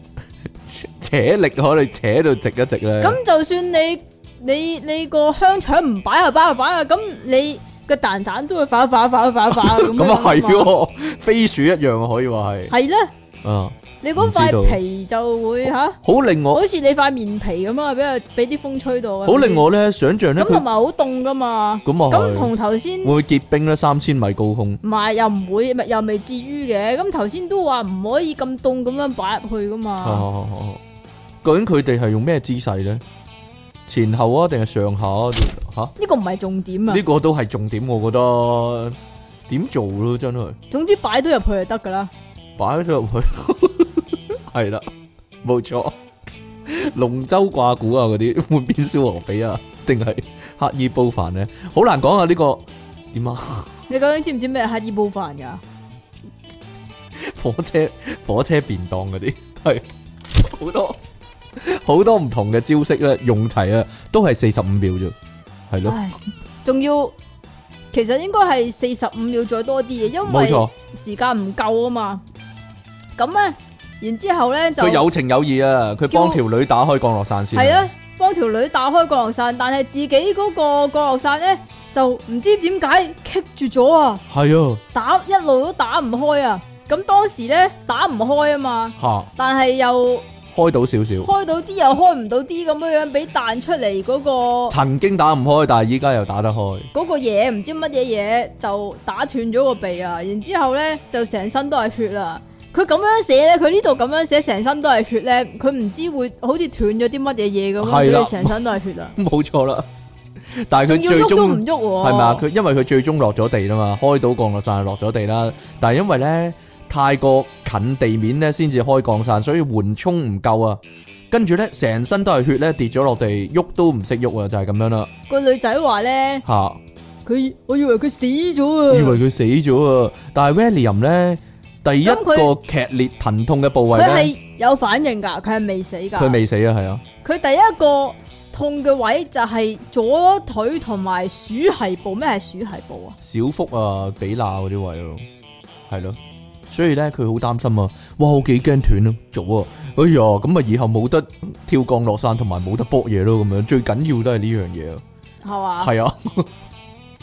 Speaker 1: 扯力可能扯到直一直咧。
Speaker 2: 咁就算你你你個香腸唔啊擺下擺下擺下，咁你個蛋蛋都會反啊反反
Speaker 1: [laughs]
Speaker 2: 反反咁樣
Speaker 1: 咁啊係
Speaker 2: 㗎嘛，
Speaker 1: 喎，飛鼠一樣啊可以話係，
Speaker 2: 係咧，
Speaker 1: 啊
Speaker 2: 你嗰
Speaker 1: 唔知道
Speaker 2: 塊皮就會吓，
Speaker 1: 好令我
Speaker 2: 好似你塊面皮咁啊，俾佢俾啲風吹到啊，
Speaker 1: 好令我咧想象咧
Speaker 2: 咁
Speaker 1: 佢
Speaker 2: 同埋好凍噶嘛，
Speaker 1: 咁啊
Speaker 2: 咁
Speaker 1: 係。
Speaker 2: 同頭先。
Speaker 1: 会唔会结冰咧？三千米高空
Speaker 2: 唔係又唔會，咪又未至於嘅。咁頭先都話唔可以咁凍咁樣擺入去噶嘛。
Speaker 1: 哦哦哦究竟佢哋係用咩姿勢咧？前後啊，定係上下啊？吓、
Speaker 2: 呢、個唔係重點啊
Speaker 1: 呢、。個都係重點，我覺得點做咯，真係
Speaker 2: 總之擺到入去就得噶啦。
Speaker 1: 擺咗入去係啦，冇 [laughs] 錯。龍舟掛鼓啊，嗰啲 [laughs] 換變燒鵝髀啊，定係刻意煲飯咧？好難講啊！呢、個點啊？
Speaker 2: 你究竟知唔知咩係乞衣煲飯㗎？
Speaker 1: 火車火車便當嗰啲係好多好多唔同嘅招式咧，用齊啊，都係四十五秒啫，係咯，
Speaker 2: 唉，仲要其實應該係四十五秒再多啲嘅，因
Speaker 1: 冇
Speaker 2: 為
Speaker 1: 錯，
Speaker 2: 時間唔夠啊嘛。咁咧，然之後咧就
Speaker 1: 佢有情有義啊，佢幫
Speaker 2: 叫
Speaker 1: 條女打開降落傘先，
Speaker 2: 係啊，幫條女打開降落傘，但係自己嗰個降落傘咧就唔知點解棘住咗啊！
Speaker 1: 係啊，
Speaker 2: 打一路都打唔開啊！咁當時咧打唔開啊嘛，
Speaker 1: 吓
Speaker 2: 但係又
Speaker 1: 開到少少，
Speaker 2: 開到啲又開唔到啲咁樣樣，俾彈出嚟嗰、個
Speaker 1: 曾經打唔開，但係依家又打得開，
Speaker 2: 嗰個嘢唔知乜嘢嘢就打斷咗個鼻啊！然之後咧就成身都係血啦。佢咁樣寫咧，佢呢度咁樣寫，成身都係血咧，佢唔知會好似斷咗啲乜嘢嘢咁樣，
Speaker 1: 係啦
Speaker 2: 所以成身都係血啊！
Speaker 1: 冇錯啦，但係
Speaker 2: 仲
Speaker 1: 佢
Speaker 2: 要
Speaker 1: 最
Speaker 2: 喐都
Speaker 1: 終
Speaker 2: 唔。喐喎，
Speaker 1: 係咪啊？佢因為佢最終落咗地啦嘛，開到降落傘落咗地啦。但係因為咧太過近地面咧，先至開降傘，所以緩衝唔夠啊。跟住咧，成身都係血咧，跌咗落地，喐都唔識喐啊，就係、咁樣啦
Speaker 2: 個女仔話咧，
Speaker 1: 吓。
Speaker 2: 佢我以為佢死
Speaker 1: 以為
Speaker 2: 咗啊，
Speaker 1: 佢死咗啊，但係 William 咧第一
Speaker 2: 咁
Speaker 1: 個
Speaker 2: 佢
Speaker 1: 劇烈疼痛嘅部位
Speaker 2: 佢
Speaker 1: 咧，
Speaker 2: 係有反應㗎，佢係未死㗎。
Speaker 1: 啊佢未死啊，係啊，
Speaker 2: 佢第一個痛嘅位就係左腿同埋鼠係部，咩係鼠係部啊？
Speaker 1: 小腹啊，比罅嗰啲位咯，係咯。所以咧，佢好擔心啊！哇，我幾驚斷啊，早啊！哎呀，咁啊，以後冇得跳降落傘，同埋冇得搏嘢咯，咁樣最緊要都係呢樣嘢啊！
Speaker 2: 係嘛？
Speaker 1: 係啊，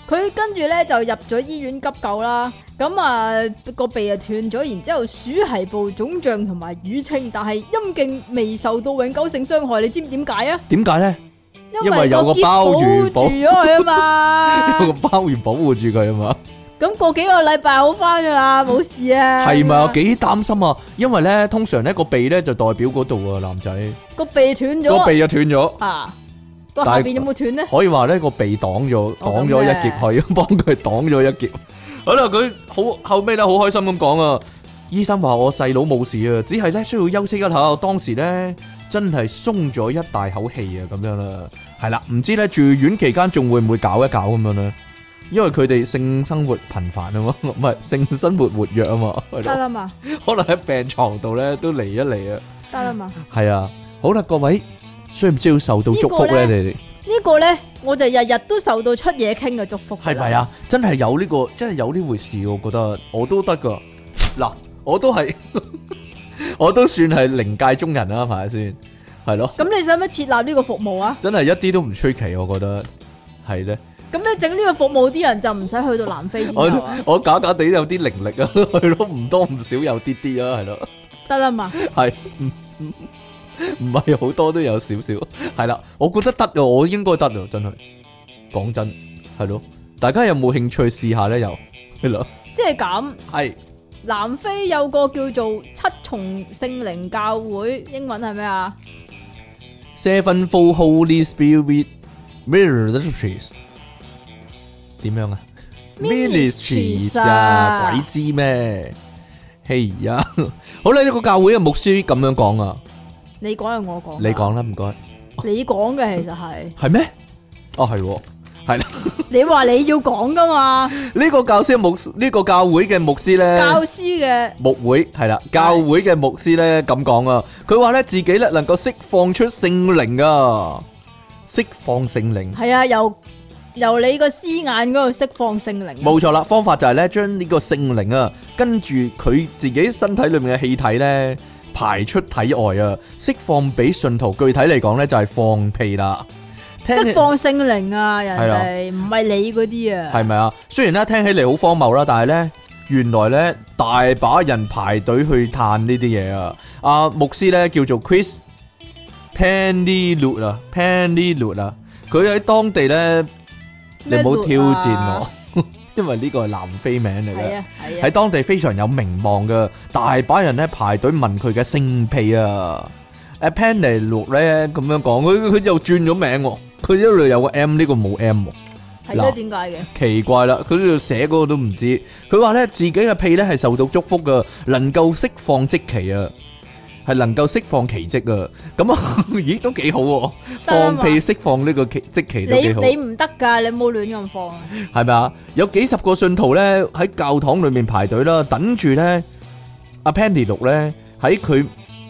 Speaker 2: 佢跟住咧就入咗醫院急救啦。咁啊個鼻啊斷咗，然之後鼠係部腫脹同埋淤青，但係陰莖未受到永久性傷害。你知唔知點解啊？
Speaker 1: 點解咧？因為
Speaker 2: 為
Speaker 1: 有個
Speaker 2: 個
Speaker 1: 鮑魚
Speaker 2: 結
Speaker 1: 保
Speaker 2: 保住咗佢啊
Speaker 1: [laughs] 有
Speaker 2: 嘛。
Speaker 1: 個鮑魚保護住佢啊嘛，
Speaker 2: 咁過幾個禮拜好翻㗎啦，冇事啊。
Speaker 1: 係咪啊？幾擔心啊！因為咧，通常咧個鼻咧就代表嗰度啊，男仔
Speaker 2: 個鼻斷
Speaker 1: 個
Speaker 2: 咗
Speaker 1: 鼻就斷咗，
Speaker 2: 啊，
Speaker 1: 但
Speaker 2: 個下
Speaker 1: 係
Speaker 2: 邊有冇斷咧？
Speaker 1: 可以話咧個鼻擋咗
Speaker 2: 哦
Speaker 1: 擋
Speaker 2: 咁
Speaker 1: 咗一
Speaker 2: 嘅
Speaker 1: 劫，係啊幫佢擋咗一劫。好啦，佢好後尾咧好開心咁講啊，醫生話我細佬冇事啊，只係咧需要休息一下。我當時咧真係鬆咗一大口氣啊，咁樣啦，係啦，唔知咧住院期間仲會唔會搞一搞咁樣咧？因為佢哋性生活頻繁啊嘛， [laughs] 唔係性生活活躍啊嘛，係
Speaker 2: 得
Speaker 1: 咯，
Speaker 2: 啦嘛，
Speaker 1: 可能喺病床度咧都嚟一嚟啊，
Speaker 2: 得啦嘛。
Speaker 1: 係啊，好啦，各位需唔需要受到祝福
Speaker 2: 呢
Speaker 1: 咧？
Speaker 2: 個呢
Speaker 1: 你哋？
Speaker 2: 呢個呢，我就日日都受到出嘢傾嘅祝福。
Speaker 1: 系咪？啊？真係有呢、個，真係有呢回事，我覺得我都得噶。嗱，我都係， [laughs] 我都算係靈界中人啦，係咪先？係咯，
Speaker 2: 咁你想唔想設立呢個服務啊？
Speaker 1: 真係一啲都唔出奇，我覺得係咧。
Speaker 2: 咁你整呢個服務啲人就唔使去到南非先
Speaker 1: 我
Speaker 2: 得啊？
Speaker 1: 我假假地有啲靈力啊， [laughs] 係咯，唔多唔少有啲啲啊，係咯，
Speaker 2: 得啦嘛，
Speaker 1: 係唔唔係好多都有少少，係啦，我覺得得啊，我應該得啊，真係講真係咯。大家有冇興趣試下咧？又係咯，
Speaker 2: 即係咁。
Speaker 1: 係
Speaker 2: 南非有個叫做七重聖靈教會，英文係咩啊？
Speaker 1: Seven Fold Holy Spirit Ministries 點樣啊
Speaker 2: Ministries
Speaker 1: 啊，
Speaker 2: 啊
Speaker 1: 鬼知咩？嘿呀，好啦，一個教會嘅牧師咁樣講啊，
Speaker 2: 你講係我講，
Speaker 1: 你，講啦，唔該，
Speaker 2: 你講嘅其實係
Speaker 1: 係咩？哦，係喎，係啦，
Speaker 2: 你話你要講
Speaker 1: [laughs]
Speaker 2: 噶嘛？
Speaker 1: 呢個教師牧呢個教會嘅牧師咧。
Speaker 2: 教師嘅
Speaker 1: 牧會係啦，教會嘅牧師咧咁講啊，佢話咧自己咧能夠釋放出聖靈啊，釋放聖靈。
Speaker 2: 係啊，由由你個私眼嗰度釋放聖靈啊，
Speaker 1: 冇錯啦，方法就係咧將呢個聖靈啊，跟住佢自己身體裏面嘅氣體咧排出體外啊，釋放俾信徒。具體嚟講咧就係放屁啦，聽
Speaker 2: 釋
Speaker 1: 起
Speaker 2: 放聖靈啊！人
Speaker 1: 係啦
Speaker 2: 哋唔係你嗰啲啊。
Speaker 1: 係咪啊？雖然咧聽起嚟好荒謬啦，但係咧原來咧大把人排隊去嘆呢啲嘢啊！阿牧師咧叫做 Chris Penny l u t 啊，Penny l u t 啊，佢喺當地咧，你唔好
Speaker 2: 咩
Speaker 1: 挑
Speaker 2: Lut 啊
Speaker 1: 戰我， [laughs] 因為呢個係南非名嚟嘅
Speaker 2: 系。啊系
Speaker 1: 喺
Speaker 2: 啊，
Speaker 1: 當地非常有名望嘅，大把人咧排隊問佢嘅性癖啊！誒 p a n e l 咧咁樣講，佢佢又轉咗名喎，佢一路有個 M 呢個冇 M 喎，
Speaker 2: 係
Speaker 1: 嗱
Speaker 2: 咯？點解嘅？
Speaker 1: 奇怪啦！佢呢度寫嗰個都唔知，佢話咧自己嘅屁咧係受到祝福嘅，能夠釋放即期啊！係能夠釋放奇蹟啊！咁啊， [laughs] 咦都幾好喎，
Speaker 2: 得啦
Speaker 1: 放
Speaker 2: 嘛
Speaker 1: 屁釋放呢個奇即奇都幾好。
Speaker 2: 你你唔得噶，你冇亂咁放啊！
Speaker 1: 系咪啊？有幾十個信徒咧喺教堂裏面排隊啦，等住咧阿 Penny 六咧喺佢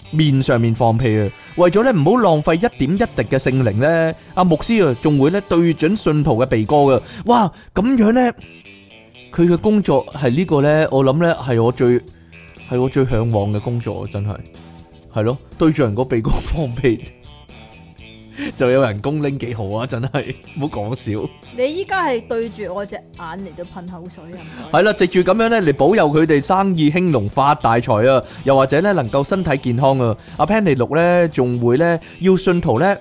Speaker 1: 面上面放屁啊！為咗咧唔好浪費一點一滴嘅聖靈咧，阿牧師啊仲會咧對準信徒嘅鼻哥噶。哇！咁樣咧，佢嘅工作係呢個咧，我諗咧係我最係我最向往嘅工作，真係係咯，對住人個鼻哥放屁就有人工拎幾好啊！真係唔好講笑。
Speaker 2: 你依家係對住我隻眼嚟到噴口水啊！唔該
Speaker 1: 系啦，藉住咁样咧嚟保佑佢哋生意兴隆发大财啊，又或者咧能够身体健康啊。阿 Penny 六咧仲会咧要信徒咧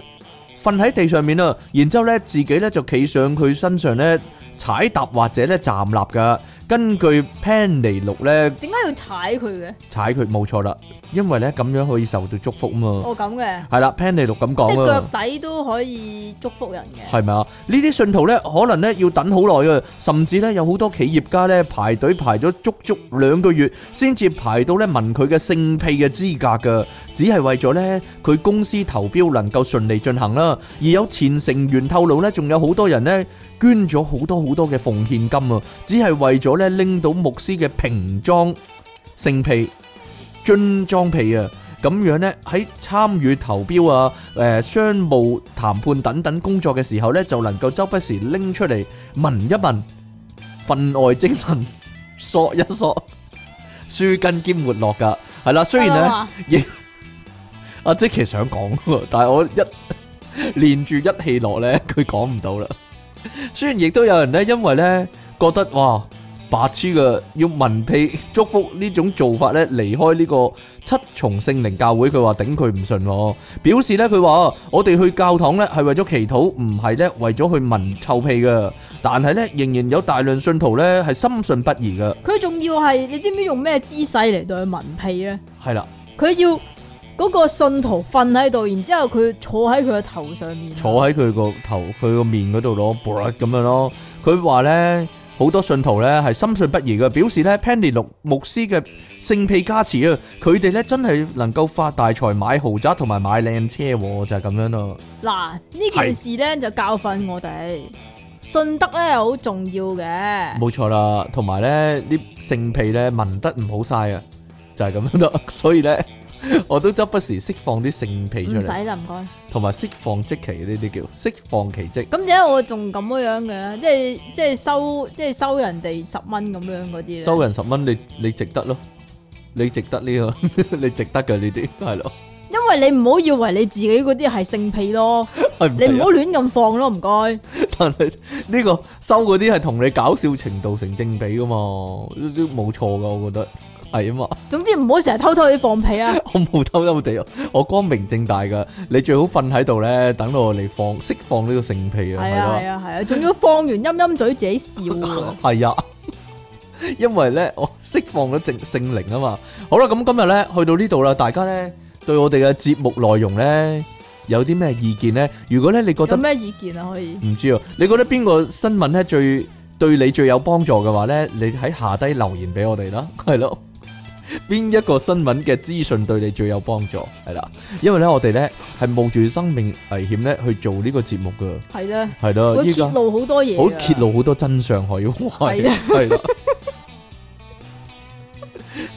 Speaker 1: 瞓喺地上面啊，然之后咧自己咧就企上佢身上咧踩踏或者咧站立噶。根据 Penny 六咧
Speaker 2: 點解要踩佢嘅？
Speaker 1: 踩佢冇错啦，因为咧咁样可以受到祝福啊嘛。
Speaker 2: 哦咁嘅，
Speaker 1: 系啦，Penny 六咁
Speaker 2: 即係
Speaker 1: 讲啊
Speaker 2: 腳。底都可以祝福人嘅。
Speaker 1: 系咪啊？呢啲信徒咧，可能咧要等好耐啊，甚至咧有好多企業家咧排隊排咗足足兩個月，先至排到咧問佢嘅性屁嘅資格噶，只係為咗咧佢公司投標能夠順利進行啦。而有前成員透露咧，仲有好多人咧捐咗好多好多嘅奉獻金啊，只係為咗咧拎到牧師嘅瓶裝性屁、樽裝屁啊。咁樣呢，喺參與投標啊、誒、商務談判等等工作嘅時候呢，就能夠周不時拎出嚟聞一聞，份外精神 [laughs] 索一索，舒筋兼活絡噶。係啦，雖然
Speaker 2: 得
Speaker 1: 呢。
Speaker 2: 啦嘛
Speaker 1: [laughs] 阿即其想講喎，但係我一連住一氣落咧，佢講唔到啦。雖然亦都有人咧，因為咧覺得哇白痴嘅要文屁祝福呢種做法咧，離開呢個七重聖靈教會，佢話頂佢唔順喎，表示咧佢話我哋去教堂咧係為咗祈禱，唔係咧為咗去聞臭屁嘅。但係咧仍然有大量信徒咧係深信不疑嘅，
Speaker 2: 佢仲要係你知唔知用咩姿勢嚟到去聞屁咧？
Speaker 1: 係啦，
Speaker 2: 佢要嗰個信徒瞓喺度，然之後佢坐喺佢嘅頭上面。
Speaker 1: 坐喺佢個頭佢個面嗰度咯，啵咁樣咯。佢話咧好多信徒咧係深信不疑嘅，表示咧 Penny 六牧師嘅聖庇加持啊，佢哋咧真係能夠發大財、買豪宅同埋買靚車喎，就係、咁樣咯。 [laughs]
Speaker 2: 嗱，呢件事咧就教訓我哋，信德咧好重要嘅。
Speaker 1: 冇錯啦，同埋咧啲聖庇咧聞得唔好晒啊，就係、咁樣咯。所以咧我都周不時釋放啲聖庇出
Speaker 2: 唔使
Speaker 1: 嚟，
Speaker 2: 啦，唔該。
Speaker 1: 同埋釋放即奇呢啲叫釋放奇蹟。
Speaker 2: 咁點解我仲咁樣嘅咧？即係即係收即係收人哋十蚊咁樣嗰啲咧？
Speaker 1: 收人十蚊，你你值得咯，你值得呢、個， [laughs] 你值得嘅呢啲係咯，
Speaker 2: 因為你唔好以為你自己嗰啲係性癖咯，
Speaker 1: 係
Speaker 2: 你唔
Speaker 1: 係啊
Speaker 2: 好亂咁放咯，唔該。
Speaker 1: 但係呢個收嗰啲係同你搞笑程度成正比噶嘛，呢啲冇錯噶，我覺得係啊嘛， [laughs]
Speaker 2: 總之唔好成日偷偷去放屁啊！
Speaker 1: 我冇偷偷地，我光明正大噶，你最好瞓喺度咧，等我嚟放釋放呢個性屁啊，
Speaker 2: 係
Speaker 1: 係
Speaker 2: 啊
Speaker 1: 咯
Speaker 2: 係。啊係啊，仲要放完陰陰嘴自己笑
Speaker 1: [laughs]
Speaker 2: 喎。
Speaker 1: 系啊，因为咧我释放咗正圣灵啊嘛。好啦，咁今日咧去到呢度啦，大家咧对我哋嘅节目内容咧有啲咩意见咧？如果咧你觉
Speaker 2: 有
Speaker 1: 得
Speaker 2: 咩意見啊？可以
Speaker 1: 唔知啊，你覺得邊個新聞咧最對你最有幫助嘅話咧，你喺下低留言俾我哋啦， [laughs] 係咯。邊一個新聞嘅資訊對你最有幫助？係啦，因為咧我哋咧係冒住生命危險咧去做呢個節目噶，
Speaker 2: 係啦，
Speaker 1: 係咯，
Speaker 2: 會
Speaker 1: 依
Speaker 2: 揭
Speaker 1: 家
Speaker 2: 露好多嘢
Speaker 1: 好
Speaker 2: 啊，
Speaker 1: 揭露好多真相可以係
Speaker 2: 係啊
Speaker 1: [laughs] 係啦。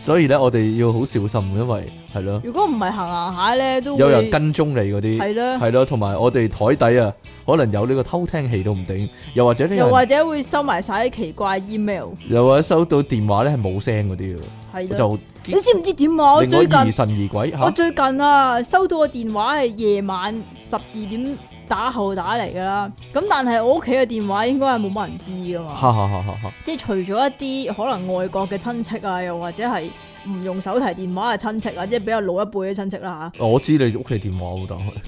Speaker 1: 所以咧，我哋要好小心，因為係咯，
Speaker 2: 如果唔係行行下咧，都
Speaker 1: 有
Speaker 2: 會
Speaker 1: 人跟蹤你嗰啲。
Speaker 2: 係啦，
Speaker 1: 系咯，同埋我哋台底啊，可能有呢個偷聽器都唔定，又或者呢
Speaker 2: 又
Speaker 1: 人
Speaker 2: 或者會收埋晒啲奇怪 email，
Speaker 1: 又或者收到電話咧係冇聲嗰啲啊，
Speaker 2: 係啦。
Speaker 1: 就
Speaker 2: 你知唔知點啊？我
Speaker 1: 令我
Speaker 2: 最
Speaker 1: 疑
Speaker 2: 近
Speaker 1: 神疑鬼
Speaker 2: 我
Speaker 1: 吓，
Speaker 2: 最近啊，收到個電話係夜晚十二點打後打嚟㗎啦。咁但係我屋企嘅電話應該係冇乜人知㗎嘛。
Speaker 1: 哈哈哈哈哈，
Speaker 2: 即係除咗一啲可能外國嘅親戚啊，又或者係唔用手提電話嘅親戚啊，即係比較老一輩嘅親戚啦
Speaker 1: 我知你屋企電話好
Speaker 2: [laughs]
Speaker 1: 當佢，
Speaker 2: 吓，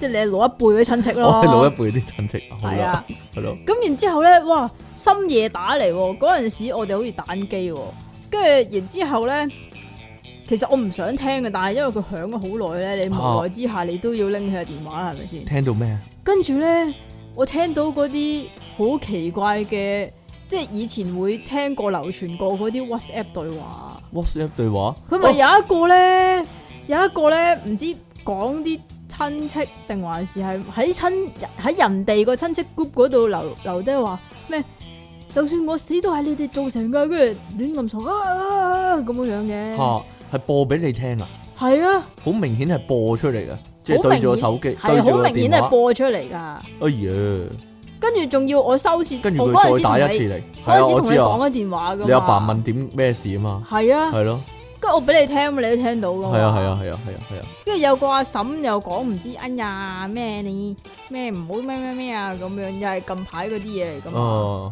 Speaker 2: 即係你係老一輩嘅親戚
Speaker 1: 我
Speaker 2: 咯。
Speaker 1: 哦係老一輩啲親戚，好
Speaker 2: 係
Speaker 1: 啦
Speaker 2: 啊，，
Speaker 1: 係咯，
Speaker 2: 咁然之後咧，哇，深夜打嚟喎，嗰陣時我哋好似打機喎，跟住然之後咧，其實我唔想聽嘅，但係因為佢響咗好耐咧，你無奈之下你都要拎起個電話啦，係咪先？
Speaker 1: 聽到咩啊？
Speaker 2: 跟住咧，我聽到嗰啲好奇怪嘅，即係以前會聽過流傳過嗰啲 WhatsApp 對話。
Speaker 1: WhatsApp 對話，
Speaker 2: 佢咪有一個咧，有一個咧，唔知講啲親戚定還是係喺親喺人哋個親戚 group 嗰度留留低話咩？就算我死都係你哋造成嘅，跟住亂咁嘈啊啊啊啊咁樣樣嘅，
Speaker 1: 吓，係播俾你聽啊，
Speaker 2: 係啊，
Speaker 1: 好明顯係播出嚟嘅，即係對住個手機，對
Speaker 2: 係
Speaker 1: 住
Speaker 2: 啊好
Speaker 1: 個
Speaker 2: 明顯
Speaker 1: 電
Speaker 2: 係
Speaker 1: 話。
Speaker 2: 播出嚟㗎。
Speaker 1: 哎呀，
Speaker 2: 跟住仲要我收線，
Speaker 1: 跟住
Speaker 2: 我嗰陣
Speaker 1: 佢
Speaker 2: 時
Speaker 1: 再打一
Speaker 2: 同你
Speaker 1: 次嚟，係
Speaker 2: 嗰
Speaker 1: 啊，
Speaker 2: 陣時
Speaker 1: 我
Speaker 2: 同
Speaker 1: 知
Speaker 2: 你
Speaker 1: 啊。
Speaker 2: 講緊電話㗎嘛。
Speaker 1: 你阿爸問點咩事啊嘛，
Speaker 2: 係啊，
Speaker 1: 係咯，
Speaker 2: 跟住我俾你聽，你都聽到㗎嘛。
Speaker 1: 係啊，係啊，係啊，係啊，係啊，
Speaker 2: 跟住有個阿嬸又講唔知，哎呀咩你咩唔好咩咩咩啊咁樣，又係近排嗰啲嘢嚟噶
Speaker 1: 啊，
Speaker 2: 嘛，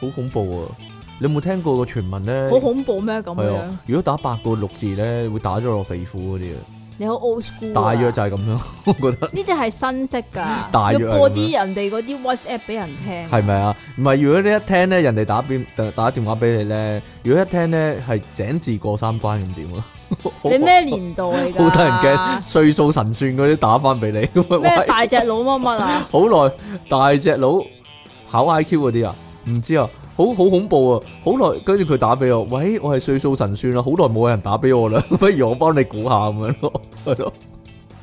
Speaker 1: 好恐怖啊！你有冇聽過個傳聞咧？
Speaker 2: 好恐怖咩咁
Speaker 1: 哎係
Speaker 2: 樣
Speaker 1: 啊？，如果打八個六字咧，會打咗落地庫嗰啲啊，
Speaker 2: 你好 old school，啊
Speaker 1: 大約就係咁樣， [laughs] 我覺得
Speaker 2: 呢啲係新式噶，
Speaker 1: 大約係咁樣
Speaker 2: 要播啲人哋嗰啲 WhatsApp 俾人聽，
Speaker 1: 係咪啊？唔係，如果你一聽咧，人哋打邊打打電話俾你咧，如果一聽咧係井字過三關咁點啊？ [laughs] 好
Speaker 2: 你咩年代
Speaker 1: [laughs]
Speaker 2: 㗎？
Speaker 1: 好得人驚，歲數神算嗰啲打翻俾你，咁
Speaker 2: 啊咩
Speaker 1: 啊
Speaker 2: 大隻佬乜乜
Speaker 1: [laughs]
Speaker 2: 啊？
Speaker 1: 喂，好耐大隻佬考 I Q 嗰啲啊，唔知啊，好好恐怖啊！好耐跟住佢打俾我，喂，我係歲數神算啦，啊好耐冇人打俾我啦， [laughs] 不如我幫你估下咁樣咯，係咯。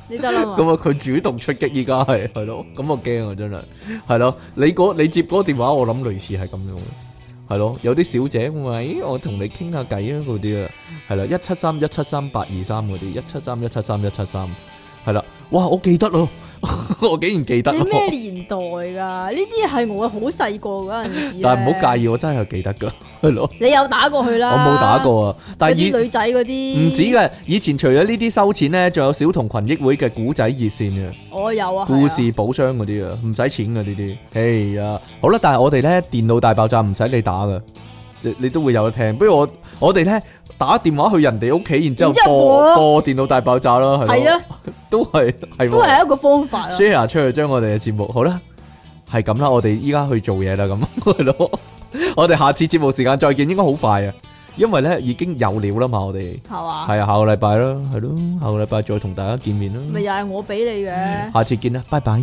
Speaker 2: 你得啦嘛，
Speaker 1: 咁啊，佢主動出擊，依家係係
Speaker 2: 嗯
Speaker 1: 咯，咁我驚啊，真係係咯。你嗰你接嗰個電話，我諗類似係咁樣嘅，係咯。有啲小姐喂，我同你傾下偈啊，嗰啲啊，係啦，一七三一七三八二三嗰啲，一七三一七三一七三，係啦。哇，我記得咯， [laughs] 我竟然記得
Speaker 2: 你
Speaker 1: 咯。
Speaker 2: 咩年代㗎？呢啲係我好細個嗰陣時，啊
Speaker 1: 但係唔好介，意，我真係有記得噶，係咯，
Speaker 2: 你有打過去
Speaker 1: 我
Speaker 2: 啦，
Speaker 1: 冇打，過啊。但
Speaker 2: 嗰
Speaker 1: 係以
Speaker 2: 啲女仔嗰啲
Speaker 1: 唔止，嘅，以前除咗呢啲收錢咧，仲有小童群益會嘅古仔熱線嘅。
Speaker 2: 我有啊，係啊
Speaker 1: 故事寶箱嗰啲啊，唔使錢噶呢啲。哎呀，好啦，但係我哋咧電腦大爆炸唔使你打噶，即你都會有得聽。不如我我哋咧打電話去人哋屋企，然之後
Speaker 2: 然之後
Speaker 1: 播
Speaker 2: 播
Speaker 1: 播電腦大爆炸啦，係
Speaker 2: 係
Speaker 1: 咯，
Speaker 2: 啊。
Speaker 1: 都係係
Speaker 2: 都
Speaker 1: 喎
Speaker 2: 係一個方法啊！
Speaker 1: share 出去將我哋嘅節目。好啦，係咁啦，我哋依家去做嘢啦，咁 [laughs] 係咯。我哋下次節目時間再見，應該好快啊，因為咧已經有料啦嘛，我哋
Speaker 2: 係嘛？
Speaker 1: 係啊，下個禮拜啦，係咯，下個禮拜再同大家見面
Speaker 2: 咪
Speaker 1: 啦。
Speaker 2: 又係我俾你嘅。
Speaker 1: 下次見啦，拜拜。